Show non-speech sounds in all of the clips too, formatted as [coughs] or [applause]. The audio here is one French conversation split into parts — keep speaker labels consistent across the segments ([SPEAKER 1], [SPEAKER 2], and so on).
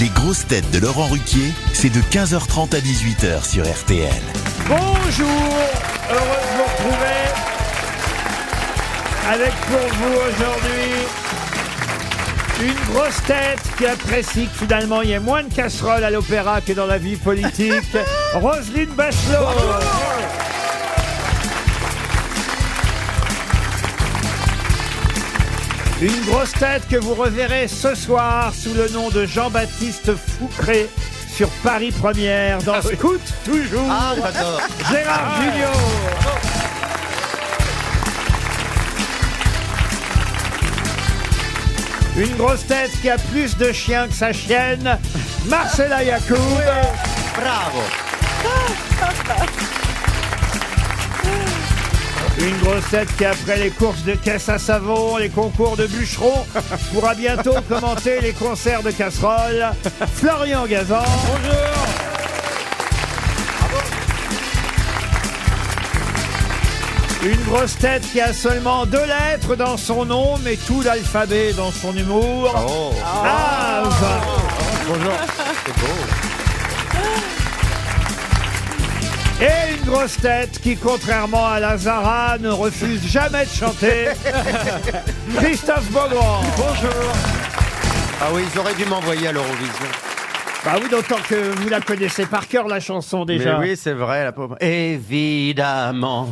[SPEAKER 1] Les grosses têtes de Laurent Ruquier, c'est de 15h30 à 18h sur RTL.
[SPEAKER 2] Bonjour, heureux de vous retrouver avec pour vous aujourd'hui une grosse tête qui apprécie que finalement il y ait moins de casseroles à l'opéra que dans la vie politique, Roselyne Bachelot. Une grosse tête que vous reverrez ce soir sous le nom de Jean-Baptiste Foucré sur Paris Première dans Scout Toujours. Gérard Junior. Une grosse tête qui a plus de chiens que sa chienne, Marcela Yacoub.
[SPEAKER 3] Bravo.
[SPEAKER 2] Une grosse tête qui, après les courses de caisse à savon, les concours de bûcherons, pourra bientôt commenter les concerts de casseroles. Florian Gazan. Bonjour. Une grosse tête qui a seulement deux lettres dans son nom, mais tout l'alphabet dans son humour. Ah, enfin.
[SPEAKER 3] Bonjour. C'est beau.
[SPEAKER 2] Et une grosse tête qui, contrairement à Lazara, ne refuse jamais de
[SPEAKER 4] [laughs]
[SPEAKER 2] chanter. Christophe Beaugrand. Bonjour.
[SPEAKER 3] Ah oui, ils auraient dû m'envoyer à l'Eurovision.
[SPEAKER 2] Bah oui, d'autant que vous la connaissez par cœur, la chanson
[SPEAKER 3] Mais
[SPEAKER 2] déjà.
[SPEAKER 3] oui, c'est vrai, la pauvre.
[SPEAKER 2] [laughs]
[SPEAKER 3] Évidemment.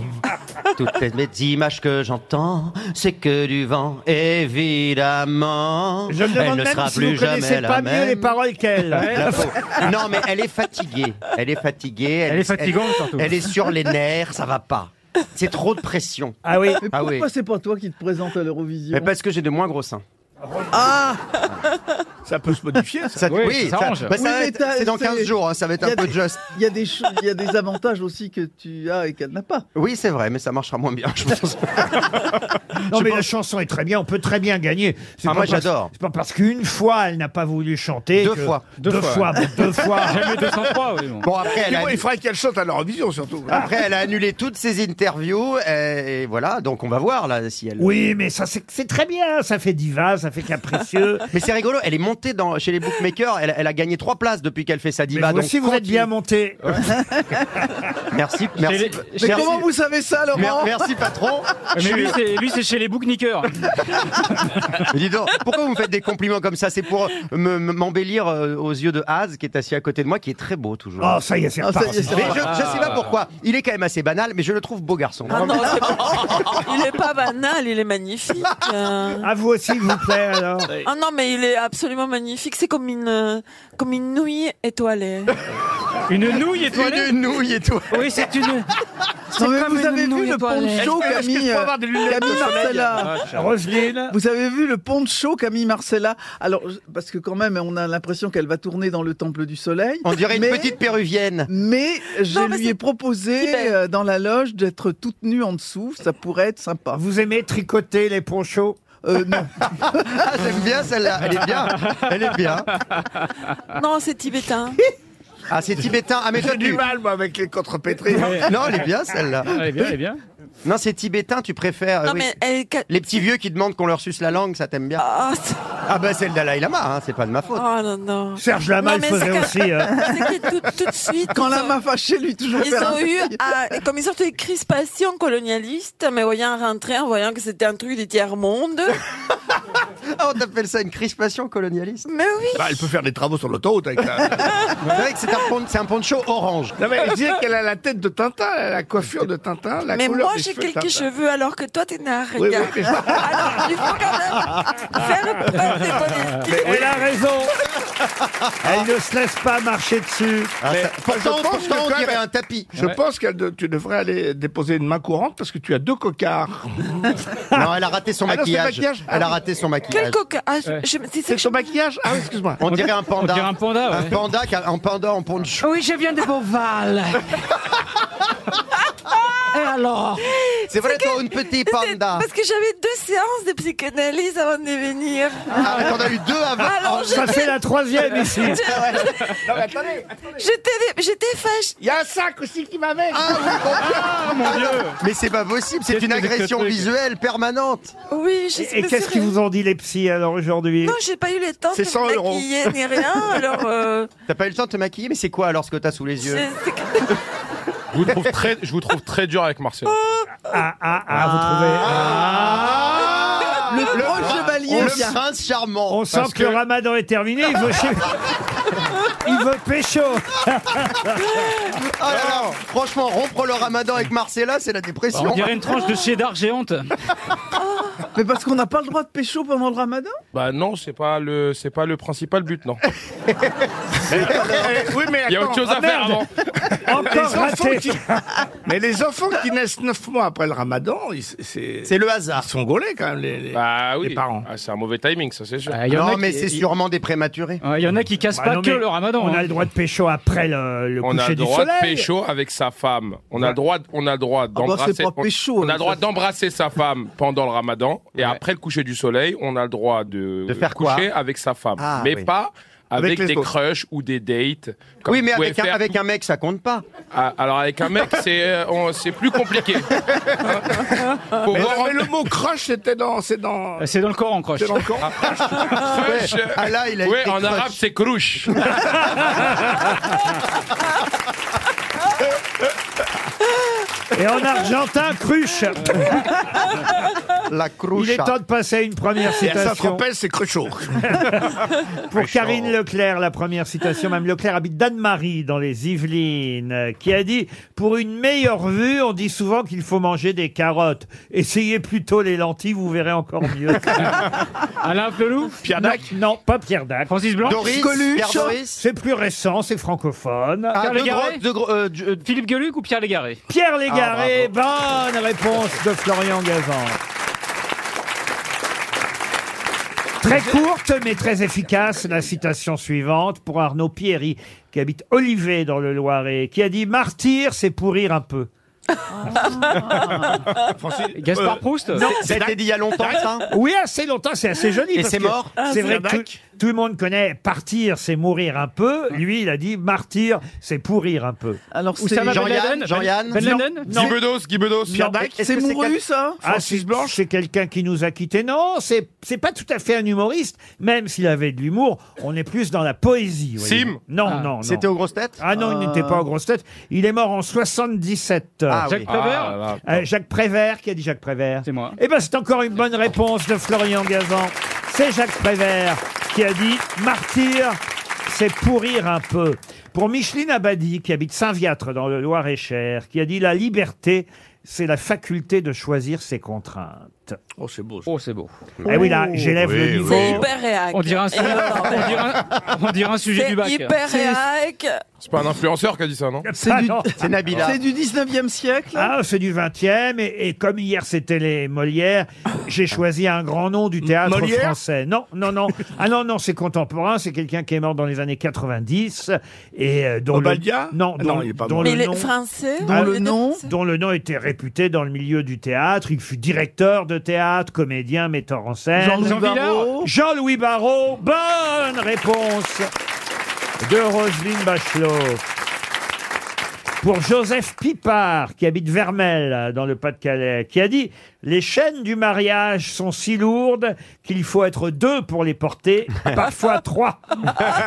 [SPEAKER 3] Toutes les images que j'entends, c'est que du vent. Évidemment.
[SPEAKER 2] Je me
[SPEAKER 3] elle
[SPEAKER 2] demande
[SPEAKER 3] ne
[SPEAKER 2] même
[SPEAKER 3] sera
[SPEAKER 2] si
[SPEAKER 3] plus
[SPEAKER 2] vous
[SPEAKER 3] jamais
[SPEAKER 2] connaissez
[SPEAKER 3] la
[SPEAKER 2] pas
[SPEAKER 3] même.
[SPEAKER 2] mieux les paroles qu'elle.
[SPEAKER 3] La pauvre. non, mais elle est fatiguée. Elle est fatiguée. Elle, est
[SPEAKER 5] fatigante, surtout.
[SPEAKER 3] Elle est sur les nerfs, ça va pas. C'est trop de pression.
[SPEAKER 2] ah oui.
[SPEAKER 6] Mais
[SPEAKER 3] Ah
[SPEAKER 6] pourquoi
[SPEAKER 3] oui.
[SPEAKER 6] c'est pas toi qui te présente à l'Eurovision
[SPEAKER 3] Mais parce que j'ai de moins gros seins.
[SPEAKER 6] Ah. Ça peut se modifier.
[SPEAKER 3] Ça-
[SPEAKER 5] Oui,
[SPEAKER 3] oui,
[SPEAKER 5] ça
[SPEAKER 3] ça-
[SPEAKER 5] arrange.
[SPEAKER 3] bah, ça
[SPEAKER 6] Oui,
[SPEAKER 3] va
[SPEAKER 6] mais
[SPEAKER 3] être-
[SPEAKER 6] t'as-
[SPEAKER 3] c'est dans
[SPEAKER 6] c'est-
[SPEAKER 3] 15 jours, hein, ça va être
[SPEAKER 6] Il y
[SPEAKER 3] un
[SPEAKER 6] a
[SPEAKER 3] peu
[SPEAKER 6] des-
[SPEAKER 3] just.
[SPEAKER 6] Il y, a des cho- il y a des avantages aussi que tu as et qu'elle n'a
[SPEAKER 2] [laughs]
[SPEAKER 6] pas.
[SPEAKER 3] Oui, c'est vrai, mais ça marchera moins bien, je pense.
[SPEAKER 2] Non, mais la chanson est très bien, on peut très bien gagner. C'est
[SPEAKER 3] Ah,
[SPEAKER 2] pas
[SPEAKER 3] moi,
[SPEAKER 2] parce-
[SPEAKER 3] j'adore.
[SPEAKER 2] C'est pas parce qu'une fois elle n'a pas voulu chanter.
[SPEAKER 3] Deux
[SPEAKER 2] que-
[SPEAKER 3] fois.
[SPEAKER 2] Deux, fois. bon, deux fois.
[SPEAKER 5] Jamais 203, oui. Bon.
[SPEAKER 3] Bon, après, elle a,
[SPEAKER 7] il faudrait qu'elle chante à l'Eurovision surtout. Ah.
[SPEAKER 3] après, elle a annulé toutes ses interviews, et, et voilà, donc on va voir là si elle.
[SPEAKER 2] Oui, mais ça, c'est c'est très bien. Ça fait diva, ça fait capricieux.
[SPEAKER 3] [laughs] Mais c'est rigolo, elle est montée dans, chez les bookmakers, elle, elle a gagné trois places depuis qu'elle fait sa
[SPEAKER 2] Mais
[SPEAKER 3] diva.
[SPEAKER 2] vous
[SPEAKER 3] donc
[SPEAKER 2] aussi, vous êtes
[SPEAKER 3] continue.
[SPEAKER 2] bien monté.
[SPEAKER 3] [laughs] Merci, merci.
[SPEAKER 6] Mais
[SPEAKER 3] merci-
[SPEAKER 6] comment vous savez ça, Laurent
[SPEAKER 3] mer- merci patron.
[SPEAKER 5] Ah, Mais lui, c'est, lui, c'est chez les booknickers.
[SPEAKER 3] [laughs] Mais dis donc, pourquoi vous me faites des compliments comme ça C'est pour me- me- m'embellir euh, aux yeux de Haz qui est assis à côté de moi, qui est très beau toujours.
[SPEAKER 2] Oh, ça y est, c'est
[SPEAKER 6] Ah, ça y est,
[SPEAKER 2] reparti.
[SPEAKER 6] c'est
[SPEAKER 3] Mais
[SPEAKER 6] reparti.
[SPEAKER 3] je, je sais
[SPEAKER 5] Ah.
[SPEAKER 3] pas pourquoi. Il est quand même assez banal, mais je le trouve beau garçon.
[SPEAKER 8] Ah non, c'est pas- il est pas banal, il est magnifique. euh.
[SPEAKER 2] À vous aussi, il vous plaît,
[SPEAKER 8] [laughs]
[SPEAKER 2] alors.
[SPEAKER 8] Ah non, mais il est absolument magnifique. C'est comme une, euh, comme une nouille étoilée.
[SPEAKER 5] Une nouille étoilée
[SPEAKER 3] Une nouille et tout.
[SPEAKER 5] Oui, c'est une.
[SPEAKER 6] Non, mais
[SPEAKER 8] comme
[SPEAKER 6] vous
[SPEAKER 8] une
[SPEAKER 6] avez vu
[SPEAKER 8] nouille
[SPEAKER 6] le
[SPEAKER 8] étoilée.
[SPEAKER 6] poncho
[SPEAKER 3] Est-ce que- est-ce que je
[SPEAKER 6] Camille,
[SPEAKER 3] peux avoir des lunettes
[SPEAKER 6] Camille
[SPEAKER 3] de soleil Ah,
[SPEAKER 6] Marcella
[SPEAKER 2] Roselyne.
[SPEAKER 6] Vous avez vu le poncho Camille Marcella Alors, je- parce que quand même, on a l'impression qu'elle va tourner dans le temple du soleil.
[SPEAKER 3] On dirait une
[SPEAKER 6] Mais-
[SPEAKER 3] petite péruvienne.
[SPEAKER 6] Mais je
[SPEAKER 8] Non, mais
[SPEAKER 6] lui
[SPEAKER 8] c'est
[SPEAKER 6] ai proposé
[SPEAKER 8] hyper.
[SPEAKER 6] euh, dans la loge d'être toute nue en dessous. Ça pourrait être sympa.
[SPEAKER 2] Vous aimez tricoter les ponchos
[SPEAKER 6] Euh, non. [laughs]
[SPEAKER 3] Ah, j'aime bien celle-là. Elle est bien. Elle est bien.
[SPEAKER 8] Non, c'est tibétain.
[SPEAKER 3] Ah, c'est tibétain. Ah, mais toi,
[SPEAKER 7] J'ai du
[SPEAKER 3] tu...
[SPEAKER 7] mal, moi, avec les contrepétries.
[SPEAKER 3] Non, elle est bien celle-là.
[SPEAKER 5] Elle est bien, elle est bien.
[SPEAKER 3] Non, c'est tibétain, tu préfères. euh,
[SPEAKER 8] Non,
[SPEAKER 3] oui.
[SPEAKER 8] mais elle. ca-
[SPEAKER 3] Les petits vieux qui demandent qu'on leur suce la langue, ça t'aime bien.
[SPEAKER 8] Ah, c'est-
[SPEAKER 3] Ah, bah, c'est le Dalai Lama, hein, c'est pas de ma faute.
[SPEAKER 8] oh non, non.
[SPEAKER 2] Serge Lama
[SPEAKER 8] Non,
[SPEAKER 2] le
[SPEAKER 8] mais
[SPEAKER 2] faisait
[SPEAKER 8] c'est que-
[SPEAKER 2] aussi. hein.
[SPEAKER 8] C'est que tout, tout de suite.
[SPEAKER 6] Quand
[SPEAKER 8] ils
[SPEAKER 6] la
[SPEAKER 8] ont-
[SPEAKER 6] main fâchée, lui, toujours
[SPEAKER 8] Ils
[SPEAKER 6] faire un
[SPEAKER 8] ont eu,
[SPEAKER 6] signe.
[SPEAKER 8] à- comme ils sortent des crispations colonialistes, mais voyant rentrer, en voyant que c'était un truc du tiers-monde.
[SPEAKER 3] Ah, on t'appelle ça une crispation colonialiste.
[SPEAKER 8] Mais oui.
[SPEAKER 7] Bah, elle peut faire des travaux sur l'autoroute avec [laughs] la...
[SPEAKER 3] C'est vrai que c'est un, pon- c'est un poncho orange.
[SPEAKER 7] Non, mais je dirais qu'elle a la tête de Tintin, elle a la coiffure de Tintin, la
[SPEAKER 8] Mais
[SPEAKER 7] couleur
[SPEAKER 8] moi,
[SPEAKER 7] des
[SPEAKER 8] j'ai
[SPEAKER 7] cheveux de
[SPEAKER 8] quelques
[SPEAKER 7] Tintin.
[SPEAKER 8] cheveux alors que toi, t'es nain.
[SPEAKER 7] Oui,
[SPEAKER 8] Regarde.
[SPEAKER 7] oui,
[SPEAKER 8] Alors, il faut quand même faire
[SPEAKER 2] [laughs]
[SPEAKER 8] preuve de modestie.
[SPEAKER 2] Elle a raison. Elle ne se laisse pas marcher dessus.
[SPEAKER 3] Ah, ça- Pourtant,
[SPEAKER 7] je pense
[SPEAKER 3] pourtant,
[SPEAKER 7] que
[SPEAKER 3] on
[SPEAKER 7] quand
[SPEAKER 3] dirait
[SPEAKER 7] même-
[SPEAKER 3] un tapis.
[SPEAKER 7] Je pense que de- tu devrais aller déposer une main courante parce que tu as deux cocards.
[SPEAKER 3] [laughs] Non, elle a raté son
[SPEAKER 7] Ah non, c'est
[SPEAKER 3] maquillage.
[SPEAKER 7] maquillage.
[SPEAKER 3] Elle a raté son
[SPEAKER 8] Quel
[SPEAKER 3] maquillage.
[SPEAKER 8] coca ah, je- je- c'est ça
[SPEAKER 7] C'est
[SPEAKER 8] que
[SPEAKER 7] son maquillage Ah, oui, excuse-moi.
[SPEAKER 3] On dirait un panda.
[SPEAKER 5] On dirait un panda, ouais.
[SPEAKER 8] [laughs]
[SPEAKER 3] Un panda qui a- un panda en poncho.
[SPEAKER 5] Oui, je viens de Beauval. Et alors
[SPEAKER 3] C'est vrai, toi, une petite
[SPEAKER 8] C'est-
[SPEAKER 3] panda.
[SPEAKER 8] Parce que j'avais deux séances de psychanalyse avant de venir.
[SPEAKER 3] Ah, mais t'en as eu deux avant.
[SPEAKER 8] Alors,
[SPEAKER 2] Ça fait la
[SPEAKER 8] [laughs]
[SPEAKER 2] troisième
[SPEAKER 7] [laughs]
[SPEAKER 2] ici.
[SPEAKER 7] Non, mais attendez, attendez.
[SPEAKER 8] j'étais j'étais fâchée.
[SPEAKER 7] Il y a un sac aussi qui m'avait.
[SPEAKER 3] Ah, oui, bon. [laughs]
[SPEAKER 5] Ah mon dieu
[SPEAKER 3] Mais c'est pas possible, c'est
[SPEAKER 5] Qu'est-ce
[SPEAKER 3] une
[SPEAKER 5] que c'est que ce
[SPEAKER 3] agression
[SPEAKER 5] truc
[SPEAKER 3] visuelle permanente.
[SPEAKER 8] Oui, je
[SPEAKER 2] Et qu'est-ce qu'ils vous ont dit les psys alors aujourd'hui
[SPEAKER 8] Non, j'ai pas eu le temps de
[SPEAKER 7] C'est 100
[SPEAKER 8] me
[SPEAKER 7] euros.
[SPEAKER 8] maquiller ni rien.
[SPEAKER 3] [laughs]
[SPEAKER 8] Alors, euh,
[SPEAKER 3] T'as pas eu le temps de te maquiller, mais c'est quoi alors ce que t'as sous les yeux
[SPEAKER 8] c'est- c'est que-
[SPEAKER 9] Je vous trouve très, je vous trouve très dur avec Marcel.
[SPEAKER 8] Oh.
[SPEAKER 2] Ah ah ah, vous trouvez
[SPEAKER 3] Ah
[SPEAKER 6] Le proche chevalier
[SPEAKER 3] Le
[SPEAKER 6] vient.
[SPEAKER 3] prince charmant.
[SPEAKER 2] On sent que, le ramadan est terminé, il veut, chez-
[SPEAKER 3] [laughs]
[SPEAKER 2] il veut pécho.
[SPEAKER 3] Ah là là, franchement, rompre le ramadan avec Marcella, c'est la dépression.
[SPEAKER 5] On dirait une tranche de cheddar [laughs] géante.
[SPEAKER 6] Mais parce qu'on n'a pas le droit de pécho pendant le ramadan
[SPEAKER 9] Ah. Bah non, c'est pas le, c'est pas le principal but, non.
[SPEAKER 7] Eh, oui, mais
[SPEAKER 9] Il y a autre
[SPEAKER 7] attends.
[SPEAKER 9] chose à faire avant.
[SPEAKER 2] Encore
[SPEAKER 7] Les enfants
[SPEAKER 2] raté.
[SPEAKER 7] qui- Mais les enfants qui naissent neuf mois après le ramadan, ils, c'est-
[SPEAKER 3] C'est le hasard.
[SPEAKER 7] ils sont gaulés quand même. Les, les-
[SPEAKER 9] Bah oui.
[SPEAKER 7] Les parents.
[SPEAKER 9] Ah, c'est un mauvais timing, ça c'est sûr.
[SPEAKER 5] Ah, il y en a
[SPEAKER 3] Non,
[SPEAKER 5] qui-
[SPEAKER 3] mais c'est
[SPEAKER 5] il-
[SPEAKER 3] sûrement des prématurés.
[SPEAKER 5] Ouais, Il y en a qui cassent
[SPEAKER 2] Bah
[SPEAKER 5] pas
[SPEAKER 2] non,
[SPEAKER 5] que
[SPEAKER 2] mais
[SPEAKER 5] le ramadan.
[SPEAKER 2] On
[SPEAKER 5] hein.
[SPEAKER 2] a le droit de pécho après le, le
[SPEAKER 9] On a
[SPEAKER 2] coucher
[SPEAKER 9] le
[SPEAKER 2] du
[SPEAKER 9] droit de
[SPEAKER 2] soleil.
[SPEAKER 9] pécho avec sa femme. On a le droit, on a le droit
[SPEAKER 6] bah,
[SPEAKER 9] d'embrasser.
[SPEAKER 6] c'est pas
[SPEAKER 9] on-
[SPEAKER 6] pécho,
[SPEAKER 9] on a
[SPEAKER 6] hein,
[SPEAKER 9] le droit
[SPEAKER 6] ça.
[SPEAKER 9] d'embrasser sa femme pendant le Ramadan et après le coucher du soleil, on a le droit de,
[SPEAKER 3] De faire quoi
[SPEAKER 9] coucher avec sa femme,
[SPEAKER 3] Ah,
[SPEAKER 9] mais
[SPEAKER 3] oui.
[SPEAKER 9] pas. Avec,
[SPEAKER 7] Avec les
[SPEAKER 9] des
[SPEAKER 7] autres.
[SPEAKER 9] crushs ou des dates. comme
[SPEAKER 3] Oui, mais
[SPEAKER 9] vous pouvez
[SPEAKER 3] avec un,
[SPEAKER 9] faire
[SPEAKER 3] avec un mec, ça compte pas.
[SPEAKER 9] Ah, alors avec un mec, c'est euh, on- c'est plus compliqué. Faut
[SPEAKER 7] Mais,
[SPEAKER 9] voir
[SPEAKER 7] mais le mot crush, c'était dans, c'est dans,
[SPEAKER 5] Ah, C'est dans le Coran, croche.
[SPEAKER 7] c'est dans le Coran.
[SPEAKER 9] en crush.
[SPEAKER 3] Ah là, il a
[SPEAKER 9] Ouais,
[SPEAKER 3] été
[SPEAKER 9] en
[SPEAKER 3] crush.
[SPEAKER 9] arabe, c'est crush.
[SPEAKER 2] Et en argentin, cruche.
[SPEAKER 3] La
[SPEAKER 2] Il est
[SPEAKER 3] crucha.
[SPEAKER 2] temps de passer à une première
[SPEAKER 7] Et ça
[SPEAKER 2] citation.
[SPEAKER 7] s'appelle c'est cruchot.
[SPEAKER 2] Pour Karine Leclerc, la première citation. Mme Leclerc habite d'Anne-Marie, dans les Yvelines, euh, qui a dit « Pour une meilleure vue, on dit souvent qu'il faut manger des carottes. Essayez plutôt les lentilles, vous verrez encore mieux. [laughs]
[SPEAKER 5] Alain Pelou »
[SPEAKER 7] Pierre Dac.
[SPEAKER 2] Non, pas Pierre Dac.
[SPEAKER 5] Francis Blanc
[SPEAKER 3] Doris,
[SPEAKER 6] Coluche.
[SPEAKER 3] Pierre Doris.
[SPEAKER 2] C'est plus récent, c'est francophone.
[SPEAKER 3] Ah,
[SPEAKER 5] Pierre
[SPEAKER 3] de
[SPEAKER 5] Légaré.
[SPEAKER 3] droite, de gro- euh, du- euh,
[SPEAKER 5] Philippe Gueluc ou Pierre Légaré
[SPEAKER 2] Pierre Légaré, bonne réponse de Florian Gazan. Très courte mais très efficace, la citation suivante pour Arnaud Pierry, qui habite Olivet dans le Loiret, qui a dit Martyr, c'est pourrir un peu.
[SPEAKER 7] [laughs] euh,
[SPEAKER 5] Gaspard Proust
[SPEAKER 3] Ça a été dit il y a longtemps, ça
[SPEAKER 7] hein.
[SPEAKER 2] Oui, assez longtemps, c'est assez joli.
[SPEAKER 3] Et
[SPEAKER 2] parce
[SPEAKER 3] c'est
[SPEAKER 2] que
[SPEAKER 3] mort
[SPEAKER 2] Ah, C'est vrai Ah. que tout, tout le monde connaît Partir, c'est mourir un peu. Lui, il a dit Martyr, c'est pourrir un peu.
[SPEAKER 6] Alors c'est
[SPEAKER 5] Oussama Ben
[SPEAKER 3] Jean-Yann,
[SPEAKER 5] Laden
[SPEAKER 3] Jean-Yann.
[SPEAKER 5] Ben Laden
[SPEAKER 9] Guy Bedos, Guy Bedos.
[SPEAKER 2] Non,
[SPEAKER 6] c'est mouru
[SPEAKER 3] hein
[SPEAKER 6] ça
[SPEAKER 2] Ah, c'est Blanche C'est quelqu'un qui nous a quittés. Non, c'est c'est pas tout à fait un humoriste. Même s'il avait de l'humour, on est plus dans la poésie. vous voyez.
[SPEAKER 9] Sim
[SPEAKER 2] Non,
[SPEAKER 5] Ah.
[SPEAKER 2] non, non.
[SPEAKER 3] C'était aux grosses têtes
[SPEAKER 2] Ah non, il n'était pas en grosse tête. Il est mort en 77.
[SPEAKER 3] Ah,
[SPEAKER 5] Jacques
[SPEAKER 3] oui.
[SPEAKER 5] Prévert
[SPEAKER 9] Ah, là, là.
[SPEAKER 2] Euh, Jacques Prévert, qui a dit Jacques Prévert
[SPEAKER 5] C'est moi.
[SPEAKER 2] Eh ben, c'est encore une bonne réponse de Florian Gazan. C'est Jacques Prévert qui a dit « Martyr, c'est pourrir un peu ». Pour Micheline Abadi, qui habite Saint-Viâtre dans le Loir-et-Cher, qui a dit « La liberté, c'est la faculté de choisir ses contraintes
[SPEAKER 7] Oh, c'est beau.
[SPEAKER 5] Oh, c'est beau. ».
[SPEAKER 2] Eh oui, là, j'élève le niveau.
[SPEAKER 8] C'est hyper réac.
[SPEAKER 5] On dirait un,
[SPEAKER 8] Et alors,
[SPEAKER 5] on dirait un- on dirait un sujet du bac.
[SPEAKER 8] Ah, C'est hyper réac.
[SPEAKER 9] C'est pas un influenceur qui a dit ça, non
[SPEAKER 6] C'est
[SPEAKER 2] Ah
[SPEAKER 6] du,
[SPEAKER 2] [laughs] non.
[SPEAKER 3] C'est Nabila.
[SPEAKER 6] c'est du 19e siècle
[SPEAKER 2] Ah, c'est du 20e, et, et comme hier c'était les Molières, j'ai choisi un grand nom du théâtre
[SPEAKER 7] Molière
[SPEAKER 2] français. Non, non, non. Ah non, non, c'est contemporain, c'est quelqu'un qui est mort dans les années 90, et euh, dont
[SPEAKER 7] Obadia
[SPEAKER 2] le... Non,
[SPEAKER 7] Ah
[SPEAKER 2] dont,
[SPEAKER 7] non, il est pas
[SPEAKER 2] dont
[SPEAKER 7] mort.
[SPEAKER 8] Mais
[SPEAKER 2] le
[SPEAKER 8] les
[SPEAKER 2] nom...
[SPEAKER 8] français.
[SPEAKER 6] Dont
[SPEAKER 3] Ah,
[SPEAKER 8] on
[SPEAKER 6] le
[SPEAKER 8] est
[SPEAKER 6] nom.
[SPEAKER 8] français.
[SPEAKER 2] dont le nom était réputé dans le milieu du théâtre. Il fut directeur de théâtre, comédien, metteur en scène.
[SPEAKER 6] Jean-Louis
[SPEAKER 5] Jean
[SPEAKER 6] Barrault.
[SPEAKER 2] Jean-Louis Barrault, bonne réponse de Roselyne Bachelot. Pour Joseph Pipard, qui habite Vermel, dans le Pas-de-Calais, qui a dit « Les chaînes du mariage sont si lourdes qu'il faut être deux pour les porter, parfois trois.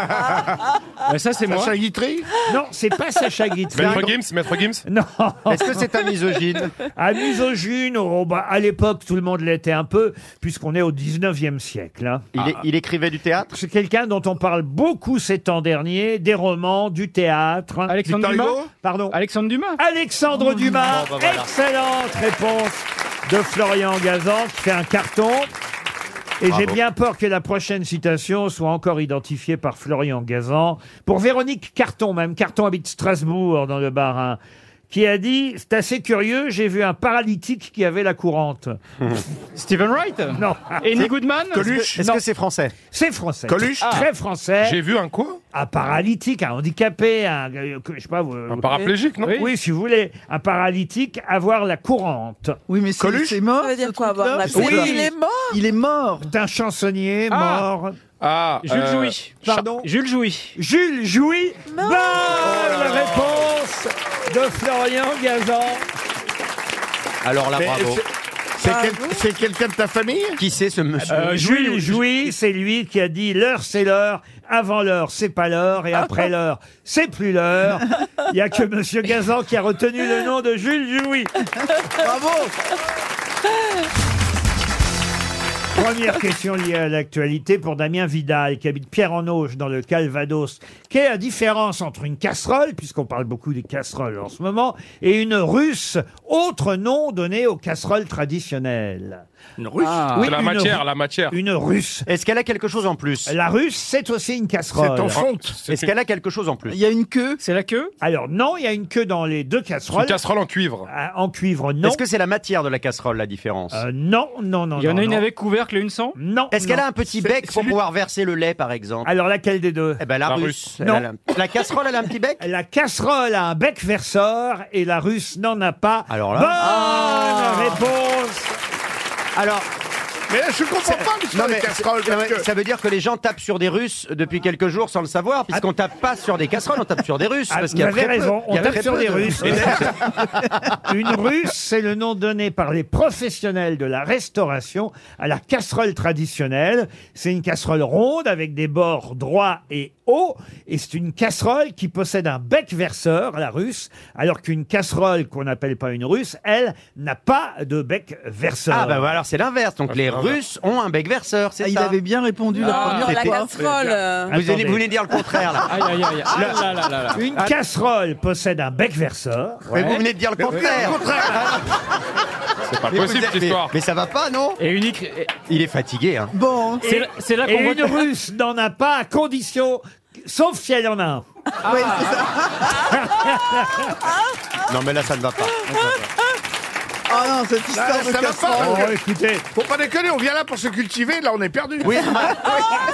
[SPEAKER 5] Bah, ça, c'est moi.
[SPEAKER 7] Sacha Guitry »
[SPEAKER 2] Non, c'est pas Sacha Guitry.
[SPEAKER 9] Maître Gims, Maître Gims.
[SPEAKER 2] Non.
[SPEAKER 3] Est-ce que c'est un misogyne
[SPEAKER 2] à misogyne, oh, bah, à l'époque, tout le monde l'était un peu, puisqu'on est au 19e siècle. hein.
[SPEAKER 3] il, est- il écrivait du théâtre
[SPEAKER 2] C'est quelqu'un dont on parle beaucoup ces temps derniers, des romans, du théâtre.
[SPEAKER 5] Alexandre
[SPEAKER 7] Victor
[SPEAKER 5] Dumas
[SPEAKER 7] Hugo
[SPEAKER 2] Pardon.
[SPEAKER 5] Alexandre Dumas
[SPEAKER 2] Alexandre Dumas, excellente réponse de Florian Gazan, qui fait un carton. Et j'ai bien peur que la prochaine citation soit encore identifiée par Florian Gazan. Pour Véronique Carton, même Carton habite Strasbourg dans le Bas-Rhin, qui a dit C'est assez curieux, j'ai vu un paralytique qui avait
[SPEAKER 9] [laughs]
[SPEAKER 2] la courante.
[SPEAKER 5] Stephen Wright
[SPEAKER 2] Non,
[SPEAKER 5] Annie Goodman
[SPEAKER 3] Est-ce que c'est français
[SPEAKER 2] c'est français.
[SPEAKER 7] Coluche
[SPEAKER 2] Très français.
[SPEAKER 9] J'ai vu un quoi
[SPEAKER 2] un paralytique, un handicapé, un, euh, que- je sais pas, vous-
[SPEAKER 9] Un paraplégique, non
[SPEAKER 2] oui. si vous voulez, un paralytique, avoir la courante.
[SPEAKER 6] Oui, mais c'est
[SPEAKER 9] Coluche
[SPEAKER 6] c'est mort.
[SPEAKER 8] Ça veut dire
[SPEAKER 6] ce
[SPEAKER 8] quoi,
[SPEAKER 6] truc-là
[SPEAKER 8] avoir la
[SPEAKER 6] C'est-
[SPEAKER 2] couleur
[SPEAKER 6] il, est...
[SPEAKER 8] mort
[SPEAKER 6] il est mort.
[SPEAKER 2] C'est un chansonnier
[SPEAKER 5] Ah.
[SPEAKER 2] mort.
[SPEAKER 9] Ah,
[SPEAKER 5] Jules
[SPEAKER 9] euh,
[SPEAKER 5] Jouy.
[SPEAKER 2] Pardon
[SPEAKER 5] Jules Jouy.
[SPEAKER 2] Jules Jouy.
[SPEAKER 8] Non.
[SPEAKER 2] Bonne réponse de Florian Gazan.
[SPEAKER 3] Alors là,
[SPEAKER 7] Mais
[SPEAKER 3] bravo.
[SPEAKER 7] c'est-
[SPEAKER 2] Ah,
[SPEAKER 7] C'est quel-
[SPEAKER 8] Bravo.
[SPEAKER 7] c'est quelqu'un de ta famille
[SPEAKER 3] Qui c'est ce monsieur
[SPEAKER 5] Euh,
[SPEAKER 2] Jules Jouy, c'est lui qui a dit l'heure c'est l'heure, avant l'heure c'est pas l'heure et après l'heure c'est plus l'heure. Il y a que Monsieur Gazan qui a retenu le nom de Jules Jouy.
[SPEAKER 6] Bravo.
[SPEAKER 2] Première question liée à l'actualité pour Damien Vidal, qui habite Pierre-en-Auge dans le Calvados. Quelle est la différence entre une casserole, puisqu'on parle beaucoup des casseroles en ce moment, et une russe, autre nom donné aux casseroles traditionnelles
[SPEAKER 7] Une russe
[SPEAKER 5] Ah.
[SPEAKER 2] Oui,
[SPEAKER 9] c'est la
[SPEAKER 2] une
[SPEAKER 9] matière,
[SPEAKER 2] ru-
[SPEAKER 9] la matière.
[SPEAKER 2] Une russe.
[SPEAKER 3] Est-ce qu'elle a quelque chose en plus
[SPEAKER 2] La russe, c'est aussi une
[SPEAKER 7] C'est
[SPEAKER 2] casserole.
[SPEAKER 7] en fonte.
[SPEAKER 9] C'est
[SPEAKER 3] Est-ce qu'elle a quelque chose en plus
[SPEAKER 6] Il y a une queue.
[SPEAKER 5] C'est la queue
[SPEAKER 2] Alors non, il y a une queue dans les deux
[SPEAKER 9] une
[SPEAKER 2] casseroles.
[SPEAKER 9] casserole en cuivre.
[SPEAKER 2] Ah, En cuivre, non.
[SPEAKER 3] Est-ce que c'est la matière de la casserole la différence
[SPEAKER 2] Euh, non, non, non.
[SPEAKER 5] Il y en
[SPEAKER 2] non,
[SPEAKER 5] a une
[SPEAKER 2] non.
[SPEAKER 5] avec couvercle et une sans
[SPEAKER 2] Non.
[SPEAKER 3] Est-ce qu'elle
[SPEAKER 2] non.
[SPEAKER 3] a un petit
[SPEAKER 7] C'est-
[SPEAKER 3] bec
[SPEAKER 7] c'est
[SPEAKER 3] pour
[SPEAKER 7] lui-
[SPEAKER 3] pouvoir verser le lait, par exemple
[SPEAKER 2] Alors laquelle des deux
[SPEAKER 3] Eh ben la,
[SPEAKER 9] La
[SPEAKER 3] russe.
[SPEAKER 9] russe.
[SPEAKER 3] Elle
[SPEAKER 2] Non.
[SPEAKER 3] a la... la casserole, elle a un petit bec
[SPEAKER 2] La casserole a un bec verseur et la russe n'en a pas.
[SPEAKER 3] Alors là-
[SPEAKER 2] Bonne
[SPEAKER 3] Ah.
[SPEAKER 2] réponse
[SPEAKER 3] Alors,
[SPEAKER 7] Mais là, je comprends pas l'histoire
[SPEAKER 3] non,
[SPEAKER 7] des
[SPEAKER 3] mais
[SPEAKER 7] casseroles,
[SPEAKER 3] c'est- non,
[SPEAKER 7] parce
[SPEAKER 3] mais
[SPEAKER 7] que-
[SPEAKER 3] ça veut dire que les gens tapent sur des Russes depuis quelques jours sans le savoir, puisqu'on tape pas sur des casseroles, on tape sur des Russes.
[SPEAKER 2] Ah,
[SPEAKER 3] parce
[SPEAKER 2] Vous
[SPEAKER 3] qu'il y a très
[SPEAKER 2] avez
[SPEAKER 3] peu-
[SPEAKER 2] raison,
[SPEAKER 3] il y
[SPEAKER 2] on
[SPEAKER 3] a
[SPEAKER 2] tape
[SPEAKER 3] très
[SPEAKER 2] sur
[SPEAKER 3] peu
[SPEAKER 2] des
[SPEAKER 3] de- [laughs]
[SPEAKER 2] russes. Une russe, c'est le nom donné par les professionnels de la restauration à la casserole traditionnelle. C'est une casserole ronde avec des bords droits et hauts. Et c'est une casserole qui possède un bec verseur, la russe, alors qu'une casserole qu'on n'appelle pas une russe, elle, n'a pas de bec verseur.
[SPEAKER 3] Ah, bah voilà, alors c'est l'inverse. Donc les Russes ont un bec verseur, c'est
[SPEAKER 6] Ah, il
[SPEAKER 3] ça.
[SPEAKER 6] avait bien répondu la
[SPEAKER 8] Ah,
[SPEAKER 6] première
[SPEAKER 8] La
[SPEAKER 6] fois.
[SPEAKER 8] casserole. euh,
[SPEAKER 3] Vous, allez,
[SPEAKER 2] Attendez.
[SPEAKER 3] vous voulez dire le contraire, là.
[SPEAKER 5] Aïe, aïe, aïe. Ah là là là là.
[SPEAKER 2] Une casserole possède un bec verseur.
[SPEAKER 3] Mais vous venez de dire le contraire.
[SPEAKER 9] C'est pas
[SPEAKER 3] Mais vous
[SPEAKER 9] possible,
[SPEAKER 3] êtes-
[SPEAKER 9] cette
[SPEAKER 3] mais-
[SPEAKER 9] histoire.
[SPEAKER 3] mais ça va pas, non
[SPEAKER 5] Et une icre- et-
[SPEAKER 3] Il est fatigué, hein.
[SPEAKER 6] Bon,
[SPEAKER 5] C'est là- C'est là
[SPEAKER 2] Et
[SPEAKER 5] qu'on voit
[SPEAKER 2] une russe n'en a pas à condition, sauf si elle en a un.
[SPEAKER 6] ouais, c'est ça.
[SPEAKER 3] Non, mais là, ça ne va pas.
[SPEAKER 6] Ah non, cette histoire
[SPEAKER 7] Ah,
[SPEAKER 6] de
[SPEAKER 7] ça va
[SPEAKER 6] casserole.
[SPEAKER 7] pas.
[SPEAKER 2] Oh, écoutez,
[SPEAKER 7] Faut pas déconner, on vient là pour se cultiver, là on est perdu. [laughs]
[SPEAKER 3] Oui,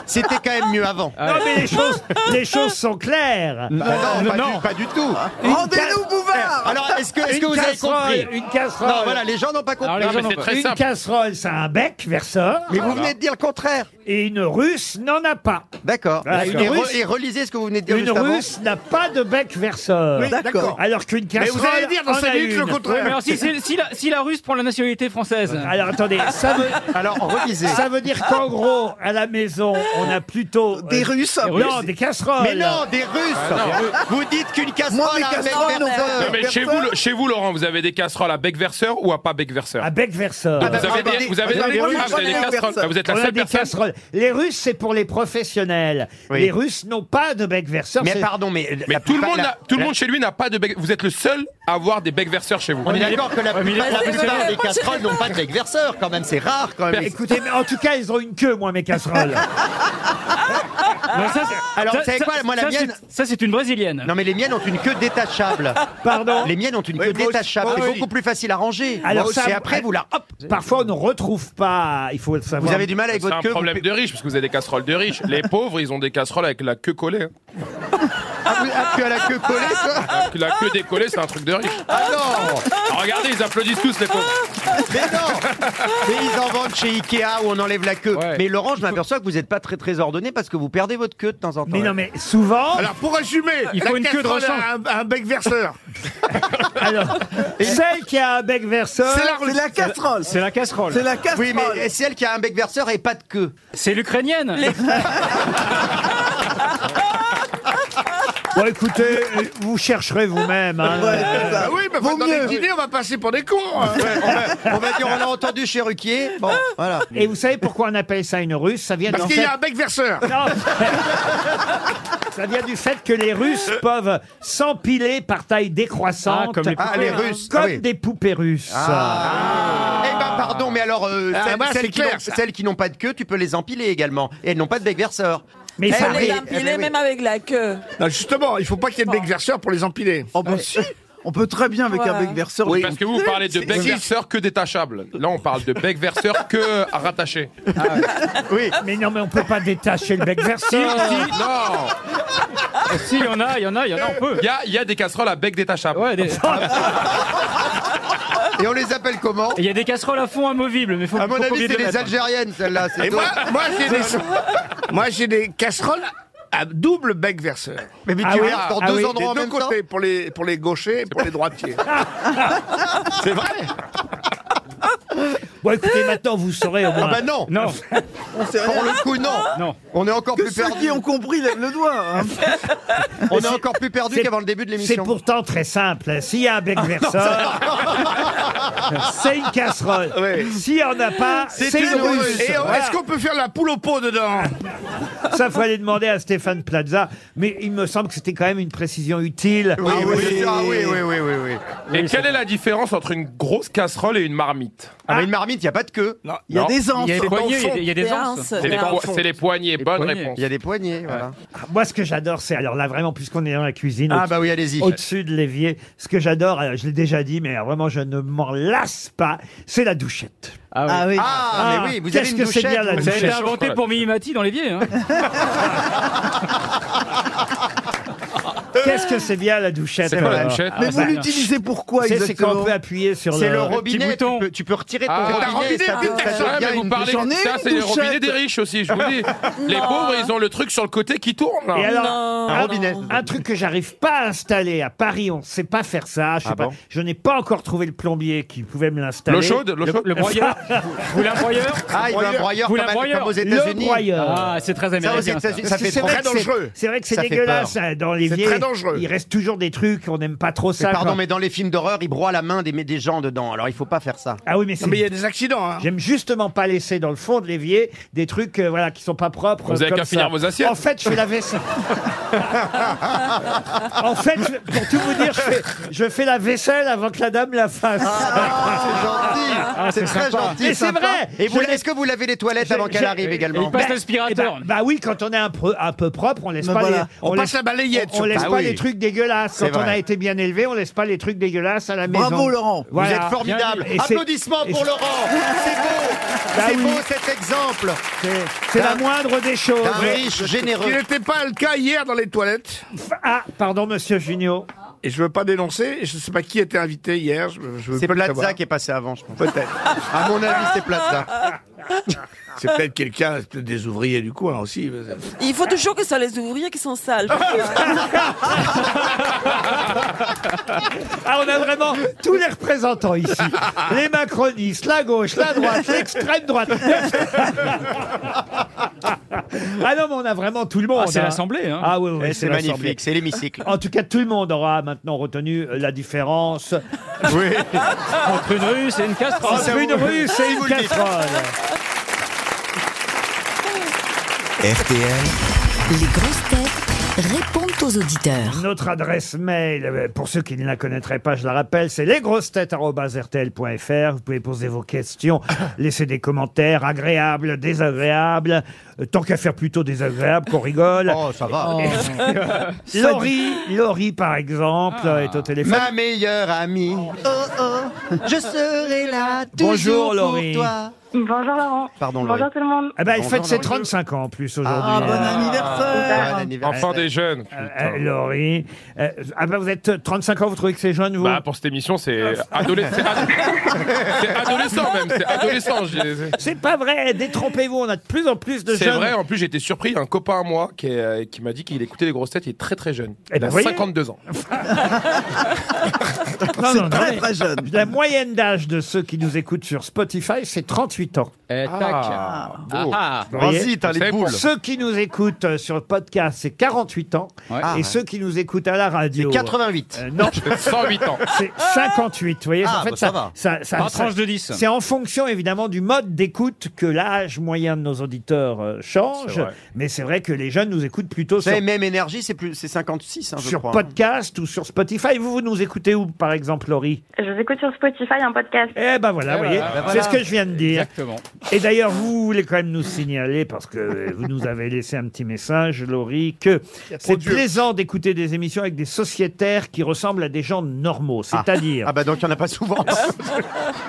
[SPEAKER 3] c'était quand même mieux avant.
[SPEAKER 2] non mais les choses, les choses sont claires.
[SPEAKER 3] Ah, Non, non, pas,
[SPEAKER 5] non.
[SPEAKER 3] Du, pas du tout.
[SPEAKER 6] Rendez-nous Bouvard.
[SPEAKER 3] Alors, est-ce que, est-ce que
[SPEAKER 2] une
[SPEAKER 3] vous avez compris
[SPEAKER 2] casserole, une casserole,
[SPEAKER 3] Non, voilà, les gens n'ont pas compris.
[SPEAKER 5] Alors, les gens
[SPEAKER 9] mais
[SPEAKER 5] n'ont
[SPEAKER 9] c'est
[SPEAKER 5] pas-
[SPEAKER 9] très
[SPEAKER 2] une
[SPEAKER 9] simple.
[SPEAKER 2] casserole, ça a un bec verseur,
[SPEAKER 3] Mais vous venez de dire le contraire.
[SPEAKER 2] et une russe n'en a pas.
[SPEAKER 3] D'accord.
[SPEAKER 2] Voilà,
[SPEAKER 3] Et,
[SPEAKER 2] Bah, une
[SPEAKER 3] et re-
[SPEAKER 2] russe-
[SPEAKER 3] et relisez ce que vous venez de dire
[SPEAKER 2] Une
[SPEAKER 3] juste avant.
[SPEAKER 2] russe n'a pas de bec verseur.
[SPEAKER 7] Oui, d'accord.
[SPEAKER 2] Alors qu'une
[SPEAKER 7] Mais
[SPEAKER 2] casserole
[SPEAKER 7] vous allez dire dans
[SPEAKER 2] en a
[SPEAKER 7] 5 minutes le
[SPEAKER 2] une.
[SPEAKER 5] Mais
[SPEAKER 7] contraire.
[SPEAKER 5] alors, si, c'est- si la, si la Russe prend la nationalité française.
[SPEAKER 2] Alors attendez, ça
[SPEAKER 5] [laughs]
[SPEAKER 2] veut,
[SPEAKER 3] Alors, relisez.
[SPEAKER 2] ça veut dire qu'en gros, à la maison, on a plutôt euh,
[SPEAKER 6] Des Russes.
[SPEAKER 2] Non, des casseroles. Ah,
[SPEAKER 3] Mais non, des Russes. Vous dites qu'une
[SPEAKER 8] Oh,
[SPEAKER 6] Moi,
[SPEAKER 3] casserole
[SPEAKER 6] mes
[SPEAKER 3] a un bec
[SPEAKER 6] casseroles, non.
[SPEAKER 9] Non,
[SPEAKER 3] verseur.
[SPEAKER 9] mais chez vous,
[SPEAKER 6] Personne
[SPEAKER 9] le- chez vous, Laurent, vous avez des casseroles à bec verseur ou à pas bec verseur
[SPEAKER 2] À bec verseur.
[SPEAKER 3] Ah bah,
[SPEAKER 9] Vous avez des- vous avez
[SPEAKER 3] ah,
[SPEAKER 9] des
[SPEAKER 3] bah,
[SPEAKER 9] Russes,
[SPEAKER 3] moi,
[SPEAKER 9] vous avez des
[SPEAKER 6] je connais
[SPEAKER 9] casseroles.
[SPEAKER 6] personne.
[SPEAKER 9] Ah, Vous êtes la
[SPEAKER 2] On a
[SPEAKER 9] seule
[SPEAKER 2] des
[SPEAKER 9] personne.
[SPEAKER 2] casseroles. Les Russes, c'est pour les professionnels.
[SPEAKER 3] Oui.
[SPEAKER 2] Les Russes n'ont pas de bec verseur.
[SPEAKER 3] Mais
[SPEAKER 2] C'est-
[SPEAKER 3] pardon, mais. la
[SPEAKER 9] Mais tout le
[SPEAKER 3] plupart-
[SPEAKER 9] monde,
[SPEAKER 3] la-
[SPEAKER 9] a- tout le
[SPEAKER 3] la-
[SPEAKER 9] monde chez lui n'a pas de bec. Vous êtes le seul à avoir des bec verseurs chez vous.
[SPEAKER 3] On est d'accord que la,
[SPEAKER 5] mais il est
[SPEAKER 3] la
[SPEAKER 8] pas-
[SPEAKER 3] plupart des
[SPEAKER 8] Moi, je-
[SPEAKER 3] casseroles n'ont pas de bec verseur quand même, c'est rare quand même.
[SPEAKER 2] Bah, Écoutez, mais en tout cas, ils ont une queue, moi,
[SPEAKER 3] [laughs]
[SPEAKER 2] mes casseroles.
[SPEAKER 5] Non, ça, c'est-
[SPEAKER 3] Ah Alors,
[SPEAKER 5] ça-
[SPEAKER 3] vous savez
[SPEAKER 5] ça-
[SPEAKER 3] quoi, moi, la
[SPEAKER 5] ça,
[SPEAKER 3] mienne-
[SPEAKER 5] c'est- Ça, c'est une brésilienne.
[SPEAKER 3] Non mais les miennes ont une queue détachable.
[SPEAKER 2] Pardon.
[SPEAKER 3] Les miennes ont une
[SPEAKER 7] Oui,
[SPEAKER 3] queue
[SPEAKER 7] moi aussi,
[SPEAKER 3] détachable,
[SPEAKER 7] moi
[SPEAKER 3] c'est
[SPEAKER 7] aussi.
[SPEAKER 3] beaucoup plus facile à ranger.
[SPEAKER 2] Alors
[SPEAKER 3] Alors
[SPEAKER 2] ça-
[SPEAKER 3] et après vous la hop.
[SPEAKER 2] Parfois, on ne retrouve pas. Il faut le savoir.
[SPEAKER 3] Vous avez du mal avec
[SPEAKER 9] C'est
[SPEAKER 3] votre
[SPEAKER 9] un
[SPEAKER 3] queue. vous-
[SPEAKER 9] problème de riches, parce que vous avez des casseroles de riches. [laughs] Les pauvres, ils ont des casseroles avec la queue collée. hein.
[SPEAKER 3] Ah, vous- ah, tu as la queue collée toi
[SPEAKER 9] Avec La queue décollée, c'est un truc de riche.
[SPEAKER 3] Ah non
[SPEAKER 9] Regardez, ils applaudissent tous, les pauvres.
[SPEAKER 3] Mais non Mais ils en vendent chez Ikea où on enlève la queue.
[SPEAKER 5] Ouais.
[SPEAKER 3] Mais Laurent, je m'aperçois que vous n'êtes pas très très ordonné parce que vous perdez votre queue de temps en temps.
[SPEAKER 2] Mais non, mais souvent.
[SPEAKER 7] Oh. Alors pour résumer,
[SPEAKER 5] Il faut
[SPEAKER 7] la
[SPEAKER 5] une queue de
[SPEAKER 7] casserole a un, un bec verseur.
[SPEAKER 2] [laughs] alors, celle qui a un bec verseur.
[SPEAKER 7] C'est la
[SPEAKER 6] C'est
[SPEAKER 7] russe.
[SPEAKER 6] la casserole.
[SPEAKER 5] C'est la casserole.
[SPEAKER 6] C'est la casserole.
[SPEAKER 3] Oui, mais c'est elle qui a un bec verseur et pas de queue.
[SPEAKER 5] C'est l'ukrainienne.
[SPEAKER 2] [laughs] Ah. Bon, écoutez, euh, vous chercherez vous-même. hein.
[SPEAKER 6] Ouais, c'est ça.
[SPEAKER 7] Ah oui, mais
[SPEAKER 6] Vaut
[SPEAKER 7] enfin, dans les
[SPEAKER 6] mieux.
[SPEAKER 7] dîners, on va passer pour des cons. hein.
[SPEAKER 3] On va dire, on
[SPEAKER 2] [laughs]
[SPEAKER 3] l'a entendu chez Ruquier. Bon, voilà.
[SPEAKER 2] Et vous savez pourquoi on appelle ça une russe Ça vient
[SPEAKER 7] Parce
[SPEAKER 2] du
[SPEAKER 7] qu'il y
[SPEAKER 2] fait-
[SPEAKER 7] a un bec verseur.
[SPEAKER 2] Non. Ça vient du fait que les Russes peuvent s'empiler par taille décroissante.
[SPEAKER 5] Ah, comme les
[SPEAKER 3] Euh. Ah, les Russes.
[SPEAKER 2] Comme
[SPEAKER 3] Ah oui.
[SPEAKER 2] des poupées russes.
[SPEAKER 3] Eh ben pardon, mais alors euh,
[SPEAKER 7] Ah,
[SPEAKER 3] celles,
[SPEAKER 7] bah,
[SPEAKER 3] celles
[SPEAKER 7] c'est
[SPEAKER 3] qui
[SPEAKER 7] clair,
[SPEAKER 3] n'ont-
[SPEAKER 7] ça.
[SPEAKER 3] celles qui n'ont pas de queue, tu peux les empiler également. Et elles n'ont pas de bec verseur.
[SPEAKER 2] Mais il
[SPEAKER 3] Eh
[SPEAKER 2] faut
[SPEAKER 8] Elle
[SPEAKER 3] oui,
[SPEAKER 8] est
[SPEAKER 3] eh ben
[SPEAKER 8] empilée
[SPEAKER 3] oui.
[SPEAKER 8] même avec la queue.
[SPEAKER 7] Non, justement, il faut pas qu'il y ait de bec verseur pour les empiler.
[SPEAKER 6] Oh, bah, si. On peut très bien avec un
[SPEAKER 8] Ouais.
[SPEAKER 6] bec verseur.
[SPEAKER 9] Oui,
[SPEAKER 6] les
[SPEAKER 9] parce que vous vous parlez de bec
[SPEAKER 7] si.
[SPEAKER 9] verseur que détachable. Là, on parle de bec verseur que rattaché.
[SPEAKER 2] Mais non, mais on peut pas détacher le bec verseur.
[SPEAKER 9] Non
[SPEAKER 5] S'il y en a, il y en a, il y en a, on peut.
[SPEAKER 9] Il y a, il y a des casseroles à bec détachable. Ah
[SPEAKER 5] Ouais, des-
[SPEAKER 3] Et on les appelle comment
[SPEAKER 5] Il y a des casseroles à fond amovibles, mais faut
[SPEAKER 3] À
[SPEAKER 5] faut
[SPEAKER 3] mon
[SPEAKER 5] pas
[SPEAKER 3] avis,
[SPEAKER 5] oublier de
[SPEAKER 3] c'est
[SPEAKER 5] les
[SPEAKER 3] les
[SPEAKER 5] mettre.
[SPEAKER 3] Algériennes, celle-là.
[SPEAKER 7] Et
[SPEAKER 3] c'est
[SPEAKER 7] moi,
[SPEAKER 3] toi.
[SPEAKER 7] moi j'ai des, moi, j'ai des casseroles à double bec verseur.
[SPEAKER 3] Mais tu
[SPEAKER 2] Ah oui,
[SPEAKER 3] verses dans
[SPEAKER 2] ah
[SPEAKER 3] deux
[SPEAKER 2] oui,
[SPEAKER 7] Des
[SPEAKER 3] endroits en
[SPEAKER 7] deux
[SPEAKER 3] même temps.
[SPEAKER 7] côtés, pour les, pour les gauchers et pour les droitiers. c'est vrai
[SPEAKER 2] Bon, écoutez, maintenant, vous saurez au
[SPEAKER 3] Ah
[SPEAKER 2] moins.
[SPEAKER 3] bah non,
[SPEAKER 5] Non,
[SPEAKER 6] On sait
[SPEAKER 3] Pour
[SPEAKER 6] rien.
[SPEAKER 3] le coup, non.
[SPEAKER 5] Non.
[SPEAKER 3] On est encore
[SPEAKER 6] Que
[SPEAKER 3] plus
[SPEAKER 6] ceux
[SPEAKER 3] perdu.
[SPEAKER 6] qui ont compris lèvent le doigt. hein.
[SPEAKER 3] [laughs] On est encore plus perdu
[SPEAKER 2] c'est-
[SPEAKER 3] qu'avant le début de
[SPEAKER 2] C'est
[SPEAKER 3] l'émission. Ah,
[SPEAKER 2] pourtant très simple. S'il y a un bec verseur, [laughs] c'est une casserole.
[SPEAKER 7] Ouais.
[SPEAKER 2] S'il n'y en a pas, c'est une
[SPEAKER 3] une
[SPEAKER 2] russe.
[SPEAKER 3] russe.
[SPEAKER 7] Et on-
[SPEAKER 2] Voilà.
[SPEAKER 7] est-ce qu'on peut faire la poule au pot dedans
[SPEAKER 2] Ça, faut aller demander à Stéphane Plaza. Mais il me semble que c'était quand même une précision utile.
[SPEAKER 3] Oui, oui, oui, ah oui, oui, oui, oui, oui.
[SPEAKER 9] Et quelle est la différence entre une grosse casserole et une marmite
[SPEAKER 3] Ah, mais une marmite, il n'y a pas de queue.
[SPEAKER 7] Non.
[SPEAKER 6] Il y a
[SPEAKER 9] Non.
[SPEAKER 6] des
[SPEAKER 5] il y a
[SPEAKER 6] anses.
[SPEAKER 5] des poignées,
[SPEAKER 7] dans
[SPEAKER 5] il
[SPEAKER 7] le
[SPEAKER 5] y a
[SPEAKER 7] fond.
[SPEAKER 5] des- il y a des
[SPEAKER 8] Des
[SPEAKER 5] anses.
[SPEAKER 8] anses.
[SPEAKER 9] C'est les,
[SPEAKER 8] Ah,
[SPEAKER 9] po-
[SPEAKER 8] fond.
[SPEAKER 9] c'est les poignées, bonne
[SPEAKER 5] poignées.
[SPEAKER 9] réponse. Ah,
[SPEAKER 3] Il y a des poignées, voilà.
[SPEAKER 2] Ah, Moi, ce que j'adore, c'est. Alors là, vraiment, puisqu'on est dans la cuisine.
[SPEAKER 3] Ah
[SPEAKER 2] au-
[SPEAKER 3] bah oui, allez-y.
[SPEAKER 2] Au-dessus de l'évier, ce que j'adore, euh, je l'ai déjà dit, mais euh, vraiment je ne m'en lasse pas, c'est la douchette.
[SPEAKER 6] Ah oui.
[SPEAKER 3] Ah,
[SPEAKER 2] Ah,
[SPEAKER 3] mais oui, vous avez
[SPEAKER 2] qu'est-ce
[SPEAKER 3] une
[SPEAKER 2] que c'est
[SPEAKER 3] douchette.
[SPEAKER 2] bien, la
[SPEAKER 3] vous.
[SPEAKER 5] Ça a été
[SPEAKER 9] Chef,
[SPEAKER 5] inventé
[SPEAKER 9] voilà.
[SPEAKER 5] pour Mimimati dans l'évier. Hein.
[SPEAKER 2] [laughs] Qu'est-ce que c'est bien la douchette
[SPEAKER 9] C'est quoi la
[SPEAKER 2] alors
[SPEAKER 9] douchette
[SPEAKER 6] Mais
[SPEAKER 2] Ah,
[SPEAKER 6] vous
[SPEAKER 2] bah,
[SPEAKER 6] l'utilisez pourquoi
[SPEAKER 2] c'est- C'est quand on
[SPEAKER 6] exactement
[SPEAKER 2] peut appuyer sur
[SPEAKER 3] C'est le
[SPEAKER 2] le
[SPEAKER 3] robinet. Tu
[SPEAKER 5] bouton.
[SPEAKER 3] peux, tu peux retirer ton
[SPEAKER 9] Ah,
[SPEAKER 7] t'as
[SPEAKER 3] robinet.
[SPEAKER 7] robinet,
[SPEAKER 3] ça-
[SPEAKER 7] putain,
[SPEAKER 3] ça
[SPEAKER 9] Ouais,
[SPEAKER 3] devient
[SPEAKER 9] mais vous
[SPEAKER 3] une
[SPEAKER 9] parlez
[SPEAKER 6] j'en ai
[SPEAKER 9] ça,
[SPEAKER 6] une
[SPEAKER 9] c'est les robinets
[SPEAKER 6] douchette.
[SPEAKER 9] des riches aussi,
[SPEAKER 3] [laughs]
[SPEAKER 9] je vous dis. les
[SPEAKER 8] Non.
[SPEAKER 9] pauvres, ils ont le truc sur le côté qui tourne. là.
[SPEAKER 2] Et alors,
[SPEAKER 8] Non.
[SPEAKER 2] un,
[SPEAKER 3] Un robinet.
[SPEAKER 2] un truc que j'arrive pas à installer à Paris, on sait pas faire ça. Je, sais
[SPEAKER 3] Ah
[SPEAKER 2] pas,
[SPEAKER 3] bon
[SPEAKER 2] je n'ai pas encore trouvé le plombier qui pouvait me l'installer.
[SPEAKER 9] L'eau chaude, l'eau
[SPEAKER 5] Le,
[SPEAKER 9] chaude.
[SPEAKER 5] le broyeur. Vous la broyeur
[SPEAKER 3] Ah, il veut un broyeur
[SPEAKER 5] Vous
[SPEAKER 3] comme,
[SPEAKER 5] la
[SPEAKER 3] à-
[SPEAKER 5] broyeur.
[SPEAKER 3] comme aux
[SPEAKER 2] Le
[SPEAKER 3] États-Unis.
[SPEAKER 2] broyeur.
[SPEAKER 5] Ah, c'est très
[SPEAKER 3] Ça, aux
[SPEAKER 5] américain. ça.
[SPEAKER 3] États-Unis, ça
[SPEAKER 2] Parce que
[SPEAKER 3] fait
[SPEAKER 2] c'est
[SPEAKER 3] trop.
[SPEAKER 2] vrai
[SPEAKER 7] très
[SPEAKER 2] que c'est-
[SPEAKER 7] dangereux.
[SPEAKER 2] C'est vrai que c'est
[SPEAKER 3] Ça fait
[SPEAKER 2] dégueulasse hein, dans les
[SPEAKER 7] C'est
[SPEAKER 2] vieilles-
[SPEAKER 7] très dangereux.
[SPEAKER 2] Il reste toujours des trucs, on n'aime pas trop
[SPEAKER 3] Mais
[SPEAKER 2] ça.
[SPEAKER 3] pardon,
[SPEAKER 2] quand-
[SPEAKER 3] mais dans les films d'horreur, ils broient la main des, des gens dedans. Alors il faut pas faire ça.
[SPEAKER 2] Ah oui, mais
[SPEAKER 7] Non, mais il y
[SPEAKER 2] c'est.
[SPEAKER 7] a des accidents. Hein.
[SPEAKER 2] J'aime justement pas laisser dans le fond de l'évier des trucs euh, voilà qui sont pas propres.
[SPEAKER 9] Vous
[SPEAKER 2] euh,
[SPEAKER 9] avez
[SPEAKER 2] comme
[SPEAKER 9] qu'à
[SPEAKER 2] ça.
[SPEAKER 9] finir vos assiettes.
[SPEAKER 2] En fait, je fais la vaisselle. en fait, je- pour tout vous dire, je fais, je fais la vaisselle avant que la dame la fasse.
[SPEAKER 3] Ah,
[SPEAKER 2] Ah,
[SPEAKER 3] c'est gentil. c'est très gentil.
[SPEAKER 2] Mais c'est vrai.
[SPEAKER 3] Et vous,
[SPEAKER 2] Je l'ai-
[SPEAKER 3] est-ce que vous lavez les toilettes
[SPEAKER 2] J'ai-
[SPEAKER 3] avant qu'elle
[SPEAKER 2] j'ai-
[SPEAKER 3] arrive
[SPEAKER 5] Et il
[SPEAKER 3] également
[SPEAKER 5] passe
[SPEAKER 2] Bah,
[SPEAKER 5] l'aspirateur.
[SPEAKER 2] Bah, bah oui, quand on est un peu, un peu propre, on laisse
[SPEAKER 6] Ben
[SPEAKER 2] pas
[SPEAKER 6] voilà.
[SPEAKER 2] les,
[SPEAKER 7] On, passe
[SPEAKER 2] laisse,
[SPEAKER 7] la balayette.
[SPEAKER 2] on
[SPEAKER 7] sur-
[SPEAKER 2] laisse
[SPEAKER 7] Ah
[SPEAKER 2] pas
[SPEAKER 7] oui.
[SPEAKER 2] les trucs dégueulasses. Quand
[SPEAKER 3] C'est
[SPEAKER 2] on a
[SPEAKER 3] vrai.
[SPEAKER 2] été bien élevé, on laisse pas les trucs dégueulasses à la maison.
[SPEAKER 6] Bravo Laurent.
[SPEAKER 2] Voilà.
[SPEAKER 3] Vous êtes formidable.
[SPEAKER 2] Bien dit. Et c'est-
[SPEAKER 3] Applaudissements
[SPEAKER 2] et
[SPEAKER 3] pour
[SPEAKER 2] c'est-
[SPEAKER 3] Laurent. C'est beau.
[SPEAKER 2] Bah
[SPEAKER 3] Ah, c'est
[SPEAKER 2] oui.
[SPEAKER 3] beau cet exemple
[SPEAKER 2] C'est- C'est la moindre des choses.
[SPEAKER 3] d'un riche
[SPEAKER 7] Ce qui
[SPEAKER 3] généreux.
[SPEAKER 7] n'était pas le cas hier dans les toilettes.
[SPEAKER 2] Ah, pardon, monsieur Junio.
[SPEAKER 7] Et je veux pas dénoncer. et Je sais pas qui était invité hier. Je, je veux
[SPEAKER 3] C'est
[SPEAKER 7] pas le
[SPEAKER 3] Plaza
[SPEAKER 7] savoir.
[SPEAKER 3] qui est passé avant, je pense.
[SPEAKER 7] Peut-être.
[SPEAKER 3] [laughs] À mon avis, c'est Plaza.
[SPEAKER 7] [laughs] C'est peut-être quelqu'un, c'est peut-être des ouvriers du coin aussi.
[SPEAKER 8] Il faut toujours que ça les ouvriers qui sont sales.
[SPEAKER 3] [laughs]
[SPEAKER 2] Ah, on a vraiment tous les
[SPEAKER 3] [laughs]
[SPEAKER 2] représentants ici. Les macronistes, la gauche, la droite, l'extrême droite. ah non, mais on a vraiment tout le monde.
[SPEAKER 5] Ah, c'est
[SPEAKER 2] hein.
[SPEAKER 5] l'Assemblée, hein.
[SPEAKER 2] Ah oui, oui,
[SPEAKER 3] Eh, C'est
[SPEAKER 2] l'Assemblée.
[SPEAKER 3] magnifique, c'est l'hémicycle.
[SPEAKER 2] En tout cas, tout le monde aura maintenant retenu euh, la différence [laughs]
[SPEAKER 3] Oui.
[SPEAKER 5] Entre une rue, c'est une casserole.
[SPEAKER 2] entre une russe et une
[SPEAKER 3] vous le dites.
[SPEAKER 2] casserole.
[SPEAKER 1] RTL,
[SPEAKER 10] Les grosses têtes répondent aux auditeurs.
[SPEAKER 2] Notre adresse mail, euh, pour ceux qui ne la connaîtraient pas, je la rappelle, c'est lesgrossetêtes.rtl.fr. Vous pouvez poser
[SPEAKER 3] [coughs]
[SPEAKER 2] vos questions, laisser des commentaires agréables, désagréables. Euh, Tant qu'à faire plutôt désagréable qu'on rigole. Euh,
[SPEAKER 3] Oh, ça va. Oh.
[SPEAKER 2] Laurie, Laurie, par exemple, euh, est au téléphone.
[SPEAKER 3] Ma meilleure Ah. amie. Oh oh, je serai là toujours
[SPEAKER 2] Bonjour,
[SPEAKER 3] pour
[SPEAKER 2] Laurie.
[SPEAKER 3] toi.
[SPEAKER 11] Bonjour Laurent.
[SPEAKER 3] Pardon,
[SPEAKER 11] Bonjour
[SPEAKER 3] Laurie.
[SPEAKER 11] tout le
[SPEAKER 2] [laughs]
[SPEAKER 11] monde.
[SPEAKER 2] Ah ben, elle
[SPEAKER 3] Bonjour,
[SPEAKER 2] fête ses
[SPEAKER 3] Laurie.
[SPEAKER 2] 35 ans en plus aujourd'hui.
[SPEAKER 6] Ah, bon
[SPEAKER 2] Euh,
[SPEAKER 6] anniversaire.
[SPEAKER 3] Bon anniversaire.
[SPEAKER 9] Enfant des jeunes.
[SPEAKER 2] euh, Laurie. Euh, ah ben, vous êtes 35 ans, vous trouvez que c'est jeune, vous Ah,
[SPEAKER 9] Bah, pour cette émission, c'est
[SPEAKER 2] [laughs]
[SPEAKER 9] adolescent. c'est adolescent même. C'est adolescent. je-
[SPEAKER 2] C'est pas vrai, détrompez-vous, on a de plus en plus de
[SPEAKER 9] C'est
[SPEAKER 2] jeunes.
[SPEAKER 9] vrai, en plus j'étais surpris, un copain à moi qui, est, euh, qui m'a dit qu'il écoutait les grosses têtes, il est très très jeune.
[SPEAKER 2] Eh ben,
[SPEAKER 9] il a
[SPEAKER 2] voyez.
[SPEAKER 9] 52 ans.
[SPEAKER 2] Non, non, non,
[SPEAKER 6] C'est très
[SPEAKER 2] mais-
[SPEAKER 6] très jeune.
[SPEAKER 2] La moyenne d'âge de ceux qui nous écoutent sur Spotify, c'est 38 ans.
[SPEAKER 5] Eh, tac. Ah, ah.
[SPEAKER 2] Vous voyez
[SPEAKER 3] Vas-y, t'as
[SPEAKER 9] Vous
[SPEAKER 3] les
[SPEAKER 9] savez, pour-
[SPEAKER 3] boules.
[SPEAKER 2] Ceux qui nous écoutent euh, sur le podcast, c'est 48 ans.
[SPEAKER 5] Ouais.
[SPEAKER 2] et ceux qui nous écoutent à la radio.
[SPEAKER 3] 88.
[SPEAKER 2] euh,
[SPEAKER 5] [laughs]
[SPEAKER 2] non,
[SPEAKER 9] 108 ans.
[SPEAKER 2] c'est 58. Vous voyez,
[SPEAKER 3] Ah,
[SPEAKER 2] en fait,
[SPEAKER 3] bah,
[SPEAKER 2] ça,
[SPEAKER 3] ça va.
[SPEAKER 2] ça- ça-
[SPEAKER 5] Par
[SPEAKER 2] ça-
[SPEAKER 5] tranche de 10.
[SPEAKER 2] c'est en fonction évidemment du mode d'écoute que l'âge moyen de nos auditeurs euh, change.
[SPEAKER 9] C'est vrai.
[SPEAKER 2] Mais c'est vrai que les jeunes nous écoutent plutôt
[SPEAKER 3] Vous
[SPEAKER 2] sur,
[SPEAKER 3] savez, même énergie, c'est plus, c'est 56, hein, je
[SPEAKER 2] sur
[SPEAKER 3] crois.
[SPEAKER 2] podcast ou sur Spotify. Vous, vous nous écoutez où, par exemple, Laurie
[SPEAKER 11] Je vous écoute sur Spotify un podcast.
[SPEAKER 2] Eh ben voilà,
[SPEAKER 11] Eh voilà.
[SPEAKER 2] vous voyez,
[SPEAKER 11] Ben
[SPEAKER 2] c'est
[SPEAKER 11] voilà.
[SPEAKER 2] ce que je viens de dire.
[SPEAKER 11] Exactement.
[SPEAKER 2] Et d'ailleurs, vous voulez quand même nous signaler, parce que vous nous avez laissé un petit message, Laurie, que
[SPEAKER 7] Il y a trop
[SPEAKER 2] c'est
[SPEAKER 7] de vieux.
[SPEAKER 2] plaisant d'écouter des émissions avec des sociétaires qui ressemblent à des gens normaux, c'est-à-dire... Ah, bah donc il n'y en a pas souvent [laughs]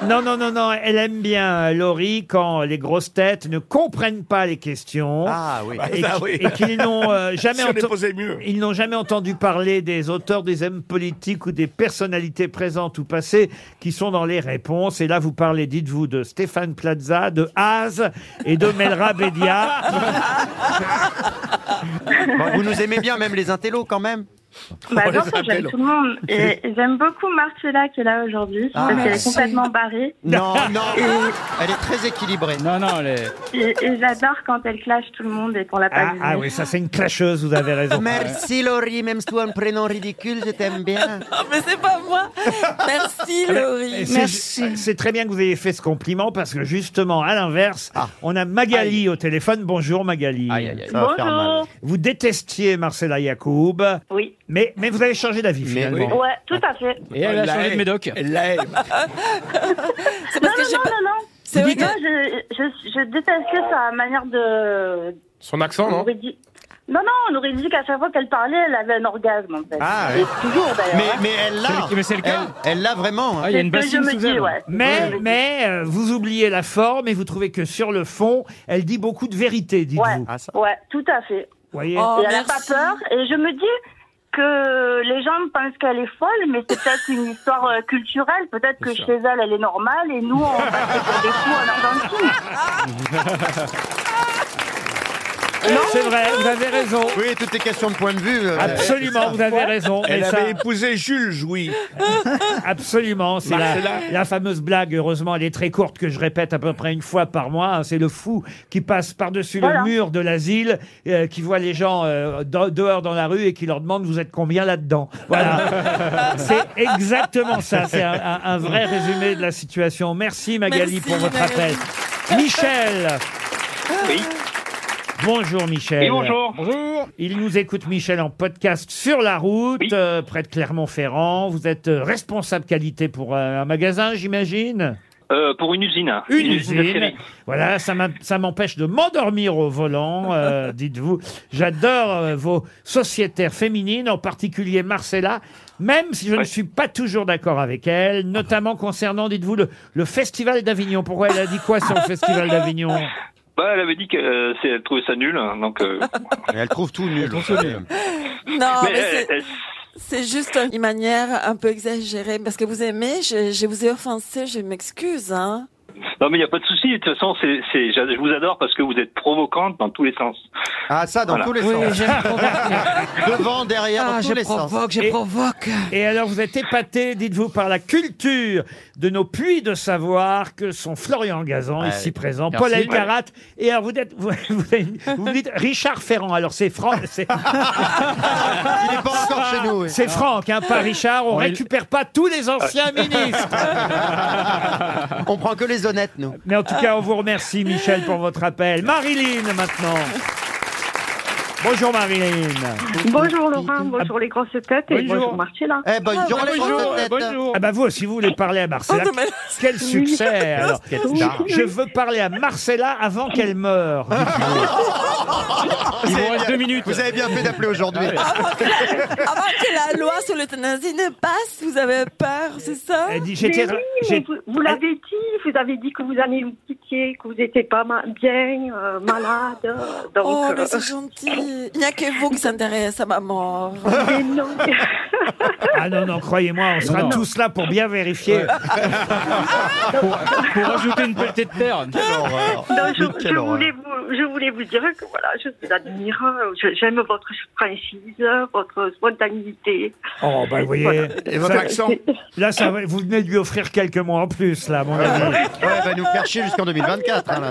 [SPEAKER 2] Non, non, non, non, elle aime bien, euh, Laurie, quand les grosses têtes ne comprennent pas les questions
[SPEAKER 7] Ah oui.
[SPEAKER 2] et,
[SPEAKER 7] Ah,
[SPEAKER 2] qui-
[SPEAKER 7] oui.
[SPEAKER 2] et qu'ils
[SPEAKER 7] [laughs]
[SPEAKER 2] n'ont euh, jamais
[SPEAKER 7] Si on les
[SPEAKER 2] ento-
[SPEAKER 7] posait mieux.
[SPEAKER 2] ils n'ont jamais entendu parler des auteurs, des hommes politiques ou des personnalités présentes ou passées qui sont dans les réponses. Et là, vous parlez, dites-vous, de Stéphane Plaza, de Haas et de Melra Bédia.
[SPEAKER 3] Bon, vous nous aimez bien, même les intellos, quand même
[SPEAKER 11] Bah, bien sûr, j'aime tout le monde. Et j'aime beaucoup Marcella qui est là aujourd'hui, parce
[SPEAKER 3] Ah,
[SPEAKER 11] qu'elle est
[SPEAKER 3] merci.
[SPEAKER 11] complètement barrée.
[SPEAKER 3] Non, non, elle est très équilibrée.
[SPEAKER 5] Non, non, elle est...
[SPEAKER 11] Et, et j'adore quand elle clash tout le monde et qu'on l'a pas
[SPEAKER 2] Ah,
[SPEAKER 11] vu.
[SPEAKER 2] ah oui, ça c'est une clasheuse, vous avez raison.
[SPEAKER 3] Euh, Merci Laurie, même si tu as un prénom ridicule, je t'aime bien.
[SPEAKER 8] [laughs] Non, mais c'est pas moi. Merci,
[SPEAKER 2] Ah ben, Et
[SPEAKER 8] Laurie.
[SPEAKER 2] c'est- C'est très bien que vous ayez fait ce compliment parce que justement, à l'inverse,
[SPEAKER 3] Ah.
[SPEAKER 2] on a Magali au téléphone. Bonjour Magali.
[SPEAKER 11] ça va faire Bonjour. mal.
[SPEAKER 2] Vous détestiez Marcella Yacoub.
[SPEAKER 11] Oui.
[SPEAKER 2] Mais, mais vous avez changé d'avis finalement.
[SPEAKER 11] Ouais, tout à fait.
[SPEAKER 2] médoc.
[SPEAKER 8] C'est
[SPEAKER 11] Non,
[SPEAKER 8] parce que
[SPEAKER 11] non,
[SPEAKER 8] j'ai
[SPEAKER 11] non,
[SPEAKER 8] pas-
[SPEAKER 11] non, non.
[SPEAKER 8] C'est vrai
[SPEAKER 11] Dis-le, je, je, je détestais sa manière de...
[SPEAKER 9] Son accent,
[SPEAKER 11] On
[SPEAKER 9] non
[SPEAKER 11] aurait dit- Non, non, on aurait dit qu'à chaque fois qu'elle parlait, elle avait un orgasme, en fait.
[SPEAKER 3] Ah,
[SPEAKER 11] Et
[SPEAKER 3] oui.
[SPEAKER 11] toujours, d'ailleurs.
[SPEAKER 3] Mais, mais elle l'a.
[SPEAKER 5] Mais c'est le cas.
[SPEAKER 3] Elle- Elle l'a vraiment.
[SPEAKER 2] Ah,
[SPEAKER 3] hein.
[SPEAKER 11] il y a une C'est ce que bassine je me sous dis, elle. ouais.
[SPEAKER 2] Mais, mais euh, vous oubliez la forme et vous trouvez que sur le fond, elle dit beaucoup de vérité, dites-vous.
[SPEAKER 11] Ouais, tout à fait.
[SPEAKER 2] Voyez
[SPEAKER 8] Oh,
[SPEAKER 11] et elle n'a pas
[SPEAKER 8] merci.
[SPEAKER 11] peur. Et je me dis que les gens pensent qu'elle est folle, mais c'est peut-être une histoire euh, culturelle. Peut-être que chez elle, elle est normale et nous, on
[SPEAKER 5] [laughs]
[SPEAKER 11] passe pour des fous en Argentine.
[SPEAKER 2] C'est vrai, vous avez raison. Ah.
[SPEAKER 3] Oui, toutes les questions de point de vue. euh,
[SPEAKER 2] Absolument, vous avez raison.
[SPEAKER 7] Elle
[SPEAKER 2] mais
[SPEAKER 7] avait
[SPEAKER 2] ça-
[SPEAKER 7] épousé Jules Jouy.
[SPEAKER 2] [laughs] Absolument, c'est la,
[SPEAKER 7] Marcella.
[SPEAKER 2] la fameuse blague, heureusement elle est très courte, que je répète à peu près une fois par mois, hein, c'est le fou qui passe par-dessus
[SPEAKER 11] Voilà.
[SPEAKER 2] le mur de l'asile, euh, qui voit les gens euh, do- dehors dans la rue et qui leur demande vous êtes combien là-dedans Voilà, c'est exactement ça, c'est un, un- un vrai résumé de la situation. Merci Magali
[SPEAKER 8] Merci,
[SPEAKER 2] pour votre
[SPEAKER 8] Magali.
[SPEAKER 2] appel. Michel Bonjour Michel.
[SPEAKER 5] Bonjour.
[SPEAKER 2] Il nous écoute, Michel, en podcast sur la route, euh, près de Clermont-Ferrand. Vous êtes euh, responsable qualité pour euh, un magasin, j'imagine
[SPEAKER 12] Euh, pour une usine.
[SPEAKER 2] Une,
[SPEAKER 12] de
[SPEAKER 2] usine.
[SPEAKER 12] série.
[SPEAKER 2] Voilà, ça m'im- ça m'empêche de m'endormir au volant,
[SPEAKER 3] [laughs]
[SPEAKER 2] euh, dites-vous. J'adore euh, vos sociétaires féminines, en particulier Marcella, même si je ne suis pas toujours d'accord avec elle, notamment concernant, dites-vous, le, le Festival d'Avignon. Pourquoi elle a dit quoi sur le Festival d'Avignon
[SPEAKER 12] Bah, elle avait dit qu'elle trouvait ça nul, hein, donc. euh,
[SPEAKER 3] Elle trouve tout nul.
[SPEAKER 8] [laughs] Non,
[SPEAKER 12] mais
[SPEAKER 8] mais
[SPEAKER 12] elle-
[SPEAKER 8] c'est- c'est juste une manière un peu exagérée. Parce que vous aimez, je, je vous ai offensé, je m'excuse. Hein.
[SPEAKER 12] Non, mais il n'y a pas de souci. De toute façon, c'est, c'est- j'a- je vous adore parce que vous êtes provocante dans tous les sens.
[SPEAKER 3] Ah, ça, dans
[SPEAKER 12] Voilà.
[SPEAKER 3] tous les sens. [laughs] Devant, derrière, dans tous les sens.
[SPEAKER 2] Ah, je provoque. Et alors, vous êtes épaté, dites-vous, par la culture de nos puits de savoir que sont Florian Gazan,
[SPEAKER 3] Ouais.
[SPEAKER 2] ici présent,
[SPEAKER 5] Merci.
[SPEAKER 2] Paul Elgarat, et alors vous, êtes, vous, [laughs] vous êtes- vous me dites Richard Ferrand. Alors, c'est
[SPEAKER 3] [laughs]
[SPEAKER 2] Franck. C'est
[SPEAKER 3] Il n'est pas encore chez nous. oui.
[SPEAKER 2] c'est Franck, hein, pas Richard. On
[SPEAKER 5] On est-
[SPEAKER 2] récupère pas tous les anciens
[SPEAKER 3] Ah. [laughs]
[SPEAKER 2] ministres.
[SPEAKER 3] On prend que les honnêtes, nous.
[SPEAKER 2] Mais en tout cas, on vous remercie, Michel, pour votre appel. Marilyn, maintenant. Bonjour, Marilyn.
[SPEAKER 11] Bonjour Laurent, bonjour les grosses têtes et
[SPEAKER 5] Bonjour.
[SPEAKER 11] bonjour, Marcella.
[SPEAKER 3] Eh ben, ils ont les grosses
[SPEAKER 5] Ah, Bonjour.
[SPEAKER 3] têtes.
[SPEAKER 5] Bonjour.
[SPEAKER 2] Ah bah vous aussi, vous voulez parler à Marcella.
[SPEAKER 8] Oh, non, mais-
[SPEAKER 2] Quel succès alors.
[SPEAKER 5] Oh,
[SPEAKER 3] star.
[SPEAKER 2] Je veux parler à Marcella avant qu'elle meure.
[SPEAKER 5] Il
[SPEAKER 3] Vous
[SPEAKER 5] nous
[SPEAKER 3] avez
[SPEAKER 5] reste
[SPEAKER 3] bien-
[SPEAKER 5] deux minutes.
[SPEAKER 3] Vous avez bien fait d'appeler aujourd'hui.
[SPEAKER 8] Avant Ah, que la loi sur l'euthanasie ne passe, vous avez peur, c'est ça
[SPEAKER 2] Elle dit,
[SPEAKER 11] Mais
[SPEAKER 2] j'étais...
[SPEAKER 11] oui, mais
[SPEAKER 2] j'ai-
[SPEAKER 11] vous, vous l'avez dit, vous avez dit que vous allez nous quitter, que vous n'étiez pas ma- bien, euh, malade. euh, Donc,
[SPEAKER 8] Oh, mais
[SPEAKER 11] euh,
[SPEAKER 8] c'est gentil. Il n'y a que vous qui s'intéresse à ma mort.
[SPEAKER 11] mais non.
[SPEAKER 2] Ah non, non, croyez-moi, on sera
[SPEAKER 5] non.
[SPEAKER 2] tous là pour bien vérifier.
[SPEAKER 5] Pour, pour ajouter une pelletée de terre.
[SPEAKER 11] Non, je, je voulais vous, je voulais vous dire que voilà, je vous admire, euh, je- j'aime votre franchise, votre spontanéité.
[SPEAKER 2] Oh bah vous voyez,
[SPEAKER 11] Voilà.
[SPEAKER 7] Et votre
[SPEAKER 2] Ça-
[SPEAKER 7] accent
[SPEAKER 2] là ça, va- vous venez de lui offrir quelques mois en plus là, à
[SPEAKER 11] Ah.
[SPEAKER 2] mon ami.
[SPEAKER 3] Euh, elle va nous faire chier jusqu'en 2024. hein, là.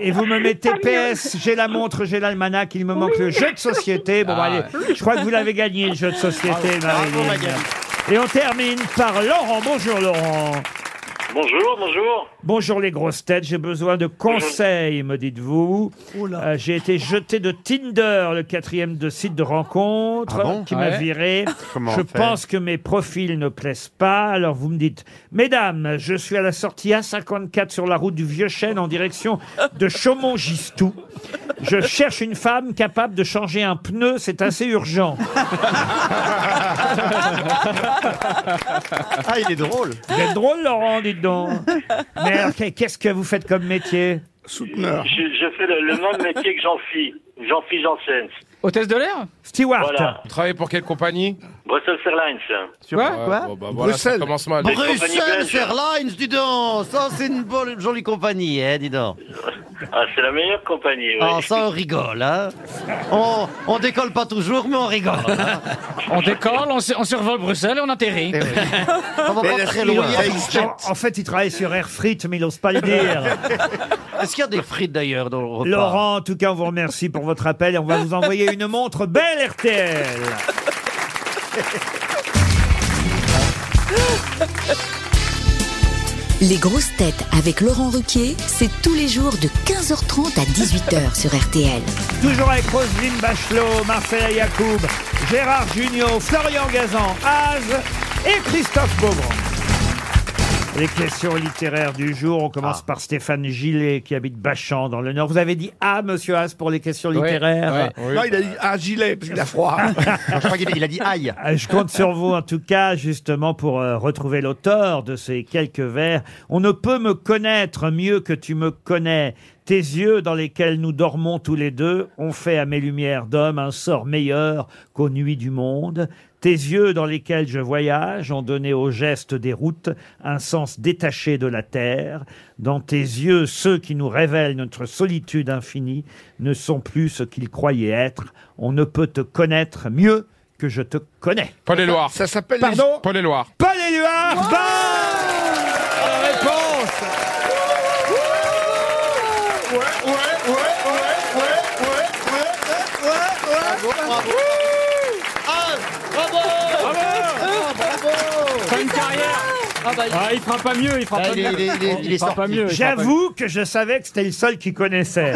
[SPEAKER 2] Et vous me mettez PS, j'ai la montre, j'ai l'almanach, il me manque le jeu de société. Bon, bah,
[SPEAKER 5] Ah,
[SPEAKER 2] allez, je crois que vous l'avez gagné le jeu de société,
[SPEAKER 3] Bravo,
[SPEAKER 2] Marilyn.
[SPEAKER 3] Magali.
[SPEAKER 2] Et on termine par Laurent. Bonjour Laurent.
[SPEAKER 12] Bonjour, bonjour.
[SPEAKER 2] Bonjour les grosses têtes, j'ai besoin de conseils, me dites-vous. Euh, j'ai été jeté de Tinder, le quatrième de site de rencontre,
[SPEAKER 3] Ah bon
[SPEAKER 2] qui
[SPEAKER 3] Ah
[SPEAKER 2] m'a
[SPEAKER 3] ouais
[SPEAKER 2] viré.
[SPEAKER 3] [laughs] Comment
[SPEAKER 2] je
[SPEAKER 3] on fait
[SPEAKER 2] pense que mes profils ne plaisent pas, alors vous me dites, mesdames, je suis à la sortie A54 sur la route du Vieux Chêne en direction de Chaumont-Gistoux. Je cherche une femme capable de changer un pneu, c'est
[SPEAKER 3] [laughs]
[SPEAKER 2] assez urgent. [laughs]
[SPEAKER 3] Ah, il est drôle.
[SPEAKER 2] Vous êtes drôle, Laurent,
[SPEAKER 3] [laughs]
[SPEAKER 2] dites donc. Mais alors, qu'est- qu'est-ce que vous faites comme métier Souteneur.
[SPEAKER 12] Je, je fais le, le même métier que Jean-Phi, Jean-Phi Janssen,
[SPEAKER 2] Hôtesse de l'air Steward.
[SPEAKER 12] Voilà.
[SPEAKER 9] Vous travaillez pour quelle compagnie
[SPEAKER 12] Brussels Airlines.
[SPEAKER 9] Sur
[SPEAKER 12] quoi Quoi
[SPEAKER 9] bon, bah, voilà, ça commence mal.
[SPEAKER 3] Bruxelles Airlines, dis donc Ça, c'est une bonne- jolie compagnie, hein, dis donc.
[SPEAKER 12] Ah, c'est la meilleure compagnie. oui.
[SPEAKER 3] Ah, ça, on rigole, hein on, on décolle pas toujours, mais on rigole.
[SPEAKER 2] [laughs]
[SPEAKER 3] hein.
[SPEAKER 5] On décolle, on, se- on survole Bruxelles et on atterrit.
[SPEAKER 3] Eh On va
[SPEAKER 2] Mais
[SPEAKER 3] pas
[SPEAKER 2] la
[SPEAKER 3] très loin.
[SPEAKER 2] Steward, En, en fait, il travaille sur Air Frites, mais il n'ose pas le dire.
[SPEAKER 3] [laughs] Est-ce qu'il y a des frites d'ailleurs dans le repas
[SPEAKER 2] Laurent, en tout cas, on vous remercie pour votre appel et on va vous envoyer une montre belle RTL.
[SPEAKER 10] Les grosses têtes avec Laurent Ruquier, c'est tous les jours de 15h30 à 18h sur RTL.
[SPEAKER 2] Toujours avec Roselyne Bachelot, Marcella Yacoub, Gérard Junior, Florian Gazan, Az et Christophe Beaugrand. Les questions littéraires du jour, on
[SPEAKER 3] Ah.
[SPEAKER 2] commence par Stéphane Gillet qui habite Bachan dans le Nord. Vous avez dit A, monsieur Az, pour les questions littéraires
[SPEAKER 7] Non, il a dit
[SPEAKER 2] ah,
[SPEAKER 7] un gilet parce qu'il a froid.
[SPEAKER 3] Je crois qu'il a dit aïe.
[SPEAKER 2] Euh, Je compte sur vous, en tout cas, justement, pour euh, retrouver l'auteur de ces quelques vers. On ne peut me connaître mieux que tu me connais. Tes yeux dans lesquels nous dormons tous les deux ont fait à mes lumières d'homme un sort meilleur qu'aux nuits du monde. Tes yeux dans lesquels je voyage ont donné au geste des routes un sens détaché de la terre. Dans tes yeux, ceux qui nous révèlent notre solitude infinie ne sont plus ce qu'ils croyaient être. On ne peut te connaître mieux que je te connais.
[SPEAKER 9] Paul Éloire.
[SPEAKER 7] Ça s'appelle
[SPEAKER 2] Pardon
[SPEAKER 9] Paul Éloire.
[SPEAKER 2] Paul Éluard, bonne réponse
[SPEAKER 5] Pas une carrière. Ah, il fera pas mieux, il fera
[SPEAKER 3] Ah,
[SPEAKER 5] pas
[SPEAKER 3] il est-
[SPEAKER 5] mieux.
[SPEAKER 3] il est- il est- il est
[SPEAKER 5] fera pas
[SPEAKER 3] sorti.
[SPEAKER 5] mieux. il fera pas
[SPEAKER 2] J'avoue que je savais que c'était le seul qui connaissait.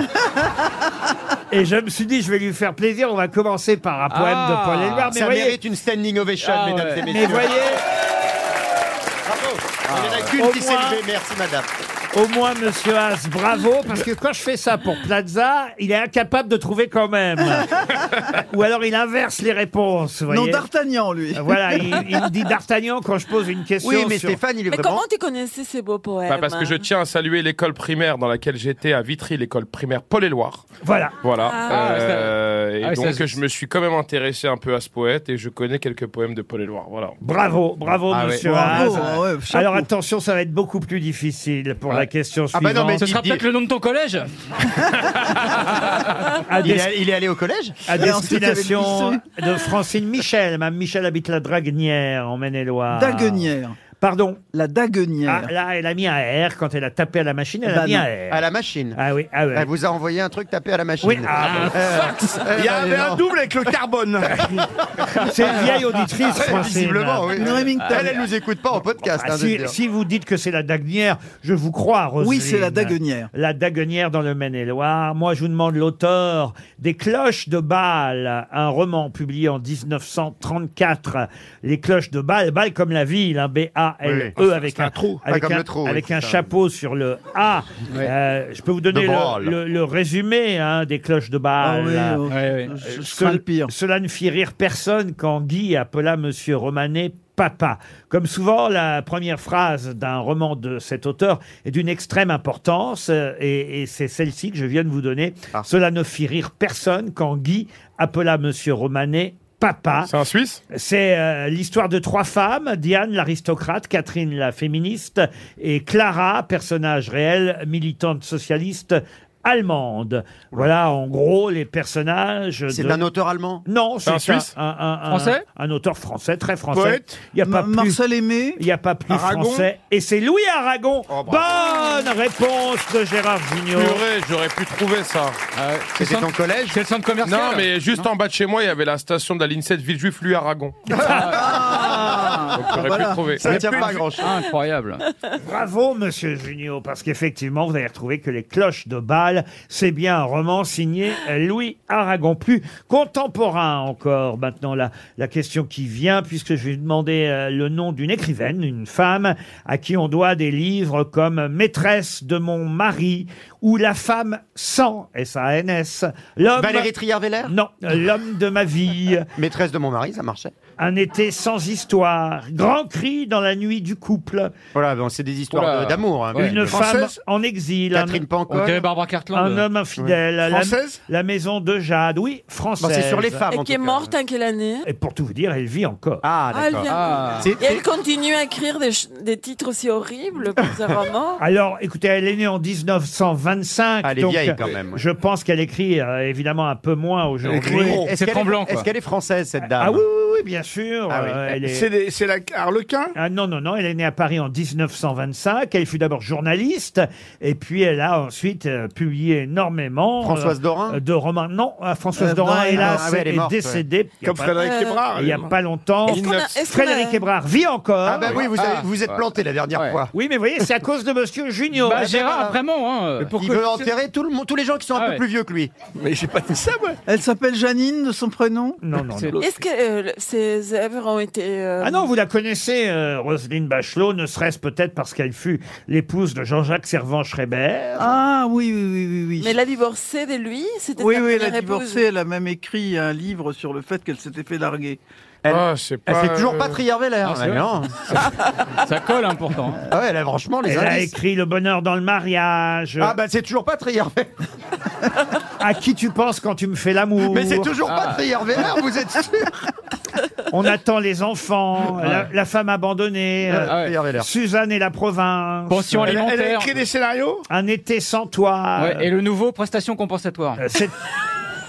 [SPEAKER 2] Et je me suis dit, je vais lui faire plaisir, on va commencer par un poème
[SPEAKER 5] Ah,
[SPEAKER 2] de Paul Éluard. Mais
[SPEAKER 3] Ça
[SPEAKER 2] voyez,
[SPEAKER 3] mérite une standing ovation,
[SPEAKER 5] Ah,
[SPEAKER 3] mesdames
[SPEAKER 5] ouais.
[SPEAKER 3] et
[SPEAKER 2] mais
[SPEAKER 3] messieurs.
[SPEAKER 2] voyez,
[SPEAKER 3] Bravo Il y en a
[SPEAKER 2] Ah. Au
[SPEAKER 3] qu'une qui s'est
[SPEAKER 2] moins-
[SPEAKER 3] levée, merci madame.
[SPEAKER 2] au moins, monsieur Haas, bravo, parce que quand je fais ça pour Plaza, il est incapable de trouver
[SPEAKER 3] [laughs]
[SPEAKER 2] quand même. Ou alors il inverse les réponses, vous
[SPEAKER 6] Non,
[SPEAKER 2] voyez.
[SPEAKER 6] d'Artagnan, lui.
[SPEAKER 2] Voilà, il, il me dit D'Artagnan quand je pose une question.
[SPEAKER 3] Oui, mais
[SPEAKER 2] sur-
[SPEAKER 3] Stéphane, il est
[SPEAKER 8] Mais
[SPEAKER 3] vraiment...
[SPEAKER 8] comment tu connaissais ces beaux poèmes
[SPEAKER 9] Bah, parce que je tiens à saluer l'école primaire dans laquelle j'étais à Vitry, l'école primaire Paul Éloire.
[SPEAKER 2] Voilà.
[SPEAKER 9] Voilà.
[SPEAKER 8] Ah.
[SPEAKER 9] Euh, et
[SPEAKER 5] Ah, ouais,
[SPEAKER 9] donc
[SPEAKER 5] ça-
[SPEAKER 9] je me suis quand même intéressé un peu à ce poète et je connais quelques poèmes de Paul Éloire. Voilà.
[SPEAKER 2] Bravo, bravo,
[SPEAKER 9] Ah ouais.
[SPEAKER 2] monsieur
[SPEAKER 6] Bravo,
[SPEAKER 2] Haas.
[SPEAKER 6] ah ouais, chapeau.
[SPEAKER 2] Alors attention, ça va être beaucoup plus difficile pour la question
[SPEAKER 3] Ah
[SPEAKER 2] suivante.
[SPEAKER 3] bah non, mais
[SPEAKER 5] Ce sera
[SPEAKER 3] Il dit-
[SPEAKER 5] peut-être le nom de ton collège.
[SPEAKER 2] à,
[SPEAKER 3] [laughs] Il
[SPEAKER 2] des-
[SPEAKER 3] est, allé- il est allé au collège
[SPEAKER 2] à
[SPEAKER 6] Et ensuite,
[SPEAKER 2] destination
[SPEAKER 6] avec
[SPEAKER 2] de Francine Michel. Mme Michel habite la Draguenière en Maine-et-Loire.
[SPEAKER 6] Daguenière.
[SPEAKER 2] Ah. Pardon.
[SPEAKER 6] La Daguenière.
[SPEAKER 2] Ah, là, elle a mis un R quand elle a tapé à la machine. Elle a
[SPEAKER 6] Bah
[SPEAKER 2] mis
[SPEAKER 6] non.
[SPEAKER 2] un R.
[SPEAKER 3] À la machine.
[SPEAKER 2] Ah oui, ah oui.
[SPEAKER 3] Elle vous a envoyé un truc tapé à la machine.
[SPEAKER 2] Oui, ah,
[SPEAKER 3] Euh, euh,
[SPEAKER 7] Il y
[SPEAKER 3] bah,
[SPEAKER 7] avait un
[SPEAKER 3] non.
[SPEAKER 7] double avec le
[SPEAKER 3] [laughs]
[SPEAKER 7] carbone.
[SPEAKER 2] [laughs] c'est une vieille auditrice, Francine.
[SPEAKER 3] Ah, Visiblement, oui.
[SPEAKER 6] Une Remington.
[SPEAKER 3] Elle, elle nous écoute pas en podcast.
[SPEAKER 2] Ah,
[SPEAKER 3] hein, je veux
[SPEAKER 2] si,
[SPEAKER 3] dire.
[SPEAKER 2] si vous dites que c'est la Daguenière, je vous crois, Roselyne.
[SPEAKER 6] Oui, c'est la Daguenière.
[SPEAKER 2] La Daguenière dans le Maine-et-Loire. Moi, je vous demande l'auteur des Cloches de Bâle, un roman publié en 1934. Les Cloches de Bâle, Bâle comme la ville, hein, B-A-L-E,
[SPEAKER 7] Oui, oui.
[SPEAKER 2] avec
[SPEAKER 7] C'est un trou,
[SPEAKER 3] pas
[SPEAKER 2] avec
[SPEAKER 3] comme
[SPEAKER 2] un,
[SPEAKER 3] le Ah, trou, oui,
[SPEAKER 2] avec
[SPEAKER 3] c'est
[SPEAKER 2] un
[SPEAKER 3] ça.
[SPEAKER 2] chapeau sur le A. Euh, je peux vous donner
[SPEAKER 3] De
[SPEAKER 2] le,
[SPEAKER 3] Bâle.
[SPEAKER 2] le- le résumé hein, des Cloches de
[SPEAKER 6] Ah
[SPEAKER 2] Bâle. Euh,
[SPEAKER 6] oui, oh,
[SPEAKER 5] Ouais, ouais.
[SPEAKER 6] je- je
[SPEAKER 2] Ce-
[SPEAKER 6] crains le pire.
[SPEAKER 2] Cela ne fit rire personne quand Guy appela Monsieur Romanet papa. Comme souvent, la première phrase d'un roman de cet auteur est d'une extrême importance, euh, et, et c'est celle-ci que je viens de vous donner.
[SPEAKER 3] Ah.
[SPEAKER 2] Cela ne fit rire personne quand Guy appela Monsieur Romanet papa.
[SPEAKER 9] C'est un Suisse
[SPEAKER 2] C'est euh, l'histoire de trois femmes, Diane l'aristocrate, Catherine la féministe et Clara, personnage réel, militante socialiste allemande. Voilà en gros les personnages.
[SPEAKER 3] C'est
[SPEAKER 2] de-
[SPEAKER 3] d'un auteur allemand
[SPEAKER 2] Non, c'est
[SPEAKER 9] un
[SPEAKER 2] un,
[SPEAKER 9] Suisse
[SPEAKER 2] un, un- un-
[SPEAKER 5] Français
[SPEAKER 2] un auteur français, très français.
[SPEAKER 7] Poète
[SPEAKER 2] Il n'y a pas
[SPEAKER 6] Ma-
[SPEAKER 2] plus.
[SPEAKER 6] Marcel Aimé.
[SPEAKER 2] Il n'y a pas plus
[SPEAKER 7] Aragon
[SPEAKER 2] français. Et c'est Louis Aragon.
[SPEAKER 3] Oh,
[SPEAKER 2] Bonne réponse de Gérard Junior.
[SPEAKER 9] Purée, j'aurais pu trouver ça.
[SPEAKER 5] Ah C'est
[SPEAKER 3] C'était
[SPEAKER 5] le
[SPEAKER 3] ton
[SPEAKER 5] centre-
[SPEAKER 3] collège
[SPEAKER 5] c'est le centre commercial.
[SPEAKER 9] Non, mais juste en bas de chez moi, il y avait la station de la ligne 7 Villejuif, lui, Aragon. J'aurais pu le trouver.
[SPEAKER 2] Ça tient pas à grand-chose.
[SPEAKER 5] Incroyable.
[SPEAKER 2] Bravo, monsieur Junio, parce qu'effectivement, vous avez retrouvé que Les Cloches de Bâle, c'est bien un roman signé Louis Aragon. Plus contemporain encore, maintenant, la, la question qui vient, puisque je vais demander euh, le nom d'une écrivaine, une femme, à qui on doit des livres comme Maîtresse de mon mari ou La femme sans, S-A-N-S. L'homme-
[SPEAKER 3] Valérie Trier-Veller
[SPEAKER 2] Non, euh, L'homme de ma vie.
[SPEAKER 3] [laughs] Maîtresse de mon mari, ça marchait.
[SPEAKER 2] Un été sans histoire. Grand cri dans la nuit du couple.
[SPEAKER 3] Voilà, bon, c'est des histoires
[SPEAKER 2] Oula.
[SPEAKER 3] de- d'amour. hein,
[SPEAKER 2] Ouais.
[SPEAKER 3] bien
[SPEAKER 2] Une
[SPEAKER 3] sûr.
[SPEAKER 2] femme en exil.
[SPEAKER 3] Catherine Pancol. On dirait Barbara Cartland.
[SPEAKER 2] Un homme infidèle.
[SPEAKER 3] Ouais.
[SPEAKER 2] La-
[SPEAKER 3] Française
[SPEAKER 2] la, maison de Jade. Oui, française.
[SPEAKER 3] Bon, c'est sur les femmes,
[SPEAKER 8] Et qui est morte en quelle année
[SPEAKER 2] Et pour tout vous dire, elle vit encore.
[SPEAKER 3] Ah,
[SPEAKER 8] Ah, elle, vient- Et elle continue à écrire des, ch- des titres aussi horribles pour ses romans.
[SPEAKER 2] Alors, écoutez, elle est née en 1925.
[SPEAKER 3] Ah, Elle est
[SPEAKER 2] donc, euh,
[SPEAKER 3] vieille quand même, ouais.
[SPEAKER 2] Je pense qu'elle écrit euh, évidemment un peu moins aujourd'hui.
[SPEAKER 3] Euh, Est-ce qu'elle est- Est-ce qu'elle est française, cette dame
[SPEAKER 2] Ah oui, oui, oui, bien sûr.
[SPEAKER 3] Ah oui.
[SPEAKER 2] euh, elle est-
[SPEAKER 7] C'est des- c'est la Harlequin
[SPEAKER 2] Ah non, non, non, elle est née à Paris en 1925. Elle fut d'abord journaliste, et puis elle a ensuite euh, publié énormément.
[SPEAKER 3] Françoise Dorin
[SPEAKER 2] euh, De romans. Non, euh, Françoise
[SPEAKER 3] Euh,
[SPEAKER 2] Dorin,
[SPEAKER 3] Dorin,
[SPEAKER 2] hélas,
[SPEAKER 3] ah ouais, elle est
[SPEAKER 2] est,
[SPEAKER 3] morte, ouais.
[SPEAKER 2] décédée. il y a
[SPEAKER 7] Comme
[SPEAKER 2] pas-
[SPEAKER 7] Frédéric
[SPEAKER 8] Euh,
[SPEAKER 7] Hébrard.
[SPEAKER 2] Il n'y a pas longtemps.
[SPEAKER 8] Est-ce qu'on a- est-ce qu'on a-
[SPEAKER 2] Frédéric Hébrard vit encore.
[SPEAKER 3] Ah bah oui, vous, avez- vous êtes planté la dernière
[SPEAKER 5] Ouais.
[SPEAKER 3] fois.
[SPEAKER 2] Oui, mais vous voyez, c'est à cause de Monsieur Junior.
[SPEAKER 5] Bah, Gérard, vraiment, hein.
[SPEAKER 7] Mais
[SPEAKER 3] Il
[SPEAKER 7] pourquoi
[SPEAKER 3] veut enterrer tout le monde- tous les gens qui sont un
[SPEAKER 5] Ah
[SPEAKER 3] peu
[SPEAKER 5] ouais.
[SPEAKER 3] plus vieux que lui.
[SPEAKER 7] Mais j'ai pas dit ça, moi.
[SPEAKER 6] Elle s'appelle Janine de son prénom
[SPEAKER 2] Non, non, non.
[SPEAKER 8] Est-ce que euh, le- ses œuvres ont été. euh,
[SPEAKER 2] Ah non, vous la connaissez, euh, Roselyne Bachelot, ne serait-ce peut-être parce qu'elle fut l'épouse de Jean-Jacques Servan-Schreiber.
[SPEAKER 6] Ah oui, oui, oui, oui. oui.
[SPEAKER 8] Mais elle a divorcé de lui C'était
[SPEAKER 6] Oui,
[SPEAKER 8] sa
[SPEAKER 6] oui, elle a
[SPEAKER 8] première épouse.
[SPEAKER 6] divorcé, elle a même écrit un livre sur le fait qu'elle s'était fait larguer.
[SPEAKER 9] Ah, c'est
[SPEAKER 3] Elle
[SPEAKER 9] pas,
[SPEAKER 3] fait toujours
[SPEAKER 9] euh,
[SPEAKER 3] pas Trier-Veller.
[SPEAKER 5] Ah, c'est
[SPEAKER 3] mais
[SPEAKER 5] vrai.
[SPEAKER 3] non.
[SPEAKER 5] [laughs] Ça colle, hein, pourtant.
[SPEAKER 3] Ah ouais, elle a franchement les
[SPEAKER 2] Elle a
[SPEAKER 3] indices.
[SPEAKER 2] écrit Le bonheur dans le mariage.
[SPEAKER 3] Ah bah c'est toujours pas Trier-Veller.
[SPEAKER 2] [laughs] À qui tu penses quand tu me fais l'amour
[SPEAKER 3] Mais c'est toujours pas
[SPEAKER 5] Ah.
[SPEAKER 3] Trier-Veller, vous êtes sûr
[SPEAKER 2] On attend les enfants, la, la femme abandonnée, euh,
[SPEAKER 5] Ah ouais.
[SPEAKER 3] Trier-Veller.
[SPEAKER 2] Suzanne et la province,
[SPEAKER 5] Pension
[SPEAKER 7] Elle, a- elle a
[SPEAKER 5] alimentaire.
[SPEAKER 7] écrit des scénarios
[SPEAKER 2] Un été sans toi.
[SPEAKER 5] Ouais, et le nouveau, prestation compensatoire.
[SPEAKER 2] Euh, cet-